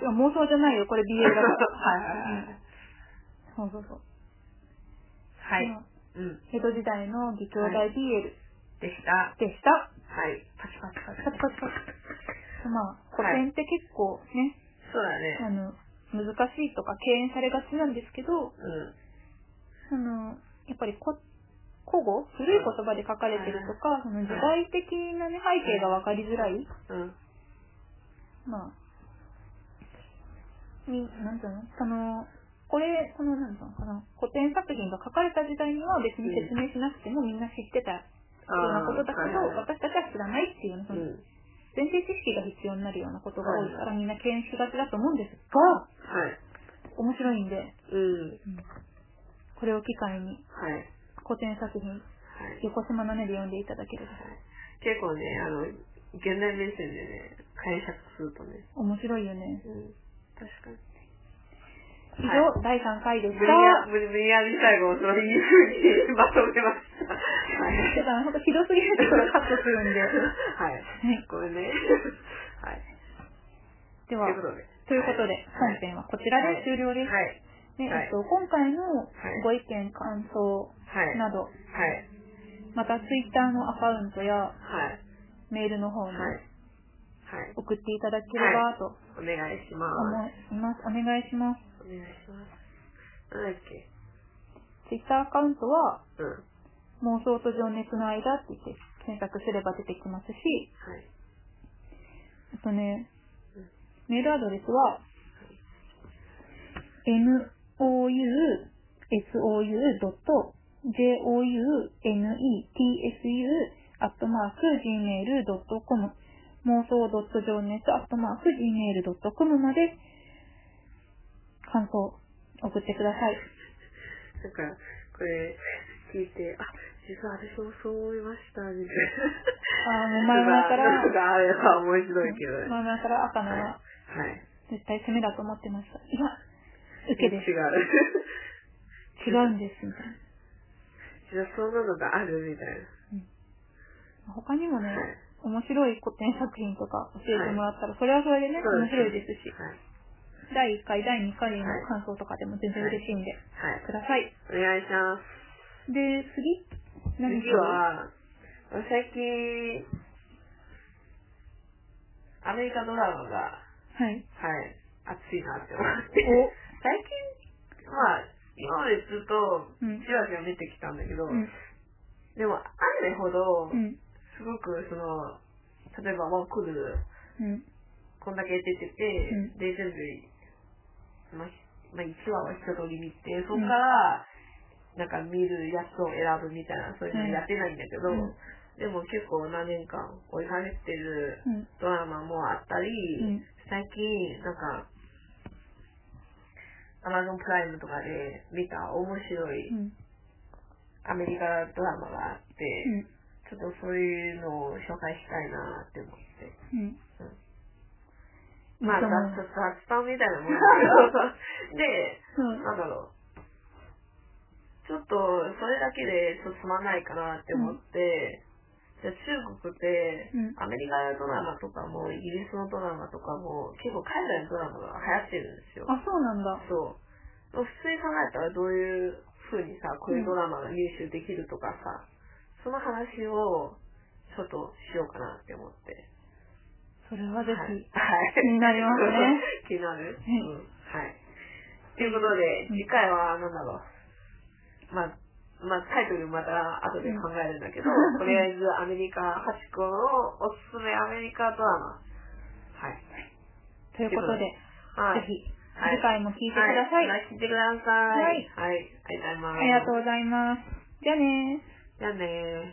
Speaker 1: いや妄想じゃないよ、これ BL だから。
Speaker 2: (laughs) はいはいはい
Speaker 1: うんそうそうそう。
Speaker 2: はい。
Speaker 1: まあ
Speaker 2: うん。
Speaker 1: 江戸時代の義兄弟 BL
Speaker 2: でした。
Speaker 1: でした。
Speaker 2: はい。パチパチパチ
Speaker 1: パチパチパチまあ、古典って結構ね、
Speaker 2: そうだね。
Speaker 1: あの、難しいとか敬遠されがちなんですけど、
Speaker 2: うん。
Speaker 1: その、やっぱりこ古語古い言葉で書かれてるとか、その時代的なね、背景がわかりづらい、
Speaker 2: うん。
Speaker 1: まあ、に、なんていうのその、これ、この、なんていうのかな、古典作品が書かれた時代には別に説明しなくてもみんな知ってたような
Speaker 2: あ
Speaker 1: ことだけ
Speaker 2: はい
Speaker 1: ど、
Speaker 2: はい
Speaker 1: 私たちは知らないっていう、そ
Speaker 2: うん。
Speaker 1: の前提知識が必要になるようなことが多いか
Speaker 2: は
Speaker 1: らみんな敬遠しがちだと思うんですが、
Speaker 2: はい。
Speaker 1: 面白いんで、
Speaker 2: うん。はい。
Speaker 1: これを機会に
Speaker 2: はい。
Speaker 1: 古典作品、横島の根で読んでいただければ
Speaker 2: 結構ね、あの、現代目線でね、解釈するとね。
Speaker 1: 面白いよね。
Speaker 2: うん。確かに。
Speaker 1: 以上、第3回でし
Speaker 2: 無
Speaker 1: た。
Speaker 2: 理や、無理無理やり最後をそういうふうにまとめました。はい
Speaker 1: ちょっとほんとひどすぎるところカットするんで。
Speaker 2: (laughs) はい。
Speaker 1: はい
Speaker 2: ごめんね。はい。
Speaker 1: では、
Speaker 2: ということで。
Speaker 1: ということで、
Speaker 2: はい
Speaker 1: 本編はこちらで終了です。
Speaker 2: はい。
Speaker 1: ね
Speaker 2: はい
Speaker 1: えっと、今回の
Speaker 2: い
Speaker 1: ご意見、感想
Speaker 2: はい。
Speaker 1: など、
Speaker 2: はい。
Speaker 1: またツイッターのアカウントや
Speaker 2: はい。
Speaker 1: メールの方に
Speaker 2: はい。はい。
Speaker 1: 送っていただければと
Speaker 2: お願いしま
Speaker 1: 思います。お願いします。
Speaker 2: す。お願いします。なんだっけ
Speaker 1: ツイッターアカウントは、
Speaker 2: うん。は
Speaker 1: 妄想と情熱の間って言って検索すれば出てきますし、
Speaker 2: い。
Speaker 1: あとね
Speaker 2: うん、
Speaker 1: メールアドレスは、mousou.jounetsu.gmail.com 妄想 .jounetsu.gmail.com まで感想送ってください。
Speaker 2: なんか、これ、聞いて、あ、実は私もそう思いました、みたい
Speaker 1: あーもう
Speaker 2: な。
Speaker 1: 前々か
Speaker 2: な
Speaker 1: ら
Speaker 2: ん、か、あれは面白いけどね。
Speaker 1: 前々から赤
Speaker 2: は。
Speaker 1: ないは
Speaker 2: はい。
Speaker 1: 絶対攻めだと思ってました。いや、受けです
Speaker 2: 違。う。
Speaker 1: 違うんです、みたいな。
Speaker 2: じゃあ、そんなのがあるみたいな。
Speaker 1: 他にもね、
Speaker 2: はい
Speaker 1: 面白い古典作品とか教えてもらったら、それはそれでね、面白いですし、
Speaker 2: はい。
Speaker 1: 第1回、第2回の
Speaker 2: はい
Speaker 1: 感想とかでも全然嬉しいんで、
Speaker 2: はい。
Speaker 1: ください。
Speaker 2: お願いします。
Speaker 1: で、次何す
Speaker 2: 次
Speaker 1: る
Speaker 2: は、最近、アメリカドラマが、
Speaker 1: はい。
Speaker 2: はい、熱いなって思っ
Speaker 1: お
Speaker 2: て、、最近、まあ、今までずっと、
Speaker 1: うん
Speaker 2: じわじわ見てきたんだけど、
Speaker 1: うん、
Speaker 2: でも、アニメほど
Speaker 1: う、ん、
Speaker 2: すごく、その、例えば、ワンクール、
Speaker 1: うん、
Speaker 2: こんだけ出てて、
Speaker 1: うん
Speaker 2: で、全部、まあ、まあ、1話は一通り見て、そこから、なんか見るやつを選ぶみたいな、そういうのやってないんだけど、
Speaker 1: うん
Speaker 2: でも結構何年間追いかけてる
Speaker 1: うん、
Speaker 2: ドラマもあったり、
Speaker 1: うん
Speaker 2: 最近、なんか、アマゾンプライムとかで見た面白
Speaker 1: う
Speaker 2: い
Speaker 1: ん、
Speaker 2: アメリカドラマがあって、
Speaker 1: うん、
Speaker 2: ちょっとそういうのを紹介したいなって思って。
Speaker 1: うん。
Speaker 2: まあ、
Speaker 1: いいと思
Speaker 2: 雑
Speaker 1: う
Speaker 2: 雑談みたいなもんだ
Speaker 1: (laughs)
Speaker 2: けどで、
Speaker 1: うん、
Speaker 2: なんだろう。ちょっと、それだけでちょっとつまんないかなって思って、じゃあ中国って
Speaker 1: うん、
Speaker 2: アメリカのドラマとかも、イギリスのドラマとかも、結構海外のドラマが流行ってるんですよ。
Speaker 1: あ、そうなんだ。
Speaker 2: そう。普通に考えたらどういう風にさ、こういうドラマが入手できるとかさ、その話を、ちょっとしようかなって思って。
Speaker 1: それはぜ
Speaker 2: はい
Speaker 1: ひ、
Speaker 2: はい
Speaker 1: 気になりますね。
Speaker 2: (laughs) 気になる。
Speaker 1: はい
Speaker 2: うんはい。ということで、
Speaker 1: うん
Speaker 2: 次回は何だろう。まあ、まあ、タイトルまた後で考えるんだけ
Speaker 1: (laughs)
Speaker 2: ど、
Speaker 1: うん
Speaker 2: とりあえずアメリカ、ハチコのおすすめアメリカドラマ。はい。
Speaker 1: ということで、
Speaker 2: はい。
Speaker 1: ぜひ、
Speaker 2: はい
Speaker 1: 次回も聞いてください。
Speaker 2: はい、聞いてください。はい。ありがとうございます。
Speaker 1: ありがとうございます。じゃあねー。
Speaker 2: じゃあね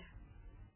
Speaker 2: ー。